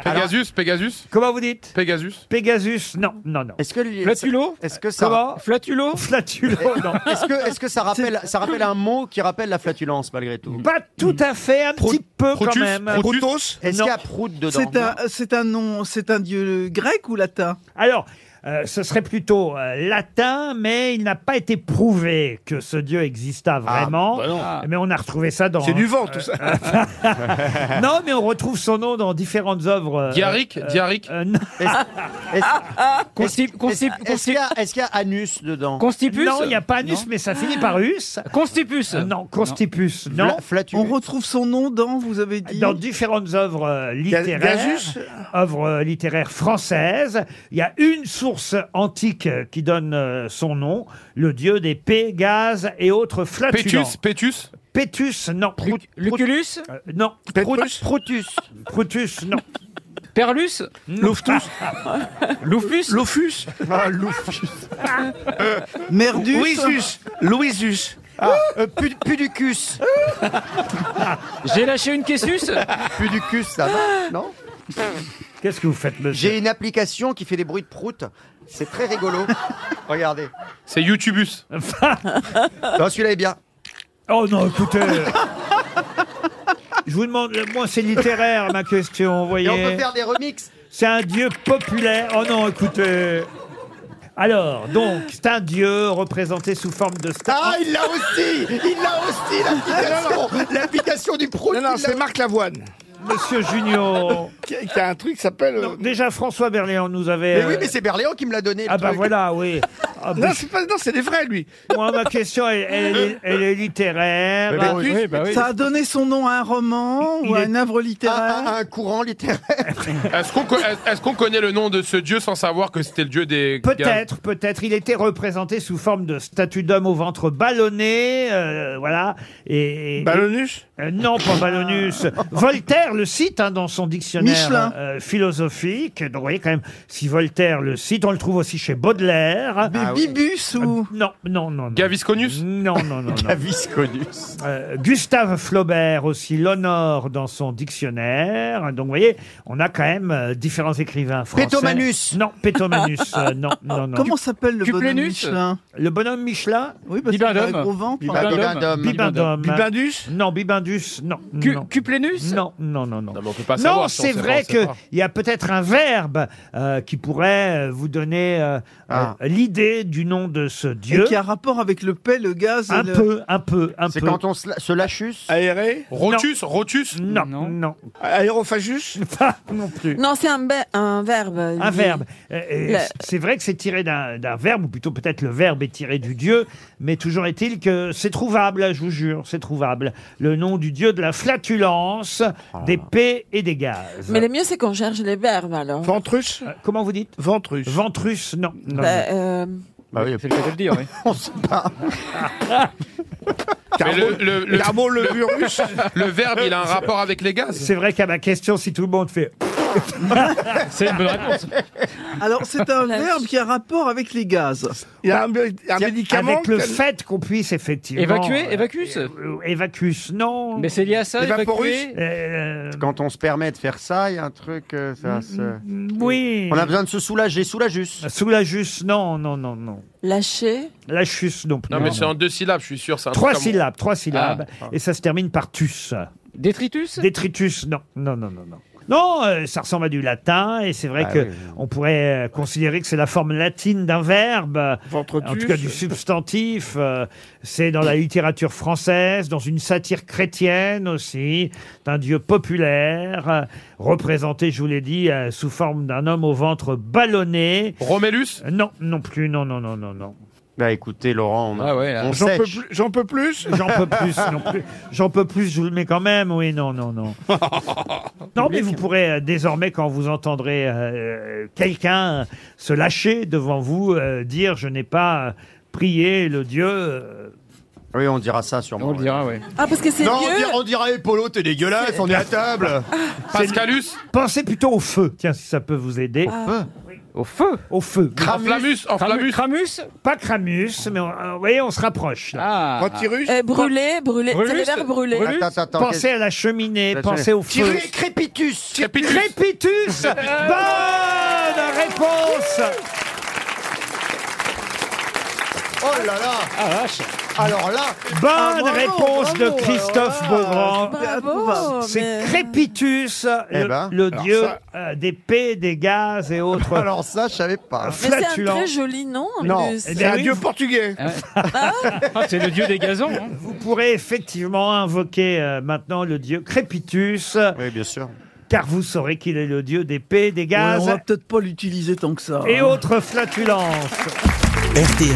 [SPEAKER 9] Pegasus, Pegasus
[SPEAKER 2] Comment vous dites
[SPEAKER 9] Pegasus
[SPEAKER 2] Pégasus Non, non, non.
[SPEAKER 3] Est-ce que lui-
[SPEAKER 5] Flatulo
[SPEAKER 3] Est-ce que ça
[SPEAKER 2] Comment
[SPEAKER 5] Flatulo
[SPEAKER 2] Flatulo, non.
[SPEAKER 3] Est-ce que, est-ce que ça, rappelle, ça rappelle un mot qui rappelle la flatulence malgré tout
[SPEAKER 2] Pas tout à fait, un petit peu quand
[SPEAKER 9] Protus,
[SPEAKER 2] même.
[SPEAKER 9] Protus
[SPEAKER 3] Est-ce
[SPEAKER 2] Non.
[SPEAKER 3] qu'il y a prout dedans
[SPEAKER 6] C'est un, c'est un nom, c'est un dieu grec ou latin
[SPEAKER 2] Alors, euh, ce serait plutôt euh, latin, mais il n'a pas été prouvé que ce dieu existât vraiment.
[SPEAKER 7] bah non. Ah.
[SPEAKER 2] Mais on a retrouvé ça dans. euh,
[SPEAKER 7] C'est du vent tout ça.
[SPEAKER 2] [laughs] Non, mais on retrouve son nom dans différentes œuvres. euh,
[SPEAKER 9] Diaric Diaric
[SPEAKER 2] euh, non, [laughs] Ah,
[SPEAKER 5] Constip,
[SPEAKER 3] Est-ce,
[SPEAKER 5] constip,
[SPEAKER 3] est-ce qu'il y
[SPEAKER 5] constip,
[SPEAKER 3] a, est-ce qu'il y a anus dedans
[SPEAKER 5] constipus
[SPEAKER 2] Non, il n'y a pas anus, mais ça finit par [laughs] us.
[SPEAKER 5] Constipus
[SPEAKER 2] Euh, non, constipus. Non.
[SPEAKER 3] Fla- flatu-
[SPEAKER 6] On retrouve son nom dans, vous avez dit
[SPEAKER 2] Dans différentes œuvres euh, littéraires,
[SPEAKER 7] Gazus
[SPEAKER 2] œuvres euh, littéraires françaises, il y a une source antique euh, qui donne euh, son nom, le dieu des Pégases et autres flatulents.
[SPEAKER 9] Pétus, Pétus
[SPEAKER 2] Pétus, non.
[SPEAKER 5] Lucullus
[SPEAKER 2] Euh, non.
[SPEAKER 3] Prout- Protus.
[SPEAKER 2] Protus, non.
[SPEAKER 5] Perlus
[SPEAKER 2] [laughs]
[SPEAKER 7] Loftus
[SPEAKER 5] Lufus
[SPEAKER 7] Lofus Ah, Lofus.
[SPEAKER 6] Merdus
[SPEAKER 7] Louisus Louisus
[SPEAKER 3] Euh, pu- Puducus.
[SPEAKER 5] [laughs] J'ai lâché une Quessus
[SPEAKER 3] Puducus, ça va Non
[SPEAKER 2] Qu'est-ce que vous faites, monsieur
[SPEAKER 3] J'ai une application qui fait des bruits de prout. C'est très rigolo.
[SPEAKER 2] [laughs]
[SPEAKER 3] Regardez.
[SPEAKER 9] C'est YouTubus.
[SPEAKER 3] non, celui-là est bien.
[SPEAKER 2] Oh non, écoutez. Je vous demande, euh, moi c'est littéraire ma question, vous voyez.
[SPEAKER 3] Et on peut faire des remixes.
[SPEAKER 2] C'est un dieu populaire. Oh non, écoutez. Alors, donc, c'est un dieu représenté sous forme de star.
[SPEAKER 4] Ah, il l'a aussi Il l'a Ah, aussi, l'application L'application du prout
[SPEAKER 7] Non, non, c'est Marc Lavoine.
[SPEAKER 2] Monsieur Junior.
[SPEAKER 7] Qui qui a un truc qui s'appelle. euh,
[SPEAKER 2] Déjà, François Berléand nous avait.
[SPEAKER 3] Mais oui,
[SPEAKER 2] euh,
[SPEAKER 3] mais c'est Berléand qui me l'a donné. le
[SPEAKER 2] Ah bah
[SPEAKER 3] truc.
[SPEAKER 2] voilà,
[SPEAKER 4] [laughs]
[SPEAKER 2] oui. Ah bah,
[SPEAKER 7] Non, c'est pas. Non, c'est des vrais, lui.
[SPEAKER 2] moi, ma question, elle, elle est- elle est littéraire.
[SPEAKER 6] Ah,
[SPEAKER 2] bah
[SPEAKER 6] Ça a donné son nom à un roman ou à une œuvre
[SPEAKER 3] Ah,
[SPEAKER 6] littéraire
[SPEAKER 3] ah, un courant littéraire.
[SPEAKER 9] Est-ce qu'on co- est-ce qu'on connaît le nom de ce dieu sans savoir que c'était le dieu des.
[SPEAKER 2] Peut-être, peut-être. Il était représenté sous forme de statue d'homme au ventre ballonné, euh, voilà. Et, et-
[SPEAKER 7] Ballonus
[SPEAKER 2] Euh, non, pas
[SPEAKER 7] [laughs]
[SPEAKER 2] Ballonus. Voltaire le cite hein, dans son dictionnaire
[SPEAKER 6] Michelin.
[SPEAKER 2] euh, philosophique. Donc, vous voyez quand même, si Voltaire le cite, on le trouve aussi chez Baudelaire.
[SPEAKER 6] Des
[SPEAKER 7] Ah
[SPEAKER 6] bibus ou
[SPEAKER 2] Ah, Non, non, non, non.
[SPEAKER 9] Gavisconus
[SPEAKER 2] Non, non, non, non.
[SPEAKER 4] Visconus.
[SPEAKER 2] Euh, Gustave Flaubert aussi l'honore dans son dictionnaire. Donc, vous voyez, on a quand même euh, différents écrivains français.
[SPEAKER 3] Pétomanus.
[SPEAKER 2] Non, Pétomanus.
[SPEAKER 6] [laughs]
[SPEAKER 2] euh, non, non, non.
[SPEAKER 6] Comment s'appelle le bonhomme
[SPEAKER 5] Cuplénus
[SPEAKER 6] Michelin
[SPEAKER 2] Le bonhomme Michelin
[SPEAKER 6] Oui, parce qu'il
[SPEAKER 5] Bibendum.
[SPEAKER 6] a un gros ventre. hein.
[SPEAKER 5] Bibendum.
[SPEAKER 3] Bibendum.
[SPEAKER 2] Bibendum.
[SPEAKER 7] Bibindus
[SPEAKER 2] Non, Bibindus, non.
[SPEAKER 5] Cu-
[SPEAKER 2] non.
[SPEAKER 5] Cuplénus
[SPEAKER 2] Non, non, non, non.
[SPEAKER 9] Non, mais on peut pas
[SPEAKER 2] Non,
[SPEAKER 9] savoir. si on
[SPEAKER 2] c'est
[SPEAKER 9] sait
[SPEAKER 2] vrai
[SPEAKER 9] pas, on sait
[SPEAKER 2] qu'il
[SPEAKER 9] pas.
[SPEAKER 2] y a peut-être un verbe euh, qui pourrait euh, vous donner euh,
[SPEAKER 3] Ah.
[SPEAKER 2] euh, l'idée du nom de ce
[SPEAKER 6] Et
[SPEAKER 2] dieu.
[SPEAKER 6] qui a rapport avec le paix, le gaz et
[SPEAKER 2] Un
[SPEAKER 6] le-
[SPEAKER 2] peu, un peu, un
[SPEAKER 3] C'est
[SPEAKER 2] peu.
[SPEAKER 3] quand on se, la- se lâchusse.
[SPEAKER 7] Aéré
[SPEAKER 9] Rotus, Rotus
[SPEAKER 2] Non, non,
[SPEAKER 5] Non.
[SPEAKER 7] Aérophagus
[SPEAKER 2] [laughs] Pas non plus.
[SPEAKER 8] Non, c'est un, be- un verbe.
[SPEAKER 2] Un
[SPEAKER 8] lui.
[SPEAKER 2] verbe. Euh, et
[SPEAKER 8] Le-
[SPEAKER 2] C'est vrai que c'est tiré d'un d'un verbe, ou plutôt peut-être le verbe est tiré du dieu, mais toujours est-il que c'est trouvable, je vous jure, c'est trouvable. Le nom du dieu de la flatulence,
[SPEAKER 9] Ah.
[SPEAKER 2] des paix et des gaz.
[SPEAKER 8] Mais le mieux, c'est qu'on cherche les verbes, alors.
[SPEAKER 7] Ventrus
[SPEAKER 2] Euh, Comment vous dites
[SPEAKER 7] Ventrus.
[SPEAKER 2] Ventrus, non. non, non.
[SPEAKER 8] Bah, euh,
[SPEAKER 3] Bah oui,
[SPEAKER 5] C'est le cas de le dire, oui.
[SPEAKER 3] on sait pas.
[SPEAKER 9] Mais le, le, le,
[SPEAKER 7] Carbo levrurus
[SPEAKER 9] [laughs] le verbe, il a un rapport avec les gaz
[SPEAKER 2] C'est vrai qu'à ma question, si tout le monde fait
[SPEAKER 5] [laughs] C'est une bonne réponse.
[SPEAKER 6] Alors, c'est un
[SPEAKER 8] La-
[SPEAKER 6] verbe qui a rapport avec les gaz.
[SPEAKER 7] Il y a un,
[SPEAKER 6] Euh,
[SPEAKER 7] mé- un médicament.
[SPEAKER 2] avec le
[SPEAKER 7] qui a-
[SPEAKER 2] fait qu'on puisse effectivement
[SPEAKER 5] Évacuer,
[SPEAKER 2] euh,
[SPEAKER 5] évacus
[SPEAKER 2] euh, Évacus, non.
[SPEAKER 5] Mais c'est lié à ça,
[SPEAKER 7] Évaporus
[SPEAKER 5] évacuer
[SPEAKER 2] Euh,
[SPEAKER 3] Quand on se permet de faire ça, il y a un truc. euh, ça se-
[SPEAKER 2] mm. oui.
[SPEAKER 3] On a besoin de se soulager, soulajus.
[SPEAKER 2] Sous la juste, non, non, non, non.
[SPEAKER 8] lâcher.
[SPEAKER 2] La chusse non plus.
[SPEAKER 9] Non, mais c'est en deux syllabes, je suis sûr. c'est un
[SPEAKER 2] Trois
[SPEAKER 9] truc Ah. à mon-
[SPEAKER 2] syllabes, trois syllabes. Et ça se termine par tus.
[SPEAKER 5] Détritus
[SPEAKER 2] Détritus, non, non, non, non, non. Non, euh, ça ressemble à du latin, et c'est vrai
[SPEAKER 3] Ah
[SPEAKER 2] que
[SPEAKER 3] oui, oui.
[SPEAKER 2] on pourrait euh, considérer que c'est la forme latine d'un verbe, euh,
[SPEAKER 7] Ventretus.
[SPEAKER 2] en tout cas du substantif. euh, c'est dans la littérature française, dans une satire chrétienne aussi, d'un dieu populaire, euh, représenté, je vous l'ai dit, euh, sous forme d'un homme au ventre ballonné.
[SPEAKER 9] Romélus
[SPEAKER 2] Euh, Non, non plus, non, non, non, non, non.
[SPEAKER 3] Bah écoutez, Laurent, on,
[SPEAKER 5] Ah ouais, là.
[SPEAKER 3] on
[SPEAKER 7] J'en peux
[SPEAKER 3] sèche.
[SPEAKER 7] plus- J'en peux plus.
[SPEAKER 2] [laughs] J'en peux plus, non plus. J'en peux plus, je vous le mets quand même. Oui, non, non, non. [laughs] Non, mais vous pourrez euh, désormais, quand vous entendrez euh, quelqu'un se lâcher devant vous, euh, dire je n'ai pas euh, prié le Dieu. euh,
[SPEAKER 3] Oui, on dira ça sûrement.
[SPEAKER 5] On le
[SPEAKER 3] ouais.
[SPEAKER 5] dira, oui.
[SPEAKER 8] Ah, parce que c'est
[SPEAKER 4] Non, on
[SPEAKER 8] Dieu.
[SPEAKER 4] dira, on dira hey, Polo, t'es dégueulasse, on est à table.
[SPEAKER 9] Pascalus
[SPEAKER 2] Pensez plutôt au feu, tiens, si ça peut vous aider.
[SPEAKER 8] Ah.
[SPEAKER 5] Au feu
[SPEAKER 2] Au feu.
[SPEAKER 9] Enflamus
[SPEAKER 5] Cramus
[SPEAKER 9] Enflamus
[SPEAKER 5] Cramus
[SPEAKER 2] Pas Cramus, mais on- euh, vous voyez, on se rapproche. là.
[SPEAKER 5] Ah
[SPEAKER 7] Ventirus.
[SPEAKER 8] Euh, brûler, brûler. C'est les
[SPEAKER 5] Brûler,
[SPEAKER 8] verbes
[SPEAKER 5] c'est-
[SPEAKER 8] brûler.
[SPEAKER 5] brûler.
[SPEAKER 3] Attends, attends, attends.
[SPEAKER 2] Pensez à la cheminée,
[SPEAKER 3] La
[SPEAKER 2] pensez au feu.
[SPEAKER 3] Tirez, crépitus
[SPEAKER 9] Crépitus
[SPEAKER 2] Crépitus Bonne réponse
[SPEAKER 4] Oh là là
[SPEAKER 5] Ah vache
[SPEAKER 4] Alors là,
[SPEAKER 2] Bonne
[SPEAKER 6] Ah, bravo,
[SPEAKER 2] réponse de
[SPEAKER 6] bravo,
[SPEAKER 2] Christophe
[SPEAKER 3] hein.
[SPEAKER 6] ah,
[SPEAKER 2] Beaugrand.
[SPEAKER 8] Bravo.
[SPEAKER 2] C'est
[SPEAKER 8] mais-
[SPEAKER 2] Crépitus,
[SPEAKER 3] Eh
[SPEAKER 2] le,
[SPEAKER 3] ben,
[SPEAKER 2] le
[SPEAKER 7] alors
[SPEAKER 2] dieu
[SPEAKER 7] ça-
[SPEAKER 2] euh, des paix, des gaz et
[SPEAKER 3] [laughs]
[SPEAKER 2] autres.
[SPEAKER 3] Alors ça, je savais
[SPEAKER 2] [laughs]
[SPEAKER 3] pas.
[SPEAKER 8] Mais c'est un
[SPEAKER 2] flatulents.
[SPEAKER 8] très joli nom, en
[SPEAKER 3] Non.
[SPEAKER 8] plus.
[SPEAKER 2] Eh
[SPEAKER 7] C'est
[SPEAKER 2] bien,
[SPEAKER 7] un
[SPEAKER 2] oui,
[SPEAKER 7] dieu
[SPEAKER 2] vous
[SPEAKER 7] portugais.
[SPEAKER 5] Ah, C'est le dieu des gazons hein.
[SPEAKER 2] vous pourrez effectivement invoquer euh, maintenant le dieu Crépitus, euh,
[SPEAKER 3] Oui, bien sûr.
[SPEAKER 2] car vous saurez qu'il est le dieu des paix, des
[SPEAKER 6] Ouais,
[SPEAKER 2] gaz
[SPEAKER 6] on va peut-être pas l'utiliser tant que ça.
[SPEAKER 2] et
[SPEAKER 6] hein.
[SPEAKER 2] autres flatulences.
[SPEAKER 1] RTL,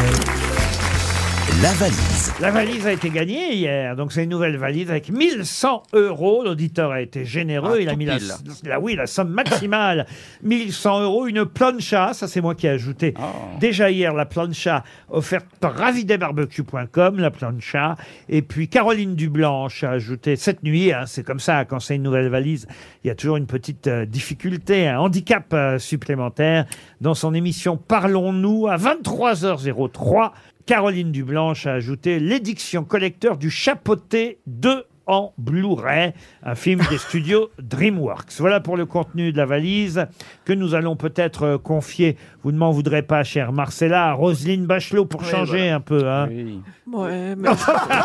[SPEAKER 1] la valise.
[SPEAKER 2] La valise a été gagnée hier, donc c'est une nouvelle valise avec 1100 euros. L'auditeur a été généreux,
[SPEAKER 3] Ah,
[SPEAKER 2] il a
[SPEAKER 3] tout
[SPEAKER 2] mis la,
[SPEAKER 3] pile.
[SPEAKER 2] la- oui, la somme maximale. 1100 euros, une plancha, ça c'est moi qui ai ajouté déjà hier la plancha offerte par ravidebarbecue.com, la plancha. Et puis Caroline Dublanche a ajouté cette nuit, hein, c'est comme ça, quand c'est une nouvelle valise, il y a toujours une petite euh, difficulté, un handicap euh, supplémentaire. Dans son émission Parlons-nous à 23h03, Caroline Dublanche a ajouté l'édiction collecteur du chapeauté 2 en Blu-ray, un film
[SPEAKER 6] [laughs]
[SPEAKER 2] des studios DreamWorks. Voilà pour le contenu de la valise que nous allons peut-être euh, confier, vous ne m'en voudrez pas, chère Marcella, à Roselyne Bachelot pour
[SPEAKER 14] Oui,
[SPEAKER 2] changer
[SPEAKER 14] voilà.
[SPEAKER 2] un peu. hein.
[SPEAKER 14] Ouais, mais...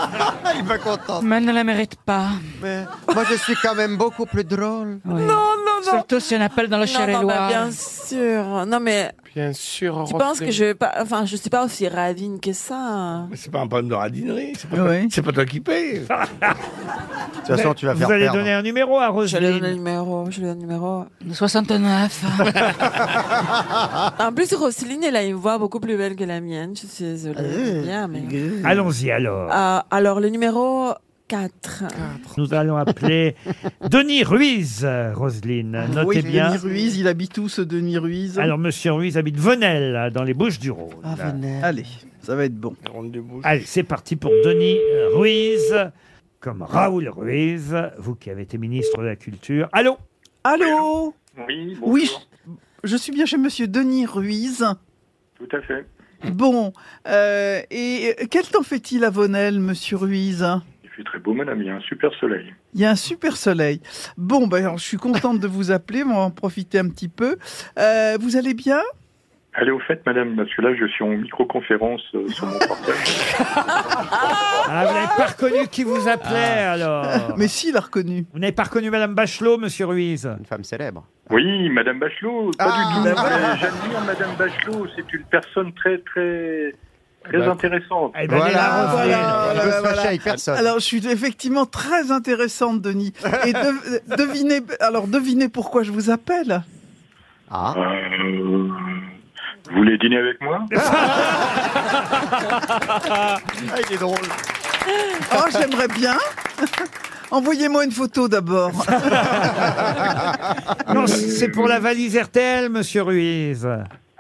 [SPEAKER 13] [laughs] Il va content.
[SPEAKER 14] Mais elle ne la mérite pas.
[SPEAKER 13] Mais moi, je suis quand même beaucoup plus drôle.
[SPEAKER 14] Non, non, non. Surtout si on appelle dans le
[SPEAKER 8] Non, non, bah,
[SPEAKER 14] Cher-et-Loir.
[SPEAKER 8] bien sûr. Non, mais
[SPEAKER 7] Bien sûr.
[SPEAKER 8] tu penses que je vais pas. Enfin, je suis pas aussi ravine que ça.
[SPEAKER 7] C'est pas un problème de radinerie. C'est pas, c'est pas toi qui payes. De toute
[SPEAKER 3] façon, tu vas Vous faire allez perdre. donner
[SPEAKER 2] Ah, un numéro à
[SPEAKER 8] Je lui ai donné le numéro. Je lui ai donné le
[SPEAKER 7] [laughs]
[SPEAKER 8] numéro.
[SPEAKER 14] 69.
[SPEAKER 8] en plus, Roselyne, elle a une voix beaucoup plus belle que la mienne. Je suis désolée.
[SPEAKER 7] Ah,
[SPEAKER 2] Euh,
[SPEAKER 8] Bien, mais-
[SPEAKER 2] [laughs] Allons-y alors.
[SPEAKER 8] Euh, alors, le numéro 4.
[SPEAKER 2] Nous
[SPEAKER 8] [laughs]
[SPEAKER 2] allons appeler Denis Ruiz, euh, Roselyne. Notez
[SPEAKER 6] Ah, oui,
[SPEAKER 2] bien.
[SPEAKER 6] Denis Ruiz, il habite où ce Denis Ruiz
[SPEAKER 2] Alors, Monsieur Ruiz habite Venelle, dans les Bouches-du-Rhône.
[SPEAKER 6] Ah, Allez, ça va être bon.
[SPEAKER 2] Allez, c'est parti pour Denis euh, Ruiz, comme Raoul Ruiz, vous qui avez été ministre de la Culture. Allô
[SPEAKER 6] Allô
[SPEAKER 4] [laughs]
[SPEAKER 12] Oui, bonjour.
[SPEAKER 6] Oui, je, je suis bien chez Monsieur Denis Ruiz.
[SPEAKER 12] Tout à fait.
[SPEAKER 6] Bon, euh, et quel temps fait-il à Vonnel, Monsieur Ruiz
[SPEAKER 12] Il fait très beau, madame. Il y a un super soleil.
[SPEAKER 6] Il y a un super soleil. Bon, ben, alors, je suis contente de vous appeler, on va en profiter un petit peu. Euh, vous allez bien
[SPEAKER 12] Allez au fait, madame, parce que là, je suis en microconférence euh, sur mon portable.
[SPEAKER 2] Ah, vous n'avez pas reconnu qui vous appelait
[SPEAKER 6] Ah.
[SPEAKER 2] alors
[SPEAKER 6] Mais si, il a reconnu.
[SPEAKER 2] Vous n'avez pas reconnu Madame Bachelot, Monsieur Ruiz Une
[SPEAKER 3] femme célèbre.
[SPEAKER 12] Oui, madame Bachelot, pas
[SPEAKER 3] Ah,
[SPEAKER 12] du tout.
[SPEAKER 2] ben
[SPEAKER 3] bah
[SPEAKER 12] mais
[SPEAKER 3] voilà.
[SPEAKER 12] J'admire madame Bachelot. C'est une personne très, très, très
[SPEAKER 3] Bah,
[SPEAKER 12] intéressante.
[SPEAKER 2] Eh
[SPEAKER 3] ben, Voilà,
[SPEAKER 6] voilà, voilà,
[SPEAKER 3] Je veux se
[SPEAKER 6] voilà.
[SPEAKER 3] fâcher avec personne.
[SPEAKER 6] Alors, je suis effectivement très intéressante, Denis. Et de- devinez, alors, devinez pourquoi je vous appelle.
[SPEAKER 3] Ah.
[SPEAKER 12] Euh, vous voulez dîner avec
[SPEAKER 2] [laughs]
[SPEAKER 12] moi
[SPEAKER 4] Ah,
[SPEAKER 6] il est drôle. Oh, j'aimerais bien. [laughs] Envoyez-moi une photo d'abord.
[SPEAKER 2] Non, c'est pour la valise RTL, Monsieur Ruiz.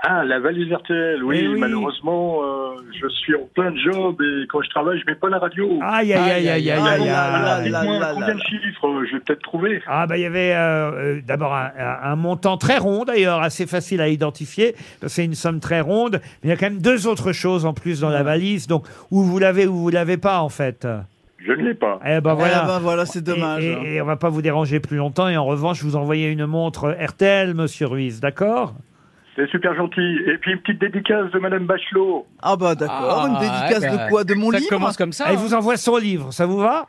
[SPEAKER 12] Ah, la valise RTL, oui,
[SPEAKER 2] Eh oui.
[SPEAKER 12] malheureusement, euh, je suis en plein job et quand je travaille, je mets pas la radio.
[SPEAKER 2] Aïe, aïe, aïe, aïe, aïe, aïe,
[SPEAKER 12] Alors,
[SPEAKER 2] aïe,
[SPEAKER 12] dites-moi,
[SPEAKER 2] aïe, aïe,
[SPEAKER 12] combien
[SPEAKER 2] aïe.
[SPEAKER 12] de chiffres euh, Je vais peut-être trouver.
[SPEAKER 2] Ah bah il y avait euh, euh, d'abord un, un- un montant très rond d'ailleurs, assez facile à identifier, parce que c'est une somme très ronde, mais il y a quand même deux autres choses en plus dans la valise, donc où vous l'avez ou vous l'avez pas en fait.
[SPEAKER 12] Je ne l'ai pas.
[SPEAKER 2] Eh ben voilà.
[SPEAKER 6] ben voilà, c'est dommage.
[SPEAKER 2] Et, et- et on va pas vous déranger plus longtemps, et en revanche vous envoyez une montre RTL, monsieur Ruiz, d'accord
[SPEAKER 12] C'est super gentil. Et puis une petite dédicace de madame Bachelot.
[SPEAKER 6] Ah bah d'accord, une
[SPEAKER 2] Ah,
[SPEAKER 6] dédicace
[SPEAKER 12] eh ben,
[SPEAKER 6] de quoi De
[SPEAKER 2] ben,
[SPEAKER 6] mon livre
[SPEAKER 12] hein.
[SPEAKER 2] Elle vous envoie son livre, ça vous va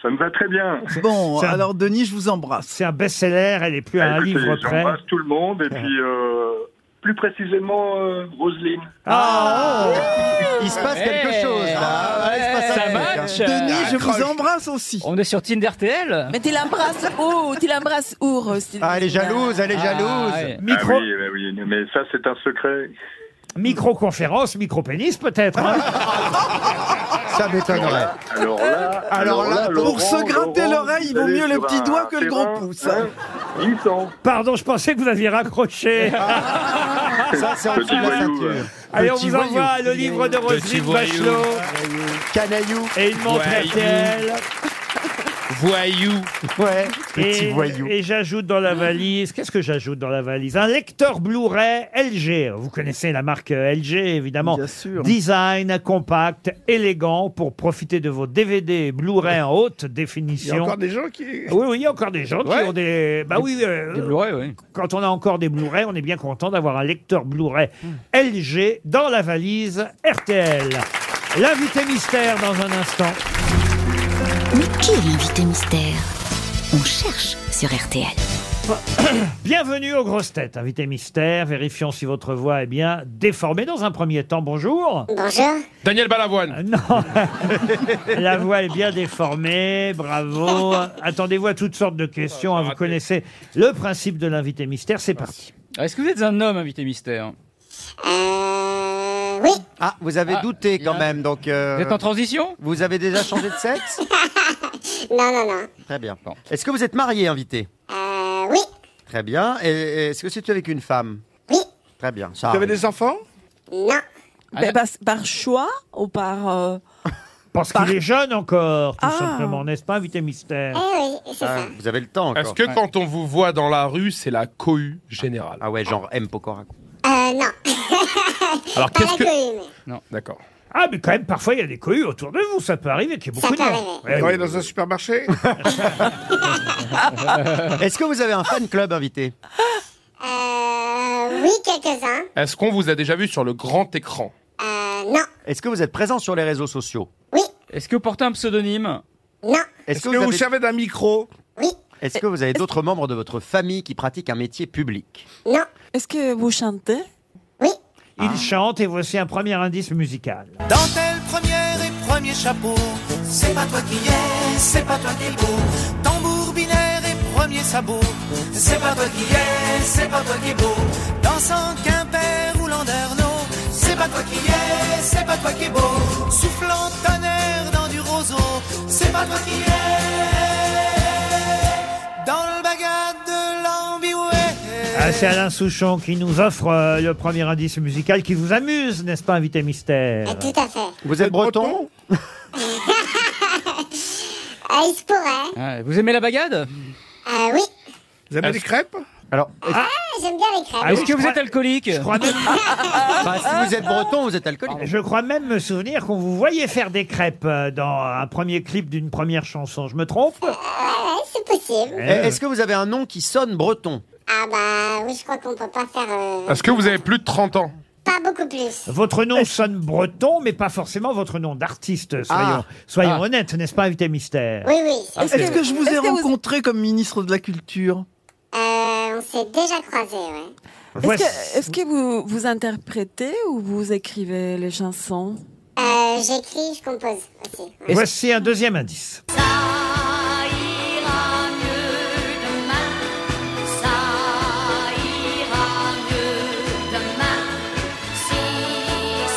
[SPEAKER 12] Ça me va très bien.
[SPEAKER 6] Bon,
[SPEAKER 2] C'est un-
[SPEAKER 6] alors Denis, je vous embrasse.
[SPEAKER 2] C'est un best-seller, elle est plus à un
[SPEAKER 12] Ah, Écoutez,
[SPEAKER 2] livre près.
[SPEAKER 12] J'embrasse tout le monde et puis euh, plus précisément euh, Roselyne.
[SPEAKER 2] Ah,
[SPEAKER 3] oh.
[SPEAKER 13] Il se passe quelque
[SPEAKER 5] Eh,
[SPEAKER 13] chose, là. Il se passe
[SPEAKER 5] ça
[SPEAKER 13] un truc,
[SPEAKER 5] match. Ah,
[SPEAKER 13] hein.
[SPEAKER 6] Denis, je vous
[SPEAKER 5] Accroche.
[SPEAKER 6] embrasse aussi.
[SPEAKER 5] On est sur Tinder TL
[SPEAKER 8] Mais tu l'embrasses où Tu l'embrasses où, Roselyne
[SPEAKER 3] Ah, elle est jalouse, elle est
[SPEAKER 8] Ah,
[SPEAKER 3] jalouse.
[SPEAKER 5] ouais.
[SPEAKER 2] Micro-
[SPEAKER 12] Ah oui, bah oui, mais ça c'est un secret.
[SPEAKER 2] Micro-conférence, micro-pénis
[SPEAKER 6] [laughs]
[SPEAKER 2] peut-être hein
[SPEAKER 3] Ça m'étonnerait.
[SPEAKER 12] Ah, Alors là,
[SPEAKER 6] Alors là, pour
[SPEAKER 12] Laurent,
[SPEAKER 6] se gratter
[SPEAKER 12] Laurent,
[SPEAKER 6] l'oreille, il vaut
[SPEAKER 12] vous allez
[SPEAKER 6] mieux le
[SPEAKER 12] sur
[SPEAKER 6] petit
[SPEAKER 12] un
[SPEAKER 6] doigt que le gros
[SPEAKER 12] terrain,
[SPEAKER 6] pouce.
[SPEAKER 12] hein, glissant.
[SPEAKER 2] Pardon, je pensais que vous
[SPEAKER 12] [laughs]
[SPEAKER 2] aviez raccroché.
[SPEAKER 13] Ça, c'est en
[SPEAKER 12] Petit
[SPEAKER 13] dessous de la
[SPEAKER 12] voyou,
[SPEAKER 13] ceinture.
[SPEAKER 12] hein.
[SPEAKER 2] Allez, on
[SPEAKER 13] Petit
[SPEAKER 2] vous envoie le livre de
[SPEAKER 9] Petit
[SPEAKER 2] Roselyne
[SPEAKER 9] voyou.
[SPEAKER 2] Bachelot
[SPEAKER 13] Canaillou.
[SPEAKER 2] et une montre
[SPEAKER 9] Voyou.
[SPEAKER 2] RTL.
[SPEAKER 9] Voyou.
[SPEAKER 13] Ouais.
[SPEAKER 2] Et, et j'ajoute dans la valise, qu'est-ce que j'ajoute dans la valise Un lecteur Blu-ray LG. Vous connaissez la marque euh, LG, évidemment.
[SPEAKER 6] Bien sûr.
[SPEAKER 2] Design, compact, élégant pour profiter de vos DVD et Blu-ray en haute
[SPEAKER 7] Il y a
[SPEAKER 2] définition.
[SPEAKER 7] encore des gens qui.
[SPEAKER 2] Ah Oui, oui, il y a encore des gens
[SPEAKER 7] Ouais.
[SPEAKER 2] qui ont des. Bah oui. euh,
[SPEAKER 5] Des Blu-ray, oui.
[SPEAKER 2] quand on a encore des Blu-ray, on est bien content d'avoir un lecteur Blu-ray LG dans la valise RTL. L'invité mystère dans un instant.
[SPEAKER 10] Mais qui est l'invité mystère On cherche sur RTL.
[SPEAKER 2] [coughs] Bienvenue aux grosses têtes, invité mystère. Vérifions si votre voix est bien déformée dans un premier temps. Bonjour.
[SPEAKER 9] Daniel Balavoine.
[SPEAKER 2] Euh, Non, la voix est bien déformée. Bravo. Attendez-vous à toutes sortes de questions. hein. Vous connaissez le principe de l'invité mystère. C'est parti.
[SPEAKER 5] Ah, Est-ce que vous êtes un homme, invité mystère
[SPEAKER 3] Ah, vous avez
[SPEAKER 5] Ah,
[SPEAKER 3] douté
[SPEAKER 5] il y a
[SPEAKER 3] quand
[SPEAKER 5] un-
[SPEAKER 3] même, donc. euh,
[SPEAKER 5] Vous êtes en transition
[SPEAKER 3] Vous avez déjà changé de sexe
[SPEAKER 16] Non, non, non.
[SPEAKER 3] Très bien.
[SPEAKER 5] Bon.
[SPEAKER 3] Est-ce que vous êtes marié, invité
[SPEAKER 16] Euh, oui,
[SPEAKER 3] Très bien. Et- et Est-ce que c'est avec une femme
[SPEAKER 16] Oui.
[SPEAKER 3] Très bien. Ah, Ça
[SPEAKER 2] Ah.
[SPEAKER 7] Vous avez
[SPEAKER 3] arrive.
[SPEAKER 7] des enfants
[SPEAKER 16] non.
[SPEAKER 8] Ben, par, par choix ou par. euh,
[SPEAKER 2] Parce qu'il est jeune encore, tout
[SPEAKER 8] Ah.
[SPEAKER 2] simplement, n'est-ce pas, invité mystère
[SPEAKER 16] Eh oui, c'est
[SPEAKER 3] Ah,
[SPEAKER 16] ça.
[SPEAKER 3] vous avez le temps encore.
[SPEAKER 9] Est-ce que quand on vous voit dans la rue, c'est la cohue générale
[SPEAKER 3] Ah ouais, genre M. Pokora.
[SPEAKER 16] Euh, non.
[SPEAKER 9] Alors
[SPEAKER 16] Pas la
[SPEAKER 9] qu'est-ce que.
[SPEAKER 16] cohue, mais.
[SPEAKER 9] D'accord.
[SPEAKER 2] Ah, mais quand même, parfois, il y a des cohues autour de vous. Ça peut arriver qu'il y ait beaucoup de gens. Eh Ouais, ouais.
[SPEAKER 7] dans un supermarché
[SPEAKER 2] [laughs]
[SPEAKER 3] Est-ce que vous avez un fan club invité
[SPEAKER 16] Euh, oui, quelques-uns.
[SPEAKER 9] Est-ce qu'on vous a déjà vu sur le grand écran
[SPEAKER 16] Euh, non.
[SPEAKER 3] Est-ce que vous êtes présent sur les réseaux sociaux
[SPEAKER 5] Est-ce que vous portez un pseudonyme
[SPEAKER 16] Non.
[SPEAKER 3] Est-ce
[SPEAKER 7] que vous
[SPEAKER 3] servez
[SPEAKER 7] d'un micro
[SPEAKER 16] Oui.
[SPEAKER 3] Est-ce que vous avez d'autres membres de votre famille qui pratiquent un métier public
[SPEAKER 16] Non.
[SPEAKER 8] Est-ce que vous chantez
[SPEAKER 2] Il chante et voici un premier indice musical.
[SPEAKER 4] Dentelle première et premier chapeau, c'est pas toi qui es, c'est pas toi qui es beau. Tambour binaire et premier sabot, c'est pas toi qui es, c'est pas toi qui es beau. Dansant Quimper ou Landerneau, c'est pas toi qui es, c'est pas toi qui es beau. Soufflant tonnerre dans du roseau, c'est pas toi qui es. Dans le bagage de l'ambiway.
[SPEAKER 2] Ah, c'est Alain Souchon qui nous offre euh, le premier indice musical qui vous amuse, n'est-ce pas, invité mystère
[SPEAKER 16] Eh, Tout à fait.
[SPEAKER 3] Vous êtes breton
[SPEAKER 16] Ah, il se pourrait.
[SPEAKER 5] Vous aimez la bagade
[SPEAKER 16] Euh, oui.
[SPEAKER 7] Vous aimez les crêpes
[SPEAKER 3] Alors,
[SPEAKER 16] Ah, j'aime bien les Euh, crêpes.
[SPEAKER 5] Est-ce que vous êtes alcoolique
[SPEAKER 2] Je crois même-
[SPEAKER 3] [laughs] bah, si vous êtes breton, vous êtes alcoolique.
[SPEAKER 2] Je crois même me souvenir qu'on vous voyait faire des crêpes euh, dans un premier clip d'une première chanson. Je me trompe
[SPEAKER 16] Ouais, c'est possible.
[SPEAKER 2] Eh,
[SPEAKER 3] Eh, Est-ce que vous avez un nom qui sonne breton
[SPEAKER 16] Ah, bah oui, je crois qu'on peut pas faire. euh,
[SPEAKER 9] Est-ce que vous avez plus de 30 ans
[SPEAKER 16] Pas beaucoup plus.
[SPEAKER 2] Votre nom sonne breton, mais pas forcément votre nom d'artiste, soyons,
[SPEAKER 3] Ah.
[SPEAKER 2] soyons
[SPEAKER 5] Ah.
[SPEAKER 2] honnêtes, n'est-ce pas, invité mystère
[SPEAKER 16] Oui, oui.
[SPEAKER 6] Est-ce que je vous ai
[SPEAKER 17] Est-ce que vous-
[SPEAKER 6] rencontré comme ministre de la Culture
[SPEAKER 16] Euh, on s'est déjà croisés, ouais.
[SPEAKER 8] Est-ce
[SPEAKER 2] Voici-
[SPEAKER 8] que, est-ce que vous, vous interprétez ou vous écrivez les chansons
[SPEAKER 16] Euh, j'écris, je compose aussi. ouais.
[SPEAKER 2] Voici un deuxième indice.
[SPEAKER 4] Ça ira mieux demain, ça ira mieux demain. Si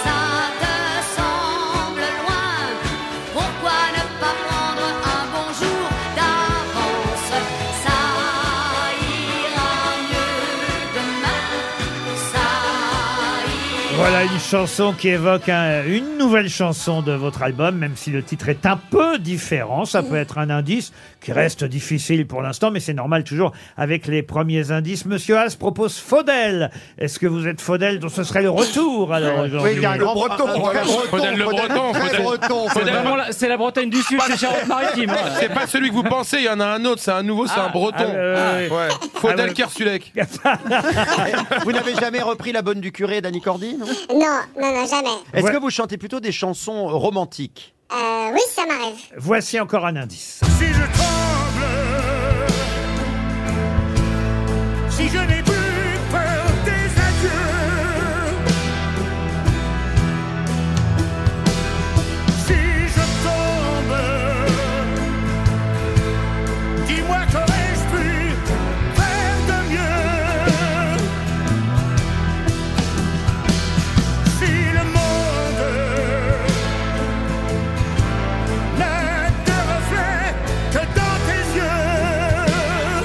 [SPEAKER 4] ça te semble loin, pourquoi ne pas prendre un bon jour d'avance? Ça ira mieux demain, ça ira.
[SPEAKER 2] Voilà une chanson qui évoque un- une nouvelle chanson de votre album, même si le titre est un peu différent. Ça peut être un indice qui reste difficile pour l'instant, mais c'est normal toujours avec les premiers indices. Monsieur Haas propose Faudel. Est-ce que vous êtes Faudel dont ce serait le retour alors aujourd'hui
[SPEAKER 18] breton.
[SPEAKER 9] Faudel le breton, Faudel-
[SPEAKER 5] C'est vraiment la- C'est la Bretagne du Sud, c'est Charente-Maritime.
[SPEAKER 9] [laughs] C'est pas celui que vous pensez, il y en a un autre, c'est un nouveau, c'est un breton.
[SPEAKER 2] ah, euh,
[SPEAKER 9] Ouais.
[SPEAKER 2] Ah,
[SPEAKER 9] Faudel
[SPEAKER 2] ouais.
[SPEAKER 5] [laughs]
[SPEAKER 9] Kersulek.
[SPEAKER 3] Vous n'avez jamais repris La Bonne du Curé d'Annie Cordy, non
[SPEAKER 16] Non, non, non, jamais.
[SPEAKER 3] Est-ce
[SPEAKER 2] Ouais.
[SPEAKER 3] que vous chantez plutôt des chansons romantiques
[SPEAKER 16] Euh, oui, ça m'arrive.
[SPEAKER 2] Voici encore un indice.
[SPEAKER 4] Si je tremble, si je n'ai plus peur des adieux, si je tombe, dis-moi qu'aurais-je pu faire de mieux Si le monde ne te reflet que dans tes yeux.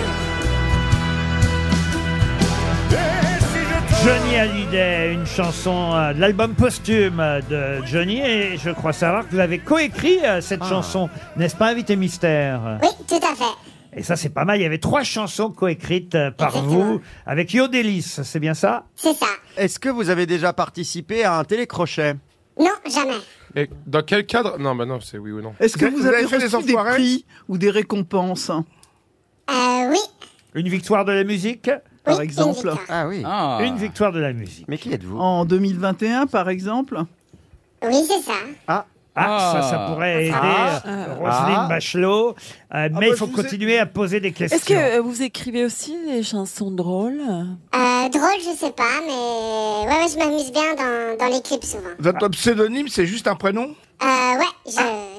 [SPEAKER 4] Et si je te
[SPEAKER 2] Johnny Hallyday, une chanson euh, de l'album posthume euh, de Johnny, et je crois savoir que vous avez coécrit euh, cette chanson, n'est-ce pas, invité mystère
[SPEAKER 16] Oui, tout à fait.
[SPEAKER 2] Et ça, c'est pas mal. Il y avait trois chansons coécrites euh, par
[SPEAKER 16] Exactement.
[SPEAKER 2] vous avec Yodelis, c'est bien ça
[SPEAKER 16] C'est ça.
[SPEAKER 3] Est-ce que vous avez déjà participé à un télécrochet
[SPEAKER 16] Non, jamais.
[SPEAKER 9] Et dans quel cadre Non, bah non, c'est oui ou non.
[SPEAKER 6] Est-ce que
[SPEAKER 7] Vous-
[SPEAKER 6] vous,
[SPEAKER 7] vous
[SPEAKER 6] avez,
[SPEAKER 7] avez fait les
[SPEAKER 6] reçu des
[SPEAKER 7] enfoirés
[SPEAKER 6] prix ou des récompenses, hein,
[SPEAKER 16] Euh, oui.
[SPEAKER 2] Une victoire de la musique
[SPEAKER 6] par
[SPEAKER 16] oui,
[SPEAKER 6] exemple
[SPEAKER 16] une victoire.
[SPEAKER 3] Ah oui.
[SPEAKER 5] Ah.
[SPEAKER 2] Une victoire de la musique.
[SPEAKER 3] Mais qui êtes-vous
[SPEAKER 6] En 2021, par exemple
[SPEAKER 16] Oui, c'est ça.
[SPEAKER 2] Ah,
[SPEAKER 5] Ah.
[SPEAKER 2] ça, ça pourrait aider
[SPEAKER 3] Ah.
[SPEAKER 2] euh, Roselyne
[SPEAKER 3] Ah.
[SPEAKER 2] Bachelot. Euh, mais
[SPEAKER 6] bah,
[SPEAKER 2] il faut
[SPEAKER 6] je vous ai-
[SPEAKER 2] continuer à poser des questions.
[SPEAKER 8] Est-ce que euh, vous écrivez aussi des chansons drôles
[SPEAKER 16] Euh, drôle, je sais pas, mais ouais, ouais, je m'amuse bien dans, dans les clips souvent.
[SPEAKER 2] Ah.
[SPEAKER 7] Votre pseudonyme, c'est juste un prénom
[SPEAKER 16] Euh, ouais,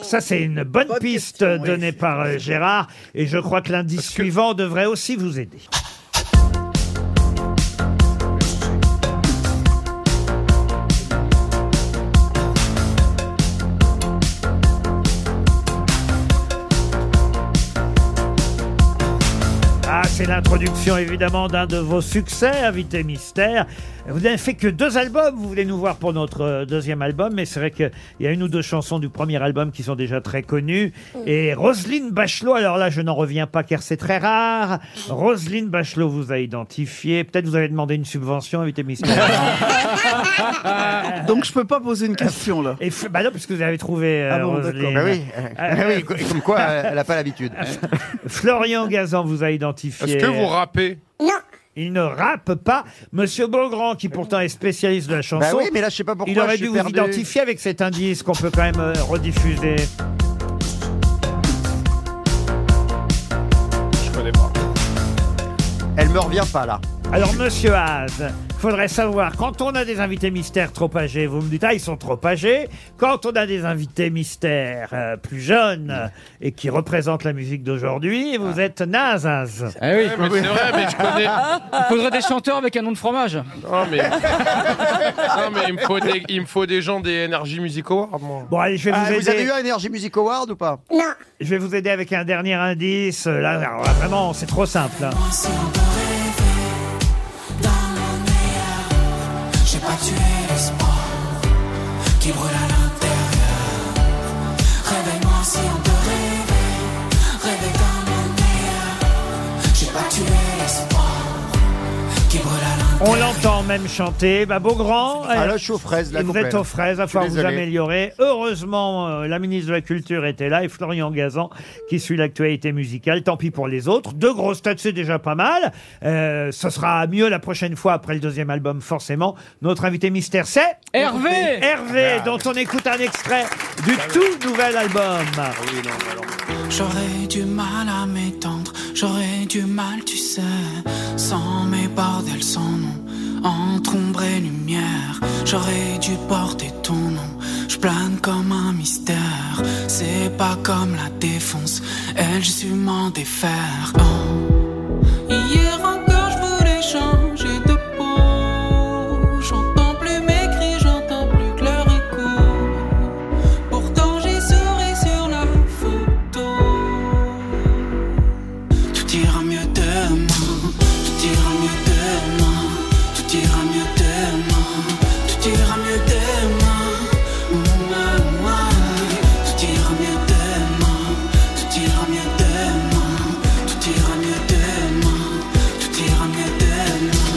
[SPEAKER 16] je.
[SPEAKER 2] Ça, c'est une bonne
[SPEAKER 6] Bonne
[SPEAKER 2] piste
[SPEAKER 6] question, oui.
[SPEAKER 2] donnée par euh, Gérard. Et je crois que l'indice suivant devrait aussi vous aider. Ah, c'est l'introduction évidemment d'un de vos succès, Invité Mystère. Vous n'avez fait que deux albums, vous voulez nous voir pour notre euh, deuxième album, mais c'est vrai qu'il y a une ou deux chansons du premier album qui sont déjà très connues. Et Roselyne Bachelot, alors là je n'en reviens pas car c'est très rare. Roselyne Bachelot vous a identifié, peut-être vous avez demandé une subvention, Invité Mystère.
[SPEAKER 6] [laughs] Donc je peux pas poser une question là.
[SPEAKER 2] Et f- bah non, parce que vous avez trouvé. euh,
[SPEAKER 6] Ah bon,
[SPEAKER 2] Roselyne. Ah,
[SPEAKER 6] d'accord. Bah oui, euh, bah oui, co- comme quoi, euh, elle a
[SPEAKER 3] pas l'habitude.
[SPEAKER 2] [laughs] Florian Gazan vous a identifié.
[SPEAKER 9] Est-ce que vous rappez
[SPEAKER 2] Non. Il ne rappe pas. Monsieur Beaugrand, qui pourtant est spécialiste de la chanson.
[SPEAKER 3] Bah oui, mais là, je sais pas pourquoi,
[SPEAKER 2] Il aurait
[SPEAKER 3] je suis
[SPEAKER 2] dû vous
[SPEAKER 3] perdu.
[SPEAKER 2] identifier avec cet indice qu'on peut quand même euh, rediffuser.
[SPEAKER 9] Je connais pas.
[SPEAKER 3] Elle me revient pas là.
[SPEAKER 2] Alors, monsieur Haas, faudrait savoir, quand on a des invités mystères trop âgés, vous me dites, ah, ils sont trop âgés. Quand on a des invités mystères euh, plus jeunes euh, et qui représentent la musique d'aujourd'hui,
[SPEAKER 3] Ah.
[SPEAKER 2] vous êtes nazas.
[SPEAKER 3] Eh
[SPEAKER 5] Ah oui.
[SPEAKER 9] mais Eh c'est vrai, mais je connais.
[SPEAKER 5] Il faudrait des chanteurs avec un nom de fromage.
[SPEAKER 9] Non, mais, non, mais il, me faut des... il me faut des gens des Energy Music Awards, moi.
[SPEAKER 2] Bon,
[SPEAKER 3] Euh,
[SPEAKER 2] allez, je vais vous
[SPEAKER 9] Ah,
[SPEAKER 2] aider.
[SPEAKER 9] vous avez eu
[SPEAKER 3] un Energy Music Award ou pas
[SPEAKER 16] Non.
[SPEAKER 2] Je vais vous aider avec un dernier indice. Euh, Là, alors là, vraiment, c'est trop simple. hein.
[SPEAKER 19] Si on peut rêver dans le meilleur, j'ai pas tué l'espoir qui brûle à l'intérieur. Réveille-moi si on peut rêver, rêver dans le meilleur, j'ai pas tué l'espoir qui brûle à l'intérieur.
[SPEAKER 2] On l'entend même chanter. Bah, Beaugrand.
[SPEAKER 3] Ah,
[SPEAKER 2] euh,
[SPEAKER 3] là, je suis aux fraises, là,
[SPEAKER 2] Vous
[SPEAKER 3] complet,
[SPEAKER 2] êtes
[SPEAKER 3] là.
[SPEAKER 2] aux fraises, il va
[SPEAKER 3] Je suis
[SPEAKER 2] falloir vous
[SPEAKER 3] désolé.
[SPEAKER 2] améliorer. Heureusement, euh, la ministre de la Culture était là et Florian Gazan qui suit l'actualité musicale. Tant pis pour les autres. Deux grosses têtes, c'est déjà pas mal. Euh, ce sera mieux la prochaine fois après le deuxième album, forcément. Notre invité mystère, c'est
[SPEAKER 5] Hervé
[SPEAKER 3] Ah,
[SPEAKER 2] Hervé, dont on écoute un extrait du tout nouvel album.
[SPEAKER 3] Ah
[SPEAKER 19] J'aurais du mal à m'étendre, j'aurais du mal, tu sais, sans mes bordels, sans nom, entre ombre et lumière. J'aurais dû porter ton nom, je plane comme un mystère. C'est pas comme la défonce, elle, j'ai su m'en défaire. Oh. Hier encore, je voulais changer de peau. J'entends plus mes cris, j'entends plus que leur écho. Pourtant j'ai souri sur la photo Tout ira mieux demain Tout ira mieux demain Tout ira mieux demain Tout ira mieux demain Mouah, mouah. Tout ira mieux demain Tout ira mieux demain Tout ira mieux demain Tout ira mieux demain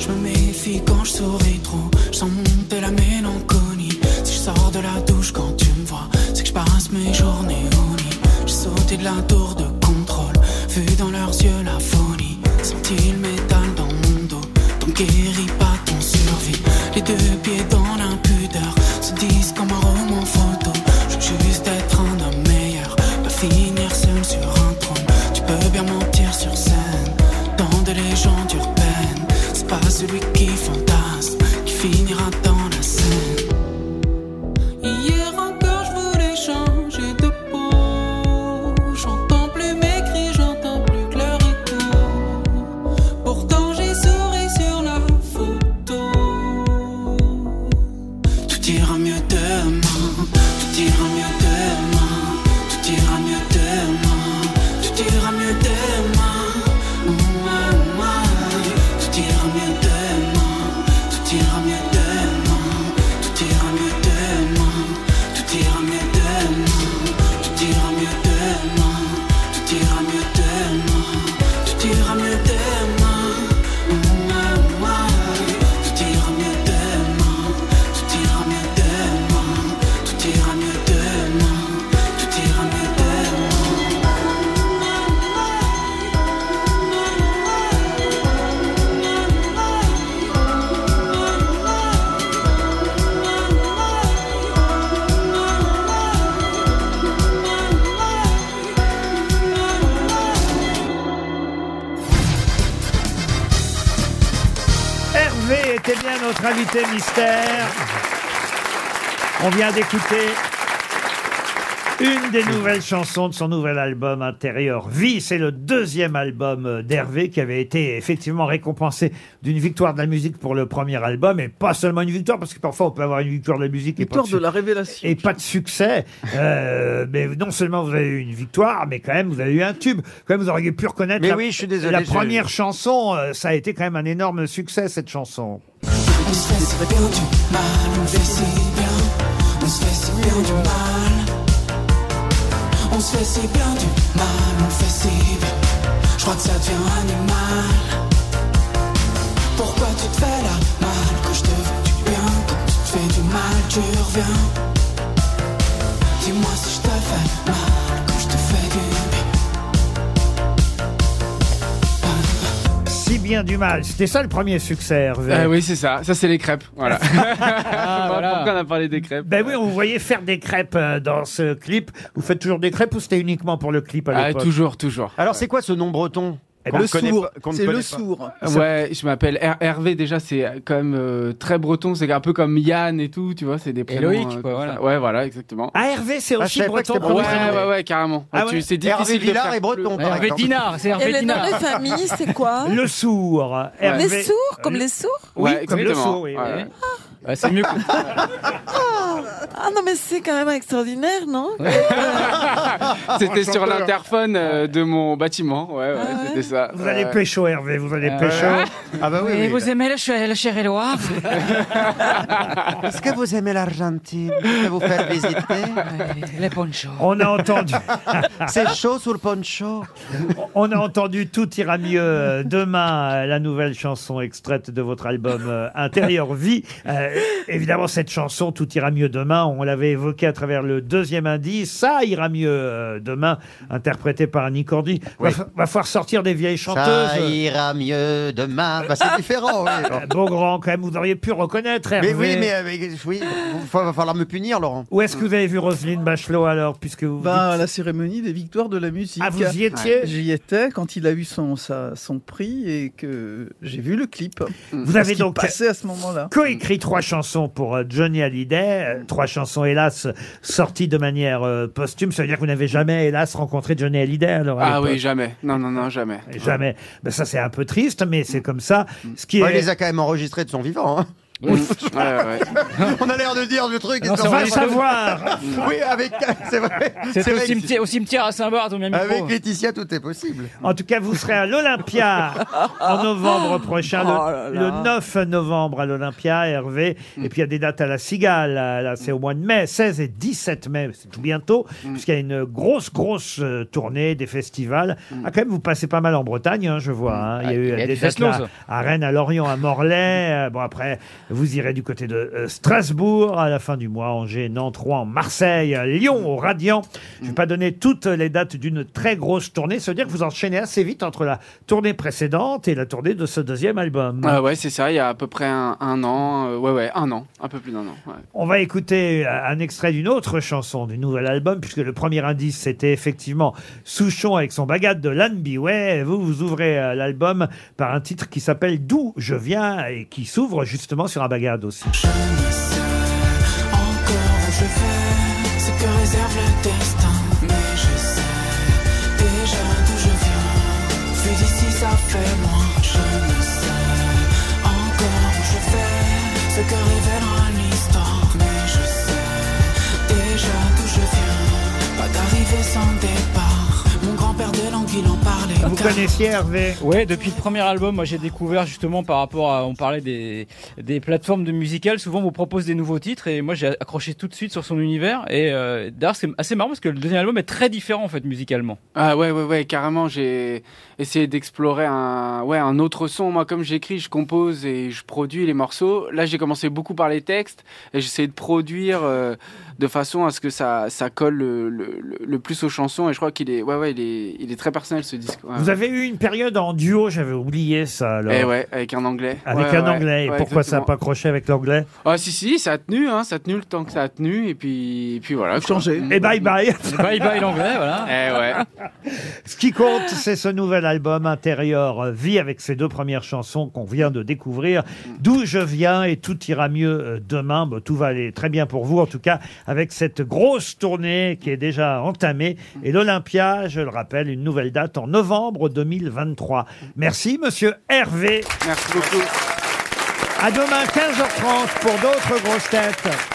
[SPEAKER 19] Je me méfie quand je souris trop Je sens monter la mélancolie Si je sors de la douche quand tu me vois C'est que je passe mes journées au lit J'ai sauté de la tour de contrôle Vu dans leurs yeux la folie Senti le métal dans mon dos Ton guéris pas ton survie Les deux pieds dans l'impudeur Se disent comme un roman photo Je veux juste être un homme meilleur Pas finir seul sur un trône Tu peux bien mentir sur scène Dans des légendes urbaines c'est pas celui qui fantasme qui finira dans la scène. Hier encore, je voulais changer de peau. J'entends plus mes cris, j'entends plus que leur écho. Pourtant, j'ai souri sur la photo. Tout ira mieux demain. Tout ira mieux demain. Tout ira mieux demain. Tout ira mieux demain. Mouah, mouah. Tout ira mieux demain. Tout ira mieux demain. Tout ira mieux demain. Tout ira mieux demain. Tout ira mieux demain. Tout ira mieux demain. Tout ira mieux demain. Mouah, mouah. Tout ira mieux demain. Tout ira mieux demain. Tout ira mieux demain. Tout ira mieux demain.
[SPEAKER 2] Hervé était bien notre invité mystère. On vient d'écouter Une des nouvelles chansons de son nouvel album intérieur Vie, c'est le deuxième album d'Hervé qui avait été effectivement récompensé d'une victoire de la musique pour le premier album et pas seulement une victoire parce que parfois on peut avoir une victoire de la musique et pas
[SPEAKER 6] Victoire de
[SPEAKER 2] su-
[SPEAKER 6] la révélation.
[SPEAKER 2] et pas de succès. Euh, mais non seulement vous avez eu une victoire, mais quand même vous avez eu un tube. Quand même vous auriez pu reconnaître
[SPEAKER 3] Mais
[SPEAKER 2] la,
[SPEAKER 3] oui, je suis désolé,
[SPEAKER 2] la
[SPEAKER 3] je-
[SPEAKER 2] première chanson. euh, ça a été quand même un énorme succès cette chanson.
[SPEAKER 19] On se fait si bien du mal, on le fait si bien. On se fait si bien du mal. On se fait si bien du mal, on le fait si bien. Je crois que ça devient animal. Pourquoi tu te fais la mal quand je te fais du bien? Quand tu te fais du mal, tu reviens. Dis-moi si je te fais mal quand je te fais du bien.
[SPEAKER 2] Si bien du mal. C'était ça le premier succès, Hervé.
[SPEAKER 20] Euh, oui, c'est ça. Ça, c'est les crêpes. [laughs] Voilà. Je sais pas
[SPEAKER 2] voilà.
[SPEAKER 20] Pourquoi on a parlé des crêpes
[SPEAKER 2] Ben oui, on vous voyait faire des crêpes euh, dans ce clip. Vous faites toujours des crêpes ou c'était uniquement pour le clip à
[SPEAKER 20] Ah,
[SPEAKER 2] l'époque
[SPEAKER 20] toujours, toujours.
[SPEAKER 3] Alors, c'est quoi ce nom breton
[SPEAKER 20] Eh
[SPEAKER 3] qu'on
[SPEAKER 20] ben,
[SPEAKER 3] ne connaît
[SPEAKER 20] sourd.
[SPEAKER 3] pas- qu'on ne
[SPEAKER 20] C'est
[SPEAKER 3] connaît
[SPEAKER 20] le
[SPEAKER 3] pas
[SPEAKER 6] sourd.
[SPEAKER 20] Ouais, je m'appelle Her- Hervé. Déjà, c'est quand même euh, très breton. C'est un peu comme Yann et tout, tu vois. C'est des prénoms.
[SPEAKER 2] Loïc,
[SPEAKER 20] euh,
[SPEAKER 2] quoi,
[SPEAKER 20] comme
[SPEAKER 2] voilà.
[SPEAKER 20] ça. Ouais, voilà, exactement.
[SPEAKER 2] Ah, Hervé, c'est Ah, je aussi savais pas que breton c'était
[SPEAKER 20] Ouais,
[SPEAKER 2] comme prénom.
[SPEAKER 20] ouais, ouais, carrément.
[SPEAKER 2] Ah
[SPEAKER 20] Ouais,
[SPEAKER 2] ouais.
[SPEAKER 20] tu- c'est
[SPEAKER 2] Hervé
[SPEAKER 20] difficile de
[SPEAKER 2] Villard
[SPEAKER 20] faire
[SPEAKER 2] est breton,
[SPEAKER 20] plus-
[SPEAKER 2] par Hervé exemple. Dinard, c'est Hervé
[SPEAKER 8] Et le nom
[SPEAKER 2] Dinard.
[SPEAKER 8] de famille, c'est
[SPEAKER 20] [laughs]
[SPEAKER 8] quoi
[SPEAKER 2] Le sourd. Hervé-
[SPEAKER 8] Les sourds, comme les sourds
[SPEAKER 2] Oui, comme le sourd, oui.
[SPEAKER 20] Ouais.
[SPEAKER 5] c'est mieux
[SPEAKER 16] Oh.
[SPEAKER 8] Ah, ah non, mais c'est quand même extraordinaire, non
[SPEAKER 20] C'était sur
[SPEAKER 8] Enchanteur.
[SPEAKER 20] l'interphone euh, de mon bâtiment. Ouais,
[SPEAKER 8] Ah
[SPEAKER 20] ouais, c'était ça.
[SPEAKER 2] Vous allez
[SPEAKER 20] Ouais.
[SPEAKER 2] pécho, Hervé, vous allez
[SPEAKER 20] Ah,
[SPEAKER 2] pécho.
[SPEAKER 20] ouais.
[SPEAKER 3] Ah bah
[SPEAKER 14] Et vous aimez la, ch- la chair et loire
[SPEAKER 3] Est-ce que vous aimez [laughs] l'Argentine Je vais vous faire visiter.
[SPEAKER 14] Les ponchos.
[SPEAKER 2] On a entendu.
[SPEAKER 3] C'est chaud sous le poncho.
[SPEAKER 2] On a entendu Tout ira mieux euh, demain, euh, la nouvelle chanson extraite de votre album euh, Intérieur Vie. Euh, évidemment, cette chanson Tout ira mieux demain, on l'avait évoquée à travers le deuxième indice. Ça ira mieux euh, demain, interprété par Annie Cordy. Va, fa- va falloir sortir des vieilles
[SPEAKER 3] [laughs]
[SPEAKER 2] chanteuses.
[SPEAKER 3] Ça ira mieux demain. Bah, c'est
[SPEAKER 2] [laughs]
[SPEAKER 3] différent, oui.
[SPEAKER 2] Euh, Beaugrand, quand même, vous auriez pu reconnaître Hervé.
[SPEAKER 3] Mais oui, mais euh, mais,
[SPEAKER 2] [laughs]
[SPEAKER 3] oui, il va falloir me punir, Laurent.
[SPEAKER 2] Où est-ce que vous avez vu Roselyne Bachelot alors, puisque vous
[SPEAKER 6] Bah, à
[SPEAKER 2] dites-
[SPEAKER 6] la cérémonie des victoires de la musique.
[SPEAKER 2] Ah, vous y étiez
[SPEAKER 6] Ouais, J'y étais quand il a eu son, sa- son prix et que j'ai vu le clip.
[SPEAKER 2] Vous avez donc
[SPEAKER 6] passé à ce moment-là.
[SPEAKER 2] coécrit trois chansons pour euh, Johnny Hallyday, euh, trois chansons hélas sorties de manière euh, posthume. Ça veut dire que vous n'avez jamais hélas rencontré Johnny Hallyday alors à
[SPEAKER 20] Ah oui,
[SPEAKER 2] l'époque.
[SPEAKER 20] jamais. Non, non, non, jamais.
[SPEAKER 2] jamais. Ben, ça c'est un peu triste, mais c'est comme ça. Ce qui
[SPEAKER 3] Bah, il
[SPEAKER 2] est
[SPEAKER 3] les a quand même enregistrés de son vivant. hein. [laughs] On a l'air de dire du truc.
[SPEAKER 5] Non,
[SPEAKER 3] ils
[SPEAKER 5] c'est
[SPEAKER 3] ont-
[SPEAKER 5] vrai, savoir.
[SPEAKER 3] [laughs] oui, avec. C'est vrai.
[SPEAKER 5] C'est au
[SPEAKER 3] vrai que-
[SPEAKER 5] cimetière, au cimetière à Saint-Barth, on met un micro.
[SPEAKER 3] Avec Laetitia, tout est possible.
[SPEAKER 2] En tout cas, vous serez à l'Olympia en novembre prochain, le,
[SPEAKER 3] Oh là là.
[SPEAKER 2] le 9 novembre à l'Olympia, Hervé. Et puis il y a des dates à la Cigale, là, là, c'est au mois de mai, 16 et 17 mai, c'est tout bientôt, puisqu'il y a une grosse, grosse euh, tournée des festivals. Ah, quand même, vous passez pas mal en Bretagne, hein, je vois. hein. Il y a eu
[SPEAKER 5] il y a
[SPEAKER 2] des
[SPEAKER 5] du
[SPEAKER 2] dates là,
[SPEAKER 5] fesnos.
[SPEAKER 2] à Rennes, à Lorient, à Morlaix. Euh, Bon, après, vous irez du côté de euh, Strasbourg à la fin du mois, Angers, Nantes, Rouen, Marseille, à Lyon, au Radiant. Je vais pas donner toutes les dates d'une très grosse tournée. Ça veut dire que vous enchaînez assez vite entre la tournée précédente et la tournée de ce deuxième album.
[SPEAKER 20] Ah ouais, c'est ça. Il y a à peu près un, un an. euh, ouais, ouais, un an. Un peu plus d'un an. ouais.
[SPEAKER 2] On va écouter euh, un extrait d'une autre chanson du nouvel album, puisque le premier indice, c'était effectivement Souchon avec son bagade de Lan Biway. Vous, vous ouvrez euh, l'album par un titre qui s'appelle D'où je viens et qui s'ouvre justement sur un bagade aussi.
[SPEAKER 19] Encore où je vais, ce que réserve le destin. Mais je sais déjà d'où je viens. Vu d'ici, ça fait moins. Je ne sais encore où je vais, ce que révélera l'histoire. Mais je sais déjà d'où je viens. Pas d'arrivée sans départ. Mon grand-père de l'anguille en parlait.
[SPEAKER 2] Vous connaissiez Hervé
[SPEAKER 5] Ouais, depuis le premier album, moi j'ai découvert justement par rapport à. On parlait des, des plateformes de musicales. Souvent, on vous propose des nouveaux titres et moi j'ai accroché tout de suite sur son univers. Et euh, d'ailleurs, c'est assez marrant parce que le deuxième album est très différent en fait musicalement.
[SPEAKER 20] Ah ouais, ouais, ouais, carrément. J'ai essayé d'explorer un, ouais, un autre son. Moi, comme j'écris, je compose et je produis les morceaux. Là, j'ai commencé beaucoup par les textes et j'essayais de produire euh, de façon à ce que ça, ça colle le, le- le- le plus aux chansons. Et je crois qu'il est, ouais, ouais, il est, il est très personnel ce disque. ouais.
[SPEAKER 2] Vous avez eu une période en duo, j'avais oublié ça. Alors.
[SPEAKER 20] Eh ouais, avec un anglais.
[SPEAKER 2] Avec
[SPEAKER 20] Ouais,
[SPEAKER 2] un
[SPEAKER 20] ouais.
[SPEAKER 2] anglais. Et
[SPEAKER 20] Ouais,
[SPEAKER 2] Pourquoi ça n'a
[SPEAKER 20] exactement.
[SPEAKER 2] pas accroché avec l'anglais
[SPEAKER 20] Ah si si, ça a tenu, hein, ça a tenu le temps que ça a tenu, et puis, et puis voilà. Changé.
[SPEAKER 2] Et bye bye. Et bye bye
[SPEAKER 20] l'anglais, voilà. Eh ouais.
[SPEAKER 2] Ce qui compte, c'est ce nouvel album intérieur euh, Vie avec ses deux premières chansons qu'on vient de découvrir. D'où je viens et tout ira mieux euh, demain. Bah, tout va aller très bien pour vous, en tout cas, avec cette grosse tournée qui est déjà entamée. Et l'Olympia, je le rappelle, une nouvelle date en novembre 2023. Merci, monsieur Hervé.
[SPEAKER 20] Merci beaucoup.
[SPEAKER 2] À demain, 15h30 pour d'autres grosses têtes.